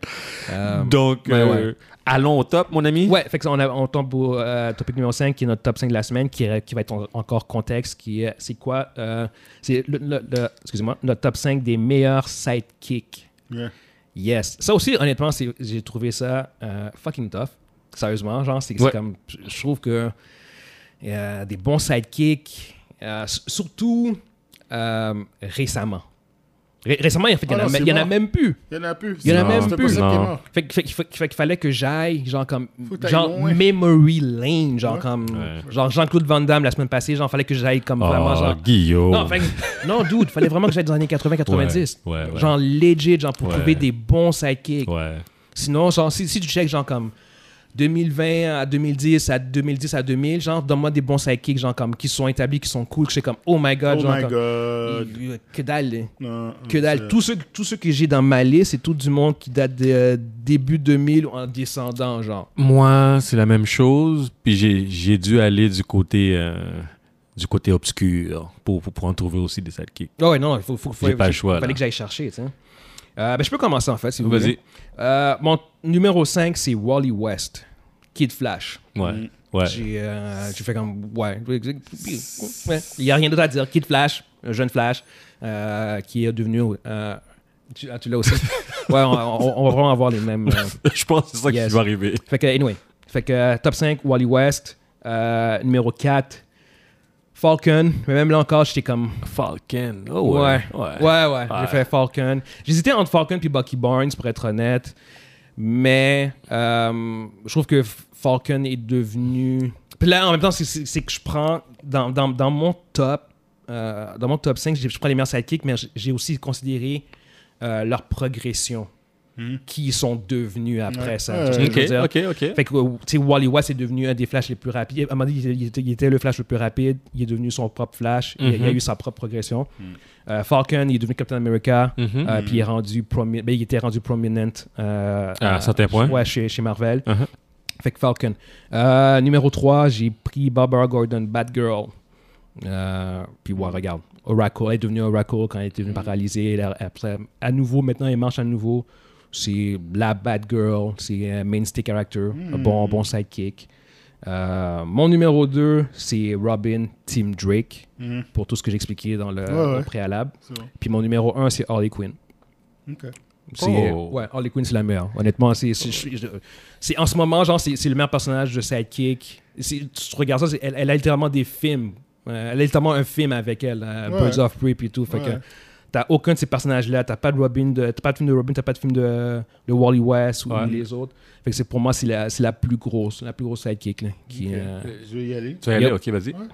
A: Euh,
B: Donc,
A: ouais,
B: euh, allons au top, mon ami.
A: Ouais, fait que ça, on, a- on tombe au euh, topic numéro 5, qui est notre top 5 de la semaine, qui, est- qui va être en- encore contexte, qui est, c'est quoi euh, C'est le, le- le- excusez-moi, notre top 5 des meilleurs sidekicks.
C: Yeah.
A: Yes. Ça aussi, honnêtement, c'est- j'ai trouvé ça euh, fucking tough. Sérieusement, genre, c'est c'est
B: Ouais.
A: comme, je trouve que euh, des bons sidekicks, euh, s- surtout euh, récemment. Ré- récemment, en fait, il
C: Ah
A: y en a
C: non,
A: me-
C: c'est
A: il y en a
C: mort.
A: même plus.
C: Il y en a plus.
A: Il y en a
C: Non,
A: même
C: c'est
A: plus.
C: ça qui est
B: Non.
C: mort.
A: Fait, que- fait, que- fait, que- fait qu'il fallait que j'aille, genre comme,
C: Faut que t'ailles
A: genre
C: loin.
A: memory lane, genre comme,
B: Ouais.
A: genre Jean-Claude Van Damme la semaine passée, genre fallait que j'aille comme vraiment,
B: Oh,
A: genre.
B: Guillaume.
A: Non, fait que- non, dude, fallait vraiment que j'aille dans les années 80-90.
B: Ouais, ouais, ouais.
A: Genre legit, genre pour
B: Ouais.
A: trouver des bons sidekicks.
B: Ouais.
A: Sinon, genre, si, si tu check, genre comme 2020 à 2010, à 2010 à 2000, genre, donne-moi des bons sidekicks, genre, comme, qui sont établis, qui sont cool, que je suis comme, oh my god,
C: Oh
A: genre,
C: my
A: comme,
C: god.
A: il- il- que dalle. hein.
C: Non,
A: Que dalle.
C: c'est-
A: Tous ceux, tous ceux que j'ai dans ma liste, c'est tout du monde qui date de euh, début 2000 ou en descendant, genre.
B: Moi, c'est la même chose. Puis j'ai- j'ai dû aller du côté, euh, du côté obscur pour, pour, pouvoir en trouver aussi des sidekicks.
A: Ah ouais, non, il faut, faut, faut-
B: J'ai pas le
A: faut-
B: choix, là.
A: fallait que j'aille chercher, tu sais. Euh, ben, je peux commencer, en fait, si vous voulez.
B: Vas-y.
A: Euh, mon numéro 5, c'est Wally West, Kid Flash.
B: Ouais. Ouais.
A: Mm. J'ai euh, j'ai fait comme, ouais. Ouais. Il n'y a rien d'autre à dire. Kid Flash, un jeune Flash, euh, qui est devenu. euh, tu ah, tu (laughs) l'as aussi. ouais, on, on- on va vraiment avoir les mêmes. euh,
B: (laughs) Je pense que c'est ça
A: Yes.
B: qui va arriver.
A: fait que, anyway. Fait que, euh, top 5, Wally West. Euh, numéro 4, Falcon. Mais même là encore, j'étais comme.
B: Falcon.
A: Ouais. Oh, Ouais, ouais.
B: Oh, ouais.
A: J'ai fait Falcon. J'hésitais entre Falcon et Bucky Barnes, pour être honnête. Mais euh, je trouve que F- Falcon est devenu. Puis là, en même temps, c'est- c'est c'est que je prends dans, dans- dans mon top. euh, dans mon top 5, j'ai- je prends les meilleurs sidekicks, mais j- j'ai aussi considéré euh, leur progression, qui ils sont devenus après
C: Ouais.
A: ça.
C: Ouais.
A: Tu vois ce que je veux
B: Ok,
A: dire?
B: ok, ok.
A: Fait que, euh, tu sais, Wally West est devenu un des flashs les plus rapides. À un moment donné, il était- il était, il était le flash le plus rapide. Il est devenu son propre flash. Il a- il, a
B: Mhm.
A: eu sa propre progression. Euh, Falcon, il est devenu Captain America.
B: Mhm.
A: euh, Puis il est rendu promi- ben, il était rendu prominent. euh,
B: À un
A: euh,
B: certain point.
A: Ouais, chez, chez Marvel.
B: Uh-huh.
A: Fait que Falcon. Euh, numéro 3, j'ai pris Barbara Gordon, Batgirl. Euh, puis ouais, regarde. Oracle, elle est devenue Oracle quand elle est
B: Mm.
A: devenue paralysée. Elle a- après, à nouveau, maintenant, elle marche à nouveau. C'est la Batgirl, c'est un mainstay character, un bon,
B: Mm.
A: bon sidekick. Euh, mon numéro 2, c'est Robin Team Drake,
C: Mhm.
A: pour tout ce que j'ai expliqué dans le,
C: Ouais, ouais.
A: le préalable.
C: C'est bon.
A: Puis mon numéro 1, c'est Harley Quinn.
C: Ok.
A: C'est,
B: Oh.
A: Ouais, Harley Quinn, c'est la meilleure. Honnêtement, c'est, c'est- je- je- c'est- en ce moment, genre, c'est, c'est le meilleur personnage de Sidekick. C'est, tu regardes ça, c'est- elle, elle a littéralement des films. Euh, elle a littéralement un film avec elle, euh,
C: Ouais.
A: Birds of Prey et tout. Fait
C: Ouais.
A: que t'as aucun de ces personnages-là. T'as pas de Robin, de, t'as pas de film de Robin, t'as pas de film de, de Wally West ou
B: Ouais.
A: les autres. Fait que c'est, pour moi, c'est la, c'est la plus grosse, la plus grosse Sidekick. là, qui,
C: Ok.
A: euh,
C: Euh, Je vais y aller.
B: Tu vas y aller,
A: Yep. (laughs)
B: ok, vas-y.
C: Ouais.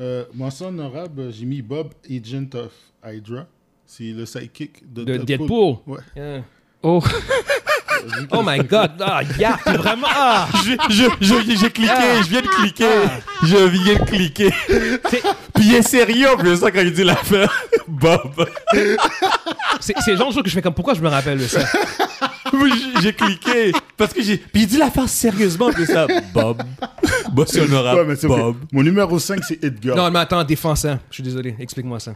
C: Euh, mention honorable, euh, j'ai mis Bob, Agent of Hydra. C'est le sidekick de,
A: de Deadpool.
C: Ouais.
A: Yeah.
B: Oh,
A: Oh my god, ah, yeah, t'es vraiment. ah.
B: j'ai cliqué, je viens de cliquer. Je viens de cliquer. Puis il est sérieux en plus, ça, quand il dit l'affaire. Bob.
A: C'est, c'est le genre de choses que je fais comme pourquoi je me rappelle de ça.
B: Moi, j'ai- J'ai cliqué. Parce que j'ai. Puis il dit l'affaire sérieusement, puis ça. Bob. Bob, c'est honorable.
C: Ouais, mais c'est ok.
B: Bob.
C: Mon numéro 5, c'est It Girl.
A: Ah, Non, mais attends, défends ça. Je suis désolé, explique-moi ça.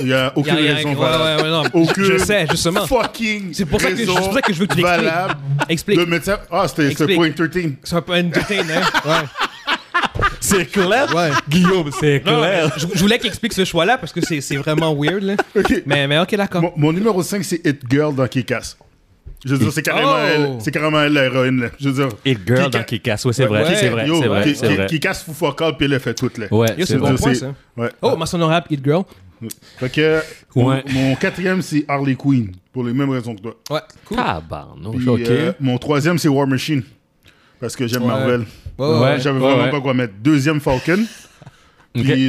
C: Il n'y a
A: Y a
C: aucune
A: rien-
C: raison
A: ouais,
C: valable.
A: ouais, ouais, non.
C: Aucune
A: Je sais, justement.
C: Fucking
A: C'est pour ça que-
C: raison
A: c'est pour ça que je veux que tu l'expliques.
C: valable.
A: Explique.
C: Le médecin. Ah, c'était c'était
A: Explique.
C: point 13.
A: C'est un peu entertain,
C: (laughs)
A: hein?
B: C'est clair?
A: Ouais.
B: Guillaume, c'est
A: Non, mais
B: clair.
A: je, je voulais qu'il explique ce choix-là parce que c'est, c'est vraiment weird, là.
C: Ok.
A: Mais, mais ok, d'accord.
C: Mon, mon numéro 5, c'est It Girl dans Kick-Ass. Je veux dire, c'est carrément
A: Oh.
C: elle. C'est carrément elle, la héroïne. Là. Je veux dire.
B: Et girl
C: Qui-
B: dans Kick-Ass, ouais, c'est vrai,
A: ouais.
B: c'est vrai,
C: Yo,
B: c'est vrai,
C: qui,
B: c'est
C: qui-
B: vrai.
C: qui casse fou fuck all, puis elle a fait tout. Là.
B: Ouais,
A: Yo,
B: c'est
A: c'est
C: Je veux
A: bon
B: vrai.
C: dire,
A: point,
C: c'est-
A: ça.
C: Ouais.
A: Oh, Mason Honorable, Kid Girl.
C: Fait que
B: Ouais.
C: mon, mon quatrième, c'est Harley Quinn, pour les mêmes raisons que toi.
A: Ouais, cool.
B: Ah, Tabarnouche,
C: Puis,
B: ok.
C: euh, mon troisième, c'est War Machine, parce que j'aime
A: Ouais.
C: Marvel.
A: Ouais, ouais, ouais.
C: J'avais
B: ouais,
C: vraiment
B: ouais.
C: pas quoi mettre. Deuxième, Falcon. Puis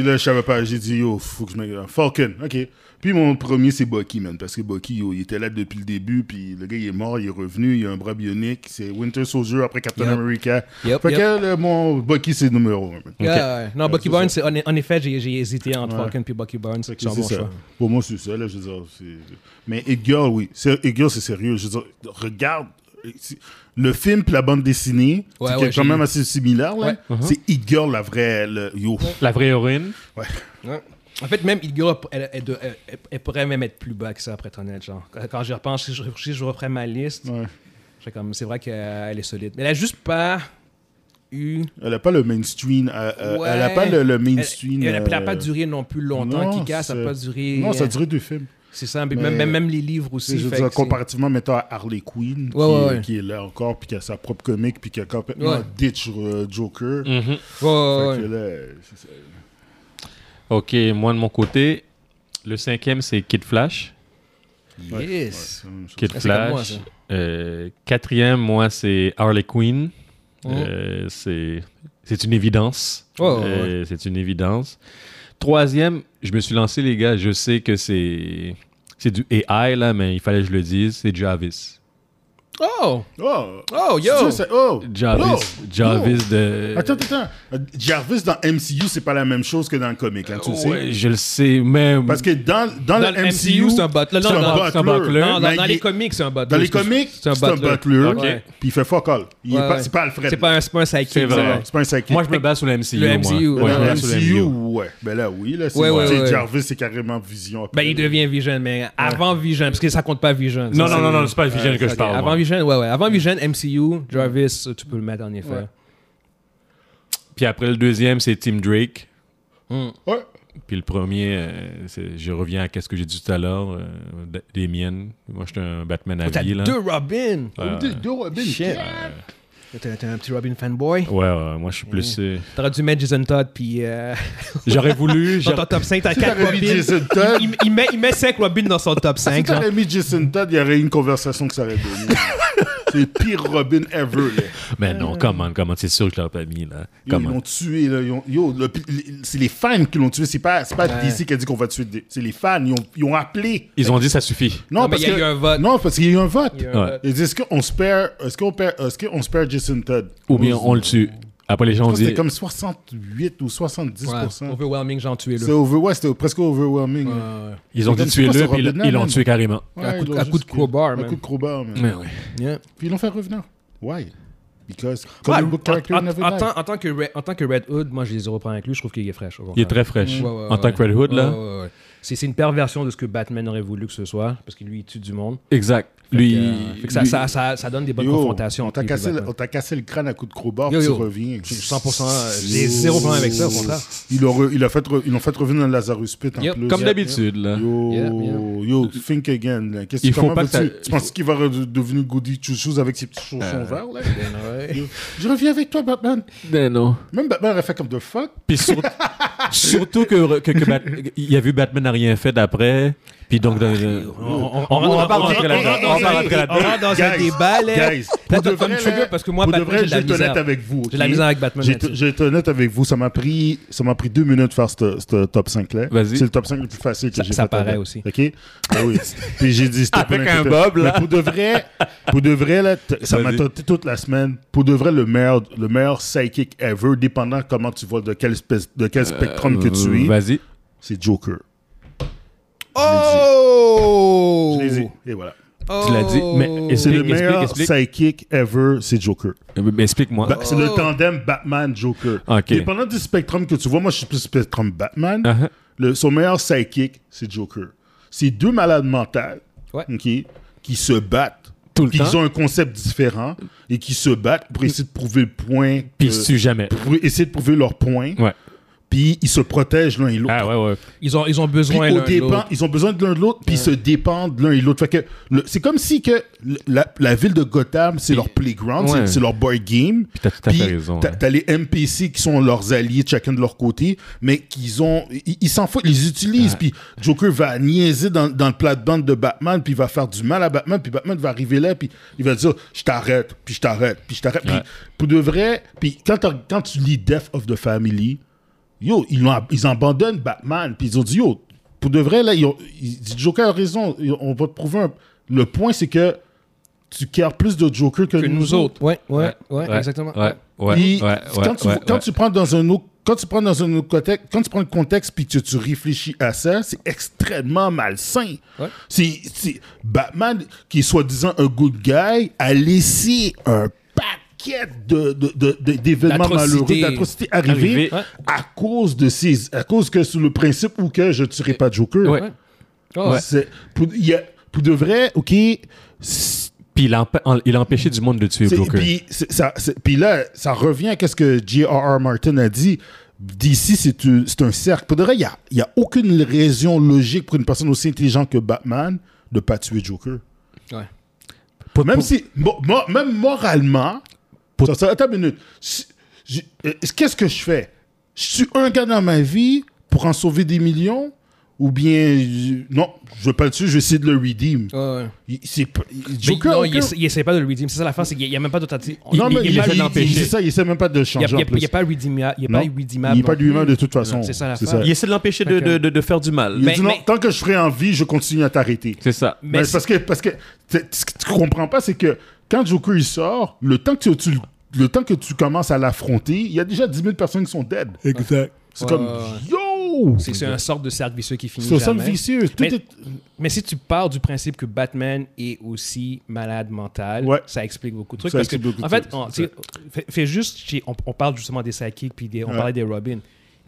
B: (laughs) Ok.
C: là, je savais pas. J'ai dit, yo, faut que je mette Falcon. OK. Puis mon premier, c'est Bucky, man. Parce que Bucky, yo, il était là depuis le début. Puis le gars, il est mort, il est revenu. Il a un bras bionique. C'est Winter Soldier après Captain
A: Yep.
C: America.
A: Yep,
C: fait
A: yep.
C: que là, mon Bucky, c'est numéro un. man.
A: Ouais, ouais. Non, Bucky
C: c'est
A: Barnes, c'est- en, en effet, j'ai, j'ai hésité entre
C: Ouais.
A: Falcon et Bucky Barnes. C'est
C: C'est
A: un bon
C: ça.
A: choix.
C: Pour moi, c'est ça. Là, je veux dire, c'est- Mais Edgar, oui. C'est- Edgar, c'est sérieux. Je veux dire, regarde. c'est- Le film et la bande dessinée,
A: Ouais,
C: c'est
A: ouais, j'ai
C: quand même
A: vu.
C: assez similaire. là.
A: Ouais.
C: C'est Edgar, la vraie. le- Yo.
B: La vraie urine.
C: Ouais.
A: Ouais. En fait, même Kid Girl, elle, elle doit- elle- elle- elle pourrait même être plus bas que ça, pour être honnête. Genre. Quand- Quand j'y repense, si je, si je reprends ma liste,
C: Ouais.
A: je fais comme, c'est vrai qu'elle est solide. Mais elle a juste pas eu.
C: Elle n'a pas le mainstream. euh, Elle n'a
A: Ouais.
C: pas le, le
A: Elle-
C: mainstream.
A: Elle n'a
C: euh,
A: pas duré non plus longtemps.
C: non,
A: Kika, ça n'a
C: c'est-
A: pas duré.
C: Non, ça a duré deux films.
A: C'est ça, mais
C: Mais-
A: même, même, même les livres aussi.
C: C'est- Je veux
A: euh, fait
C: dire,
A: que c'est-
C: comparativement, mettons, à Harley Quinn, qui,
A: Ouais, ouais, ouais.
C: qui est là encore, puis qui a sa propre comique, puis qui a complètement
A: Ouais.
C: ditch euh, Joker.
B: Mhm.
A: Ouais, ouais,
C: Fait
A: ouais.
C: que là, c'est ça.
B: Ok, moi de mon côté, le cinquième c'est Kid Flash.
C: Ouais,
A: Yes.
C: c'est la même chose.
B: Kid
A: Ah, c'est comme
B: Flash.
A: moi, ça.
B: Euh, quatrième, moi c'est Harley Quinn.
A: Mhm.
B: Euh, c'est c'est une évidence.
A: Ouais, ouais,
B: Euh, C'est une évidence. Troisième, je me suis lancé les gars. Je sais que c'est c'est du AI là, mais il fallait que je le dise. C'est Jarvis.
A: Oh!
C: Oh!
A: Oh, yo!
C: Tu sais, c'est- oh!
B: Jarvis,
C: Yo!
B: Jarvis de.
C: Yo! Attends, attends. Euh, Jarvis dans MCU, c'est pas la même chose que dans le comic, hein, tu le sais.
B: Ouais, je le sais, mais.
C: Parce que dans,
A: Euh,
C: dans,
A: Dans le
C: le MCU,
A: MCU, c'est un butler. Non,
C: c'est un
A: non,
B: c'est un butler.
C: butler.
A: Non, dans,
C: mais
A: dans
C: il
A: les
C: est-
A: comics, c'est un butler.
C: Dans les
A: excuse-
C: comics, c'est un butler.
A: Ok.
C: Puis il fait fuck all. Il est
A: Ouais,
C: pas-
A: ouais.
C: C'est pas Alfred.
A: C'est pas un, c'est pas un sidekick.
B: C'est vrai.
A: ça.
C: C'est pas un psychic.
B: Moi, je me bats sur le MCU.
A: Le
B: moi.
A: MCU,
B: Ouais,
A: ouais.
B: je me bats sur le
C: MCU,
B: MCU.
C: ouais. Ben là, oui. Là, c'est
A: Ouais, ouais,
C: tu sais,
A: ouais.
C: Jarvis, c'est carrément Vision.
A: Ben, il devient Vision, mais avant Vision, parce que ça compte pas Vision.
B: Non,
A: Ça,
B: non,
A: c'est-
B: non, non, c'est pas Vision que je
A: Ok,
B: parle.
A: Avant
B: moi.
A: Vision, ouais, ouais. Avant Vision, MCU, Jarvis, tu peux le mettre en effet.
C: Ouais.
B: Puis après, le deuxième, c'est Tim Drake.
C: Ouais.
B: Puis le premier, euh, c'est- je reviens à qu'est-ce que j'ai dit tout à l'heure, euh, d- des miennes. Moi, j'étais un Batman à
A: T'as
B: vie, là.
A: deux Robin.
B: Ouais,
C: Deux- deux Oh, Robin.
A: Shit. T'es t'es un petit Robin fanboy.
B: Ouais, ouais, moi, je suis
C: Mm.
B: plus... euh,
A: Oh. T'aurais dû mettre Jason Todd, puis
B: (laughs)
A: euh,
B: J'aurais
C: (laughs)
B: voulu...
A: dans
B: j'aurais-
A: ton top 5, t'as
C: Si
A: 4
C: t'avais
A: Robin.
C: mis Jason Todd,
A: Il, il met, il met 5 Robin dans son
B: Ah,
A: top
C: si
A: 5.
C: t'avais mis Jason Todd, il y aurait eu une conversation que ça
A: (laughs)
C: aurait donné. C'est le pire Robin ever, là.
B: Mais non, comment, comment, c'est sûr que je l'aurais pas mis, là.
C: Yo, ils
B: Comment?
C: l'ont tué, là. Ils ont- Yo, le- le- c'est les fans qui l'ont tué. C'est pas, c'est pas
A: Ouais.
C: DC qui a dit qu'on va tuer. des- C'est les fans. Ils ont, ils ont appelé.
B: Ils ont dit ça suffit.
C: Non,
A: Non, mais
C: parce
A: il y a
C: que-
A: eu un vote.
C: Non, parce qu'il y a eu un vote.
B: Ouais.
C: Ils disent est-ce qu'on se perd, est-ce qu'on perd, est-ce qu'on se perd Jason Todd
B: Ou bien on le tue. Après, les gens ont
C: Je pense que
B: dit...
C: C'était comme 68 ou 70
A: Overwhelming, j'en tuer
C: C'est
A: le.
C: over, ouais, c'était presque overwhelming.
B: Ils ont dit
C: Je sais pas,
B: tuez-le,
C: c'est
B: puis ils-
C: Robin
B: ils l'ont
C: Hood.
B: tué carrément.
C: Ouais,
A: À coup de-
C: ils l'ont
A: à coup de
C: juste-
A: crowbar,
C: À
A: man.
C: coup de crowbar, man.
B: Mais ouais.
A: Yeah.
C: Puis ils l'ont fait revenir. Why Because
A: Ouais,
C: comic book character
A: en, en-
C: never
A: en
C: died.
A: tant- en tant que Red, en tant que Red Hood, moi je les ai reprends avec lui, je trouve qu'il est fraîche. au
B: Il est
A: contraire.
B: très fraîche.
A: Ouais, ouais,
B: en tant que Red Hood, là.
A: Ouais, ouais, ouais. C'est c'est une perversion de ce que Batman aurait voulu que ce soit, parce que lui il tue du monde.
B: Exact.
A: Fait
B: Lui...
A: que, euh, fait que ça,
B: lui-
A: ça, ça, ça donne des bonnes
C: Yo,
A: confrontations.
C: On
A: entre
C: t'a
A: lui et
C: cassé, le-
A: Batman.
C: on t'a cassé le crâne à coup de crowbar,
A: Yo,
C: puis tu
A: yo.
C: reviens.
A: Je
B: Oh,
A: suis 100%, euh, j'ai zéro problème avec ça, au contraire.
B: (laughs)
C: Ils l'ont re- ils l'ont fait, re- ils l'ont fait revenir dans Lazarus Pit en
A: Yep,
C: plus.
B: Comme
A: Yeah,
B: d'habitude, là.
C: Yo,
A: Yeah, yeah.
C: yo, think again. là. Qu'est-ce
B: Il
C: que
B: faut
C: comment
B: pas que
C: veux-tu-
B: ça-
C: Tu penses qu'il va re- devenir Goody Chouchous avec ses petits chaussons verts, là Yo, Je reviens avec toi, Batman.
B: Ben non.
C: Même Batman aurait fait comme de fuck.
A: (laughs)
B: Puis sur- surtout que, que, que Bat- il a vu Batman n'a rien fait d'après. Puis donc, dans-
A: On- Ah, on-
B: on-
A: on- on-
B: on-
A: on- on-
B: on- on- on-
A: on-
B: on- on-
A: on- on- on- on- dans un
C: Guys,
A: débat, là.
C: guys,
A: Là,
C: pour
A: t'as
C: de
A: comme
C: vrai,
A: trigger,
C: là,
A: parce que moi,
C: pour de
A: Batman,
C: vrai,
A: j'ai de la
C: je vais être honnête
A: misère.
C: avec vous.
A: J'ai de la
C: ok?
A: misère avec Batman
C: J'ai-
A: là-dessus.
C: J'ai été honnête avec vous. Ça m'a pris, ça m'a pris deux minutes de faire ce ce top 5 là.
B: Vas-y.
C: C'est le top 5 le plus facile que
A: Ça-
C: j'ai
A: ça
C: fait
A: paraît
C: avec.
A: aussi.
C: Ok. Ah
A: (laughs)
C: oui. Puis j'ai dit. c'était
B: Avec
C: pas
B: un
C: inquiétant.
B: bob, là.
C: Mais pour de vrai, pour de vrai là, t- ça m'a
B: Vas-y.
C: tenté toute la semaine. Pour de vrai, le meilleur, le meilleur psychic ever, dépendant comment tu vois de quel espèce, de
A: Euh,
C: quel spectrum que tu es,
B: Euh, Vas-y.
C: c'est Joker.
A: Oh!
B: Oh!
C: Je les ai. Et voilà.
B: Tu l'as dit.
A: Oh.
B: Mais
C: C'est
B: explique,
C: le meilleur Bah,
B: explique, explique.
C: psychic ever, c'est Joker.
B: Ben, Explique-moi.
C: Ba- C'est le tandem Batman-Joker.
B: Ok.
C: Dépendant du spectrum que tu vois, moi je suis plus spectrum Batman.
B: Uh-huh.
C: le, son meilleur sidekick, c'est Joker. C'est deux malades mentales
A: Ouais.
C: ok, qui se battent.
B: Tout le
C: qui
B: temps.
C: ont un concept différent et qui se battent pour essayer de prouver le point.
B: Puis il
C: que-
B: se tue jamais.
C: pour essayer de prouver leur point.
B: Ouais.
C: Puis ils se protègent l'un et l'autre.
B: Ah ouais, ouais.
A: Ils ont, ils ont
C: Puis
A: besoin
C: au
A: l'un de
C: dépend-
A: l'autre.
C: ils ont besoin de l'un de l'autre, puis ils se dépendent de l'un et de l'autre. Fait que le- c'est comme si que le- la, la ville de Gotham, c'est leur playground, c'est-
B: Ouais.
C: c'est leur board game.
B: Puis t'as tout à fait raison,
C: T'as
B: ouais.
C: t'as les MPC qui sont leurs alliés, chacun de leur côté, mais qu'ils ont, ils ils s'en foutent, ils les utilisent. Puis Joker va niaiser dans, dans le plate-bande de Batman, puis il va faire du mal à Batman, puis Batman va arriver là, puis il va dire je t'arrête, puis je t'arrête, puis je t'arrête. Puis
B: Ouais.
C: pour de vrai, puis quand, t'as- quand tu lis Death of the Family, Yo, ils, l'ont- ils abandonnent Batman, puis ils ont dit, yo, pour de vrai, là, ils ont- ils- Joker a raison, ils- on va te prouver un... Le point, c'est que tu cares plus de Joker que,
A: Que nous autres. Ouais, ouais, ouais, exactement.
B: Ouais, ouais,
C: Puis,
B: ouais,
C: quand, tu,
B: ouais,
C: quand
B: ouais.
C: tu prends dans un autre... Quand tu prends dans un autre contexte, quand tu prends le contexte puis que tu réfléchis à ça, c'est extrêmement malsain.
A: Ouais.
C: C'est c'est- Batman, qui est soi-disant un good guy, a laissé un paquet de- de- de- de- d'événements malheureux,
A: D'atrocités.
C: d'atrocités arriver
B: Arrivé.
A: Ouais.
C: à cause de ces à cause que sous le principe ou que je tuerai pas Joker
B: Ouais.
A: Oh, ouais.
C: Ah, c'est pour, il y a- pour de vrai ok c'est-
B: Puis il, empê- en- il a empêché du monde de tuer
C: c'est-
B: Joker.
C: puis c'est- ça c'est- puis là ça revient à ce que J.R.R. Martin a dit d'ici c'est un, c'est un cercle pour de vrai il y a, il y a aucune raison logique pour une personne aussi intelligente que Batman de pas tuer Joker
A: Ouais.
B: Pour-
C: même
B: pour-
C: si mo- mo- même moralement Ça, ça, attends une minute. Si- j'ai- euh, Qu'est-ce que je fais? Je suis un gars dans ma vie pour en sauver des millions? Ou bien, je- non, je veux pas le tuer, je vais essayer de le redeem.
A: Ouais, ouais.
C: Il- c'est pas- il-
A: Mais
C: Joker,
A: non,
C: aucun-
A: il essaie- il essaie pas de le redeem. C'est ça la fin, c'est qu'il n'y a même pas d'autre Il
C: non, mais il,
A: est
C: il,
A: pas
C: il-
A: d'empêcher.
C: c'est ça, il essaie même pas de le
A: Il n'y
C: changer.
A: a, il y a-
C: en plus.
A: il y a pas redeemia- il y a pas
C: Non,
A: redeemable.
C: il est pas
A: non plus.
C: lui-même de toute façon.
A: C'est ça, la
C: C'est
A: fin.
B: Il essaie de l'empêcher de, de, de, de faire du mal.
C: Il a
A: Mais-
C: dit non,
A: mais-
C: tant que je serai en vie, je continue à t'arrêter.
B: C'est ça.
A: Mais
C: Mais c'est parce que, parce que t'es- ce que tu comprends pas, c'est que quand Joker il sort, le temps que tu, le temps que tu commences à l'affronter, il y a déjà 10 000 personnes qui sont dead.
D: Exact.
C: C'est
A: Ouais,
C: comme,
A: ouais, ouais.
C: yo!
A: C'est c'est un sorte de cercle vicieux qui finit
C: C'est un cercle
A: jamais.
C: vicieux. Tout
A: mais,
C: est-
A: mais si tu pars du principe que Batman est aussi malade mental,
C: Ouais.
A: ça explique beaucoup de trucs.
C: Ça
A: parce que,
C: explique beaucoup de
A: en fait,
C: trucs,
A: on,
C: c'est
A: tu sais, fait- fait juste, chez- on, on parle justement des sidekicks, puis des- on
C: Ouais.
A: parlait des Robin.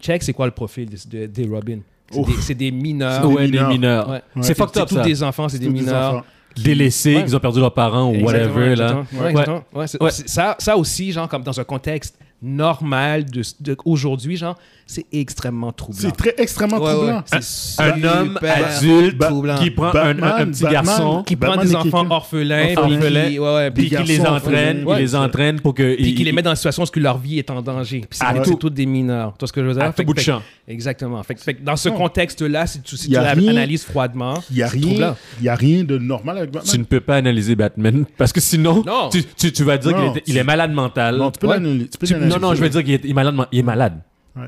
A: Check, c'est quoi le profil de- de- des Robin C'est
C: Oh.
A: des- C'est des, mineurs.
B: Ah
C: des
B: ouais, des
C: mineurs.
B: mineurs.
A: Ouais.
B: C'est fucked up,
A: tous
B: ça.
A: des enfants, c'est des
C: tous des
A: mineurs.
C: enfants.
B: Délaissés,
A: Ouais.
B: qu'ils ont perdu leurs parents ou
A: Exactement,
B: whatever. là.
A: exactement. Ouais, exactement. Ouais, c'est-
B: Ouais.
A: c'est- Ça, ça aussi, genre, comme dans un contexte normal d'aujourd'hui, de, aujourd'hui genre, c'est extrêmement troublant.
C: C'est très extrêmement
A: Ouais,
C: troublant.
A: ouais, c'est super
B: Un homme adulte
A: Ba- troublant.
B: qui prend un-
C: Batman,
B: un, un petit
C: Batman,
B: garçon
A: qui prend
C: Batman
A: des
C: est quelqu'un-
A: enfants orphelins, puis
B: Orphelins.
A: qui- ouais, ouais,
B: puis
A: puis-
B: qui
C: garçons,
B: les entraîne,
C: ouais.
B: il les entraîne pour que
A: puis qui
B: il-
A: les met dans une situation où leur vie est en danger. Puis
B: À
A: c'est
B: tout-
A: c'est toutes des mineurs. Tu vois ce que je veux dire?
B: à
A: Fait
B: tout
A: que-
B: bout de
A: fait que-
B: champ.
A: Exactement. Fait, que- fait que dans ce contexte-là, si tu, si
C: Y
A: tu
C: a rien-
A: l'analyses froidement,
C: Il n'y a,
A: c'est troublant.
C: rien- il y a rien de normal avec Batman.
B: Tu ne peux pas analyser Batman (laughs) parce que sinon
A: Non.
B: tu, tu, tu vas dire
C: Non.
B: qu'il est, il est malade mental.
C: Non, tu peux
B: Ouais.
C: l'analyser. Tu peux
B: Tu- non,
C: l'analyser.
B: non, je veux dire qu'il est, il est malade. men- Il est malade.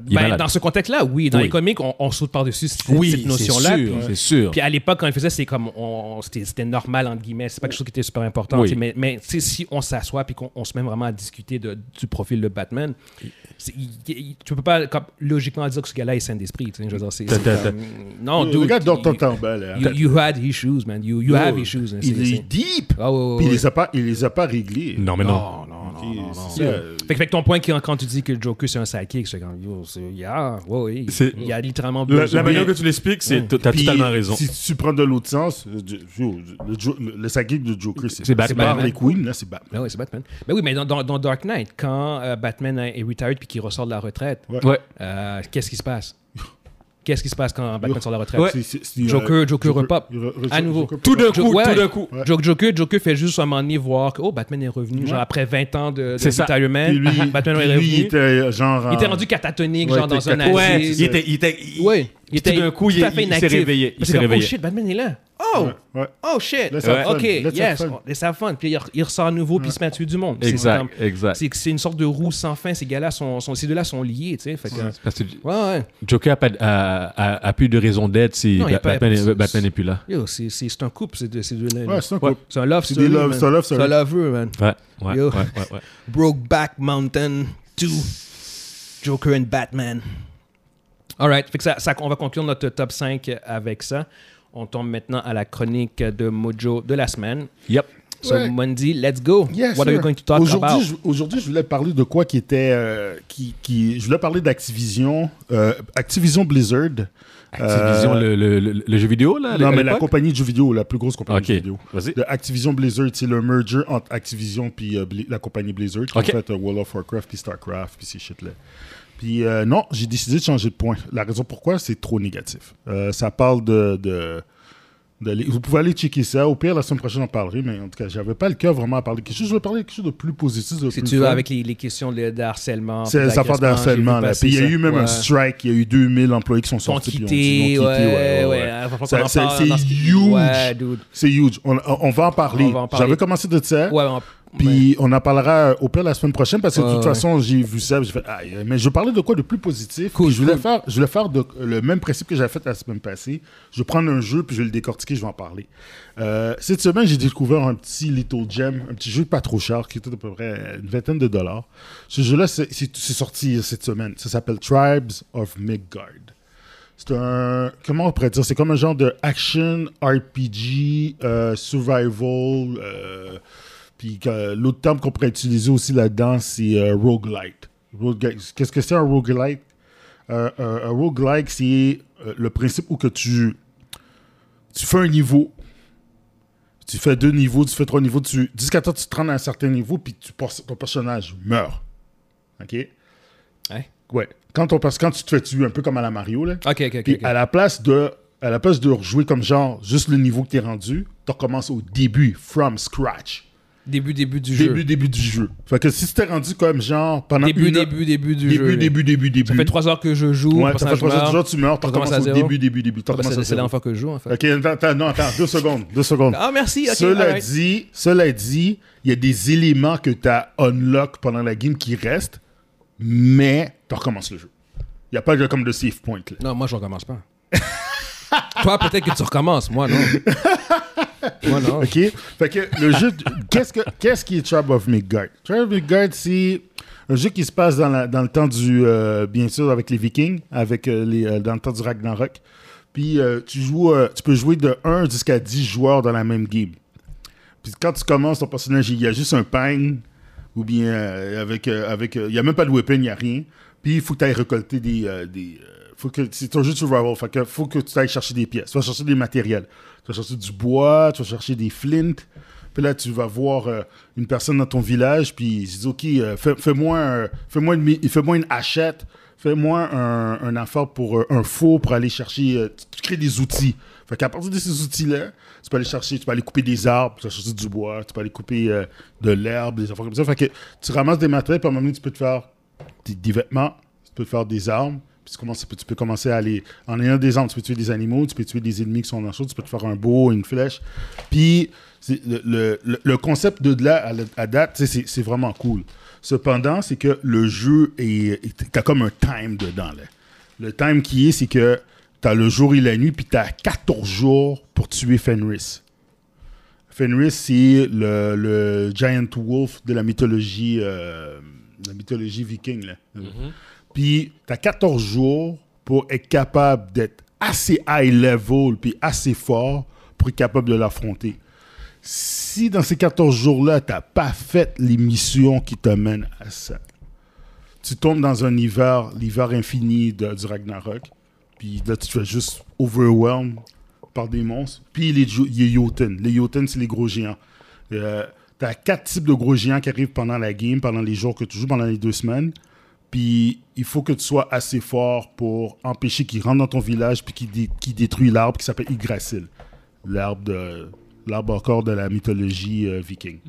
B: Il est
A: Ben,
B: malade.
A: dans ce contexte-là, oui. Dans
B: Oui.
A: les comics, on, on saute par-dessus cette,
B: Oui,
A: cette notion-là.
B: c'est sûr,
A: puis-
B: c'est sûr.
A: Puis à l'époque, quand il faisait, c'est comme on- c'était c'était normal entre guillemets. C'est pas quelque chose qui était super important.
B: Oui.
A: tu sais, Mais, mais, tu sais, si on s'assoit puis qu'on on se met vraiment à discuter de- du profil de Batman, c'est- il- il- tu peux pas comme, logiquement dire que ce gars-là est sain d'esprit. tu sais, je veux dire, c'est- c'est
B: T'as- t'as-
A: comme- Non,
C: Le
A: dude,
C: gars dort ton
A: you-
C: temps, ben, là.
A: You, you had issues, man. You, you have issues. hein,
C: Il
A: c'est-
C: est
A: c'est-
C: deep.
A: Ah, ouais, ouais,
C: Puis il
A: ouais.
C: les a pas, il les a pas réglés.
B: Non, mais non.
A: Non, non, non.
C: Puis
A: non, non.
C: c'est ça.
A: Fait que, fait que ton point qui- quand tu dis que le Joker c'est un sidekick, c'est comme yo, c'est yeah, ouais, ouais,
B: C'est-
A: il y a littéralement
B: La,
A: besoin-
B: la manière que tu l'expliques, c'est tu as
C: Puis
B: totalement raison.
C: Si tu prends de l'autre sens, euh, du- yo, le, Jo- le, le sidekick de Joker, c'est
B: C'est Batman.
C: c'est Harley Quinn, là, c'est Batman.
A: Ben oui, c'est Batman. Ben oui, mais dans, dans- dans Dark Knight, quand euh, Batman est retired puis qu'il ressort de la retraite,
C: Ouais.
B: Ouais.
A: euh, qu'est-ce qui se passe Qu'est-ce qui se passe quand Batman
C: Yo.
A: sort de la retraite
B: Ouais.
C: C'est- c'est- c'est, euh,
A: Joker, Joker repop.
C: il re- re-
A: À nouveau.
C: Joker
B: Tout
C: pop-up.
B: d'un
A: Jo-
B: coup,
A: ouais.
B: tout d'un coup.
A: Jo- Joker, Joker fait juste à un moment donné voir que oh, Batman est revenu, genre après 20 ans de, de
B: C'est ça.
A: retirement,
C: Puis lui,
A: Batman est
C: puis
A: revenu.
C: lui, il
A: il, était...
C: était euh, genre. en-
A: rendu catatonique,
C: Ouais,
A: genre
C: il
A: dans
C: était
A: un
C: catatonique.
B: Ouais,
A: asile.
B: il était, il était, il-
A: Ouais.
B: Puis tout d'un coup, il,
A: tout à fait
B: il s'est
A: inactif.
B: réveillé. Il
A: Parce
B: s'est
A: que,
B: réveillé.
A: Oh shit, Batman est là. Oh,
C: Ouais, ouais.
A: oh shit.
C: Let's have
B: Ouais.
C: fun.
A: Ok,
C: Let's have
A: yes,
C: fun.
A: oh, let's have fun. Puis il, re- il ressort à nouveau, puis il se met à tuer du monde. C'est- c'est
B: Exact,
A: comme-
B: exact.
A: C'est c'est une sorte de roue sans fin. Ces gars-là, sont, sont- ces deux-là sont liés, tu sais. Fait que,
B: Parce que
A: ouais, ouais.
B: Joker a, pas, a, a- a plus de raison d'être si
A: Non, il y a pas-
B: Batman euh,
A: c'est-
B: Batman n'est plus là.
A: Yo, c'est- c'est c'est un couple, ces deux- ces deux-là. là.
C: Ouais, c'est un couple.
A: c'est un love
C: C'est
A: story,
C: des love-
A: man.
C: c'est un love
A: C'est un
C: story.
A: lover, man.
B: Ouais, ouais,
A: Yo.
B: ouais, ouais, ouais.
A: Brokeback Mountain 2. Joker and Batman. Alright, fait que ça, ça- on va conclure notre top 5 avec ça. On tombe maintenant à la chronique de Mojo de la semaine.
B: Yep.
A: So,
C: Ouais.
A: Mondi, let's go.
C: Yes,
A: What are
C: sir.
A: you going to talk
C: aujourd'hui,
A: about?
C: Je, aujourd'hui, je voulais parler de quoi qui était. euh, qui, qui, je voulais parler d'Activision. euh, Activision Blizzard.
B: Activision,
C: Euh,
B: le, le, le, le jeu vidéo, là?
C: Non,
B: à
C: mais la
B: l'époque?
C: compagnie de jeux vidéo, la plus grosse compagnie
B: Ok,
C: de jeux vidéo.
B: vas-y.
C: De Activision Blizzard, c'est le merger entre Activision puis euh, Bli- la compagnie Blizzard qui
B: Ok.
C: ont fait euh, World of Warcraft puis StarCraft puis ces shit-là. Puis euh, non, j'ai décidé de changer de point. La raison pourquoi, c'est trop négatif. Euh, ça parle de... de- de les- vous pouvez aller checker ça. Au pire, la semaine prochaine, on parlerait. Mais en tout cas, j'avais pas le cœur vraiment à parler de quelque chose. Je veux parler de quelque chose de plus positif. De
A: Si
C: plus
A: tu veux,
C: fun.
A: avec les, les questions de, de harcèlement.
C: C'est les affaires d'harcèlement. là. Puis il y a eu même un strike. Il y a eu 2000 employés qui sont
A: Sont
C: sortis. puis ont dit,
A: quittés,
C: ils ont
A: ouais,
C: quitté,
A: ouais,
C: ouais,
A: ouais. Faut pas
C: Ça-
A: qu'on en
C: c'est-
A: parle
C: c'est
A: dans ce-
C: huge.
A: Ouais, dude.
C: C'est huge. On, on- on va en parler.
A: On va en parler.
C: J'avais commencé de ça.
A: Ouais, on-
C: Hein? Puis on en parlera euh, au pire la semaine prochaine parce que de
A: Ouais,
C: toute
A: ouais.
C: façon, j'ai vu ça. J'ai fait, aïe, mais je parlais de quoi de plus positif.
A: Cool,
C: Puis je voulais
A: cool.
C: faire, je voulais faire de- le même principe que j'avais fait la semaine passée. Je vais prendre un jeu, puis je vais le décortiquer, je vais en parler. Euh, cette semaine, j'ai découvert un petit Little Gem, un petit jeu pas trop cher qui était à peu près une vingtaine de dollars. Ce jeu-là, c'est c'est- c'est sorti cette semaine. Ça s'appelle Tribes of Midgard. C'est un. Comment on pourrait dire C'est comme un genre de action RPG, euh, survival. euh, puis que l'autre terme qu'on pourrait utiliser aussi là-dedans, c'est euh, roguelite. Roguelite. Qu'est-ce que c'est un roguelite Euh, euh, Un roguelike, c'est euh, le principe où que tu, tu fais un niveau. Tu fais deux niveaux, tu fais trois niveaux, tu, jusqu'à temps que tu te rends à un certain niveau, puis tu, passes- ton personnage meurt. OK?
A: Ouais.
C: Ouais. Quand, ton, pers- quand tu te fais tuer, un peu comme à la Mario, là,
A: Ok, ok, ok,
C: puis
A: ok.
C: à la place de à la place de rejouer comme genre juste le niveau que t'es rendu, tu recommences au début, from scratch.
A: Début, début du
C: Début,
A: jeu.
C: début du jeu. Fait que si t'es rendu comme genre pendant
A: Début,
C: une heure-
A: début, début du
C: début,
A: jeu. là.
C: début, début, début.
A: Ça fait trois heures que je joue.
C: Ouais,
A: mon
C: ça fait trois
A: personnage
C: heures,
A: meurt.
C: tu joues, tu meurs, tu
A: On commence
C: recommences au
A: à zéro.
C: début, début, début,
A: Ah,
C: tu
A: bah, c'est
C: recommences à
A: c'est la
C: zéro.
A: dernière fois que je joue, en fait.
C: Ok, attends, attends, non, attends, deux secondes, deux secondes.
A: Ah, merci. ok,
C: Cela
A: alright.
C: dit, cela dit, il y a des éléments que tu as unlock pendant la game qui restent, mais tu recommences le jeu. Il n'y a pas de, comme de save point.
A: (laughs)
C: Là. (laughs)
A: Non, moi, je recommence pas. Toi, peut-être que tu recommences. Moi, non. Voilà.
C: OK? Fait que le jeu. Qu'est-ce que- qu'est-ce qui est Tribe of Midgard? Tribe of Midgard, c'est un jeu qui se passe dans, la- dans le temps du. euh, bien sûr, avec les Vikings, avec, euh, les, euh, dans le temps du Ragnarok. Puis euh, tu, joues, euh, tu peux jouer de 1 jusqu'à 10 joueurs dans la même game. Puis quand tu commences ton personnage, il y a juste un peigne, ou bien euh, avec. euh, avec euh, il n'y a même pas de weapon, il n'y a rien. Puis il faut que tu ailles récolter des. euh, des euh, faut que, c'est un jeu de survival, fait que faut que tu ailles chercher des pièces. Tu vas chercher des matériels. Tu vas chercher du bois, tu vas chercher des flints. Puis là, tu vas voir euh, une personne dans ton village, puis je dis Ok, euh, fais- fais-moi un- fais-moi une, mi- fais-moi une hachette, fais-moi un, un affaire pour euh, un four pour aller chercher. euh, tu- tu crées des outils. Fait qu'à partir de ces outils-là, tu peux aller chercher, tu peux aller couper des arbres, tu peux chercher du bois, tu peux aller couper euh, de l'herbe, des affaires comme ça. Fait que tu ramasses des matériaux, puis à un moment donné, tu peux te faire des, des vêtements, tu peux te faire des armes, puis tu, commences, tu peux commencer à aller. En ayant des armes, tu peux tuer des animaux, tu peux tuer des ennemis qui sont dans le show, tu peux te faire un beau, une flèche. Puis c'est le, le- le- le concept de là à, la- à date, tu sais, c'est c'est vraiment cool. Cependant, c'est que le jeu est. est- T'as comme un time dedans, là. Le time qui est, c'est que t'as le jour et la nuit, puis t'as 14 jours pour tuer Fenris. Fenris, c'est le, le giant wolf de la mythologie, euh, de la mythologie viking. Là. Puis, tu as 14 jours pour être capable d'être assez high level puis assez fort pour être capable de l'affronter. Si dans ces 14 jours-là, tu n'as pas fait les missions qui te mènent à ça, tu tombes dans un hiver, l'hiver infini de- du Ragnarok, puis là, tu te fais juste overwhelmed par des monstres. Puis les, jo- les Jotun. Les Jotun, c'est les gros géants. Euh, T'as quatre types de gros géants qui arrivent pendant la game, pendant les jours que tu joues, pendant les deux semaines. Puis il faut que tu sois assez fort pour empêcher qu'ils rentrent dans ton village puis qu'ils dé- qu'ils détruisent l'arbre qui s'appelle Yggdrasil. L'arbre de l'arbre encore de la mythologie euh, viking.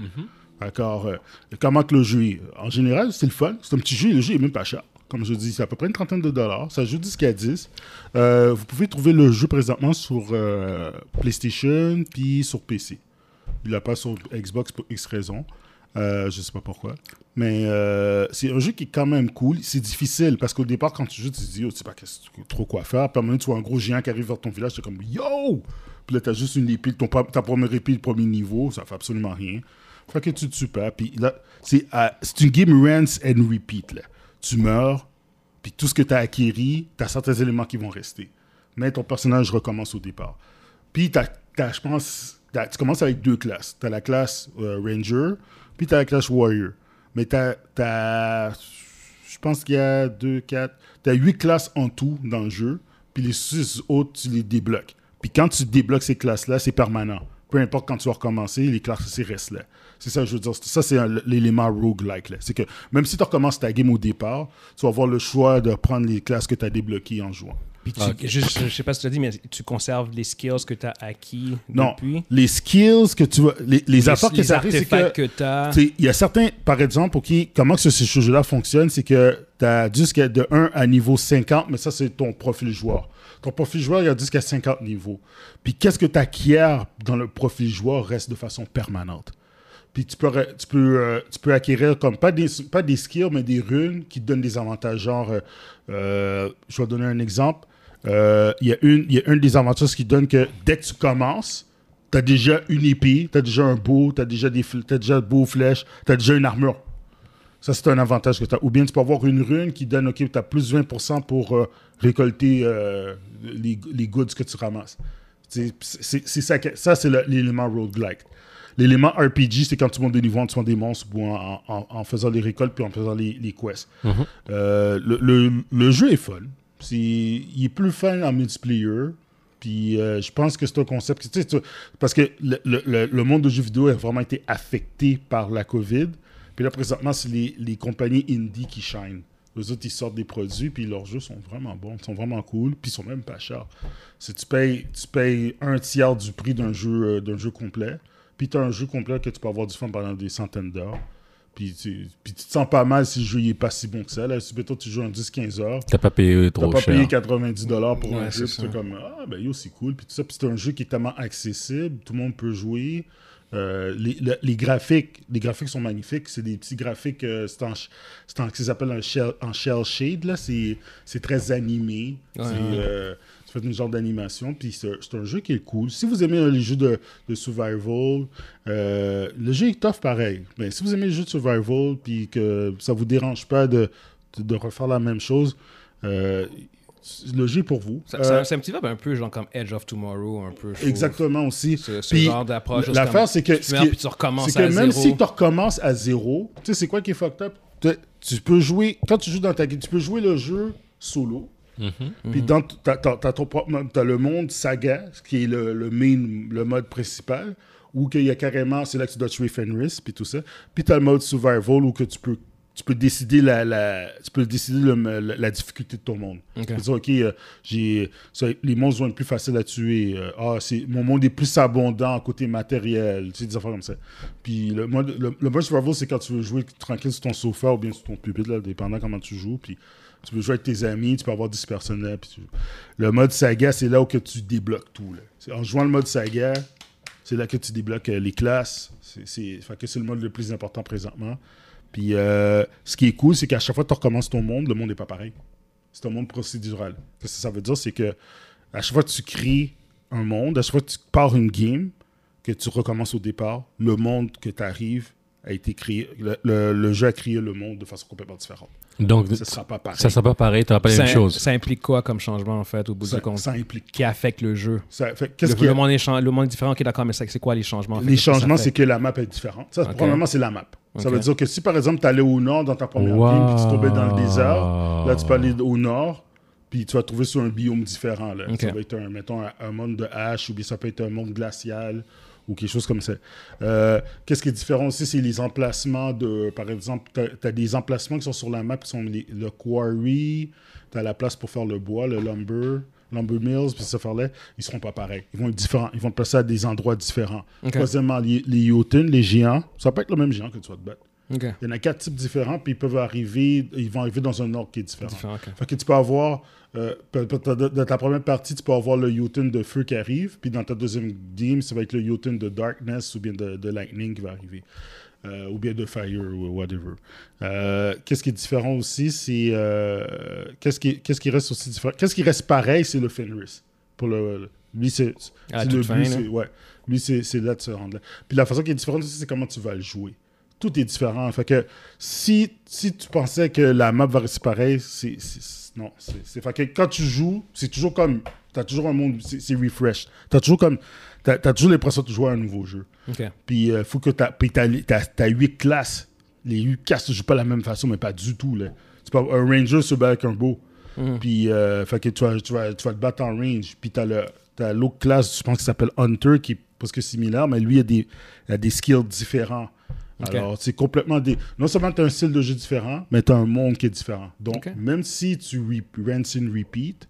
C: D'accord. euh, comment que le jeu est En général, c'est le fun. C'est un petit jeu. Le jeu est même pas cher. Comme je dis, c'est à peu près une trentaine de dollars. Ça joue 10 à 10. Euh, vous pouvez trouver le jeu présentement sur euh, PlayStation puis sur PC. Il l'a pas sur Xbox pour X raison. Euh, je sais pas pourquoi. Mais euh, c'est un jeu qui est quand même cool. C'est difficile parce qu'au départ, quand tu joues, tu te dis, oh, tu sais pas qu'est-ce que- trop quoi faire. Puis à un moment, donné, tu vois un gros géant qui arrive vers ton village, tu es comme, yo! Puis là, t'as juste une épée, ton, pa- ta première épée, le premier niveau, ça fait absolument rien. Fait que tu te super. Puis là, c'est à- c'est une game rinse and repeat. Là. Tu meurs, puis tout ce que tu as acquéri, tu as certains éléments qui vont rester. Mais ton personnage recommence au départ. Puis, t'as- t'as, je pense, t'as- tu commences avec deux classes. Tu as la classe euh, Ranger, puis tu as la classe Warrior. Mais tu as, je pense qu'il y a deux, quatre, tu as huit classes en tout dans le jeu, puis les six autres, tu les débloques. Puis quand tu débloques ces classes-là, c'est permanent. Peu importe quand tu vas recommencer, les classes ils restent là. C'est ça, je veux dire. c'est- Ça, c'est un- l'élément roguelike. là. C'est que même si tu recommences ta game au départ, tu vas avoir le choix de prendre les classes que tu as débloquées en jouant. Ah.
A: Puis tu, juste, je sais pas si tu l'as dit, mais tu conserves les skills que tu as acquis
C: Non,
A: depuis.
C: les skills que tu vas. Les, les apports que
A: les
C: ça arrive, c'est que.
A: artefacts que tu as.
C: Tu sais, Il y a certains, par exemple, pour qui, comment que ce, ce jeu-là fonctionne, c'est que tu as jusqu'à de 1 à niveau 50, mais ça, c'est ton profil joueur. Ton profil joueur, il y a jusqu'à 50 niveaux. Puis qu'est-ce que tu acquiers dans le profil joueur reste de façon permanente. Puis tu peux, re- tu peux, euh, tu peux acquérir comme pas des, pas des skills, mais des runes qui te donnent des avantages. Genre, euh, euh, je vais donner un exemple. Euh, Il y, a une- il y a une des avantages qui donne que dès que tu commences, tu as déjà une épée, tu as déjà un beau, tu as déjà des fl- t'as déjà de beaux flèches, tu as déjà une armure. Ça, c'est un avantage que tu as. Ou bien tu peux avoir une rune qui donne, OK, tu as plus 20% pour euh, récolter euh, les, les goods que tu ramasses. C'est c'est- c'est ça, que- ça c'est le- l'élément roguelike. L'élément RPG, c'est quand tu montes de niveau en tuant des monstres ou en, en- en faisant les récoltes puis en faisant les, les quests. Euh, le, le- le jeu est fun. C'est- il est plus fun en multiplayer. Puis euh, je pense que c'est un concept. que- tu sais, tu- parce que le, le- le- le monde de jeux vidéo a vraiment été affecté par la COVID. Puis là, présentement, c'est les, les compagnies indie qui shinent. Eux autres, ils sortent des produits, puis leurs jeux sont vraiment bons, sont vraiment cool, puis ils sont même pas chers. Si tu payes, tu payes un tiers du prix d'un jeu, euh, d'un jeu complet, puis tu as un jeu complet que tu peux avoir du fun pendant des centaines d'heures. Puis tu, puis tu te sens pas mal si le jeu il est pas si bon que ça. Là, si mettons, tu joues en 10-15 heures,
B: T'as pas payé
C: T'as
B: trop
C: pas payé
B: cher.
C: 90 dollars pour un
A: Ouais,
C: jeu,
A: c'est
C: puis t'es
A: ça.
C: comme ah ben yo c'est cool, puis tout ça, puis c'est un jeu qui est tellement accessible, tout le monde peut jouer. Euh, les, le- les graphiques, les graphiques sont magnifiques, c'est des petits graphiques, euh, c'est en, ch- c'est en, ça s'appelle en shell, en shell shade là, c'est c'est très animé,
A: Ouais,
C: c'est
A: ouais.
C: euh, c'est C'est fait une genre d'animation, puis c'est un- c'est un jeu qui est cool. Si vous aimez euh, les jeux de, de survival, euh, le jeu est tough pareil. Mais si vous aimez les jeux de survival, puis que ça vous dérange pas de, de, de refaire la même chose, euh, le jeu est pour vous.
A: Ça-
C: Euh,
A: ça- C'est un petit vibe un peu genre comme Edge of Tomorrow, un peu. je trouve.
C: exactement aussi.
A: Ce, ce
C: Puis,
A: genre d'approche. où
C: L'affaire,
A: comme
C: c'est que.
A: tu
C: ce
A: meurs,
C: qui est-
A: puis tu recommences
C: c'est que
A: à
C: même
A: zéro.
C: si tu recommences à zéro, tu sais, c'est quoi qui est fucked up? T'as- Tu peux jouer, quand tu joues dans ta game, tu peux jouer le jeu solo.
A: Mhm.
C: Puis dans t- t'as, t'as- t'as ton propre mode. T'as le monde saga, ce qui est le, le main, le mode principal, où qu'il y a carrément, c'est là que tu dois tuer Fenris, puis tout ça. Puis t'as le mode survival, où que tu peux, tu peux décider la, la- tu peux décider le- la, la difficulté de ton monde.
A: Ok.
C: Tu peux dire, OK, euh, j'ai, ça- les monstres vont être plus faciles à tuer. euh, ah, c'est, mon monde est plus abondant côté matériel. Tu sais, des affaires comme ça. Puis le mode, le, le mode survival, c'est quand tu veux jouer tranquille sur ton sofa ou bien sur ton pupitre, là, dépendant comment tu joues. Puis tu peux jouer avec tes amis, tu peux avoir 10 personnes là. Puis tu- Le mode saga, c'est là où que tu débloques tout. là. C'est- En jouant le mode saga, c'est là que tu débloques euh, les classes. C'est, c'est, fait que c'est le mode le plus important présentement. Puis euh, ce qui est cool, c'est qu'à chaque fois que tu recommences ton monde, le monde n'est pas pareil. C'est un monde procédural. Ce que ça veut dire, c'est que à chaque fois que tu crées un monde, à chaque fois que tu pars une game, que tu recommences au départ, le monde que tu arrives a été créé, le, le- le jeu a créé le monde de façon complètement différente.
B: Donc,
C: Ça sera pas pareil.
B: ça sera pas pareil, t'auras pas les
A: ça,
B: mêmes choses.
A: ça implique quoi comme changement en fait au bout
C: ça,
A: du compte
C: ça implique.
A: Qui affecte le jeu
C: ça- fait-
A: le,
C: qu'est-ce qu'il y a-
A: le monde est chan- le monde est différent, ok, d'accord, mais c'est c'est quoi les changements en fait,
C: Les
A: qu'est-ce que ça
C: changements,
A: fait?
C: c'est que la map est différente. Ça,
A: Ok.
C: probablement, c'est la map. Ça
A: Ok.
C: veut dire que si, par exemple, tu allais au nord dans ta première game, puis tu tombais dans le désert, là, tu peux aller au nord, puis tu vas te trouver sur un biome différent. Là.
A: Ok.
C: Ça va être, un, mettons, un, un monde de hache, ou bien ça peut être un monde glacial, ou quelque chose comme ça. Euh, Qu'est-ce qui est différent aussi, c'est les emplacements de... Par exemple, tu as, des emplacements qui sont sur la map, qui sont les- le quarry, tu as la place pour faire le bois, le lumber... Lumber Mills, puis ça là ils seront pas pareils. Ils vont être différents. Ils vont te placer à des endroits différents.
A: Ok.
C: Troisièmement, les, les Jotun, les géants, ça peut être le même géant que tu vas te battre.
A: Ok.
C: Il y en a quatre types différents, puis ils peuvent arriver, ils vont arriver dans un ordre qui est différent.
A: Différent, ok.
C: Fait que tu peux avoir, euh, pe- pe- dans dans ta première partie, tu peux avoir le Jotun de feu qui arrive, puis dans ta deuxième game, ça va être le Jotun de darkness ou bien de, de lightning qui va arriver, Euh, ou bien de fire ou whatever. Euh, qu'est-ce qui est différent aussi, c'est euh, qu'est-ce qui, qu'est-ce qui reste aussi différent, qu'est-ce qui reste pareil, c'est le Fenris pour le, lui c'est,
A: À la
C: c'est
A: toute
C: le
A: fin,
C: but,
A: là.
C: c'est- ouais, lui c'est, c'est là de se rendre là. Puis la façon qui est différente aussi, c'est comment tu vas le jouer tout est différent. Fait que si, si tu pensais que la map va rester pareille, c'est, c'est- c'est- non. C'est, c'est- fait que quand tu joues, c'est toujours comme. T'as toujours un monde. C'est, c'est refresh. T'as toujours comme. T'as, t'as toujours l'impression de jouer à un nouveau jeu.
A: Ok.
C: Puis euh, faut que t'as, puis t'as, t'as- t'as huit classes. Les huit classes ne jouent pas de la même façon, mais pas du tout. Là. Tu peux avoir un ranger se bat avec un beau.
A: Mm.
C: Puis euh, fait que tu vas, tu, vas, tu vas te battre en range. Puis t'as, le, t'as l'autre classe, je pense qu'il s'appelle Hunter, qui est presque similaire, mais lui, il a des, il a des skills différents.
A: Ok.
C: Alors, c'est complètement des. Non seulement tu as un style de jeu différent, mais tu as un monde qui est différent. Donc,
A: Ok.
C: même si tu re- rinse and repeat,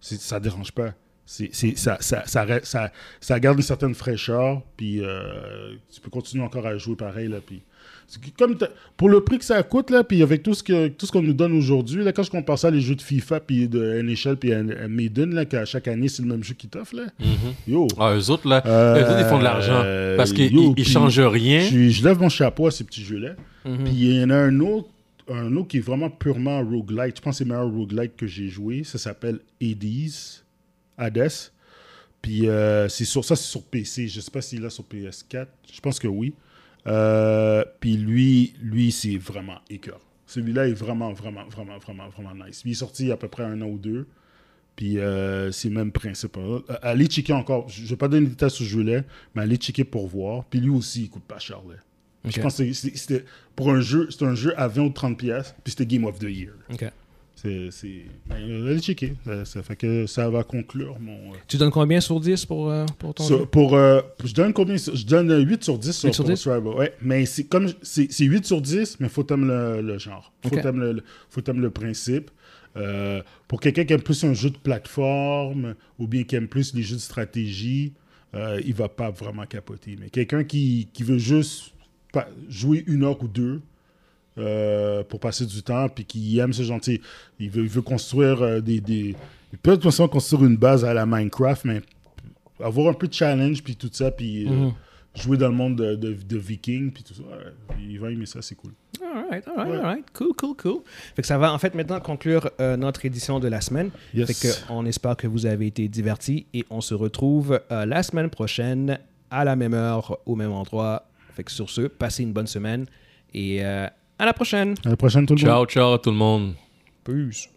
C: c'est- ça dérange pas. C'est, c'est- ça, ça, ça, re- ça- ça garde une certaine fraîcheur, puis euh, tu peux continuer encore à jouer pareil. Là, puis, c'est que comme t'as- pour le prix que ça coûte, là, puis avec tout ce, que, tout ce qu'on nous donne aujourd'hui, là, quand je compare ça à les jeux de FIFA, puis de NHL, puis à, à Maiden, là, qu'à chaque année, c'est le même jeu qui t'offre, là. Yo,
B: Ah, eux autres, là,
C: Euh,
B: eux autres, ils font de l'argent.
C: euh,
B: Parce qu'ils
C: yo,
B: ils- ils
C: puis-
B: changent rien.
C: je, je lève mon chapeau à ces petits jeux-là. Puis il y en a un autre, un autre qui est vraiment purement roguelite. Je pense que c'est le meilleur roguelite que j'ai joué. Ça s'appelle Hades. Hades. Puis euh, c'est sur, ça, c'est sur PC. Je sais pas s'il est sur PS4. Je pense que oui. Euh, puis lui, lui c'est vraiment écœur. Celui-là est vraiment, vraiment, vraiment, vraiment, vraiment nice. Lui, Il est sorti il y a à peu près un an ou deux. Puis euh, c'est le même principe. hein. Euh, allez checker encore. Je ne vais pas donner de détails sur ce jeu-là, mais allez checker pour voir. Puis lui aussi, il coûte pas cher. Là.
A: Ok.
C: Je pense que c'est- c'était pour un jeu, c'était un jeu à 20 ou 30 pièces, puis c'était Game of the Year.
A: Ok.
C: C'est, c'est... mais, euh, allez checker. Ça, ça fait que ça va conclure mon. euh,
A: Tu donnes combien sur 10 pour, euh, pour ton
C: sur-
A: jeu
C: pour, euh, je donne combien sur- Je donne euh, 8 sur 10 sur,
A: 8 sur
C: pour
A: 10?
C: Survivor. Ouais, mais c'est comme c'est, c'est 8 sur 10, mais faut t'aimer le, le genre. Faut
A: Ok.
C: t'aimer le, le- faut t'aimer le principe. Euh, pour quelqu'un qui aime plus un jeu de plateforme ou bien qui aime plus les jeux de stratégie, euh, il va pas vraiment capoter. Mais quelqu'un qui, qui veut juste pa- jouer une heure ou deux, euh, pour passer du temps, puis qui aime ce gentil. Il veut, il veut construire euh, des, des- Il peut de toute façon construire une base à la Minecraft, mais avoir un peu de challenge, puis tout ça, puis euh, jouer dans le monde de, de, de vikings, puis tout ça. ouais, il va aimer ça, c'est cool.
A: Ah, alright, alright, alright. Cool, cool, cool. Fait que ça va en fait maintenant conclure euh, notre édition de la semaine.
C: Yes.
A: Fait que on espère que vous avez été divertis et on se retrouve euh, la semaine prochaine à la même heure, au même endroit. Fait que sur ce, passez une bonne semaine et euh, à la prochaine.
C: À la prochaine, tout le monde.
B: Ciao, ciao tout le monde.
A: Peace.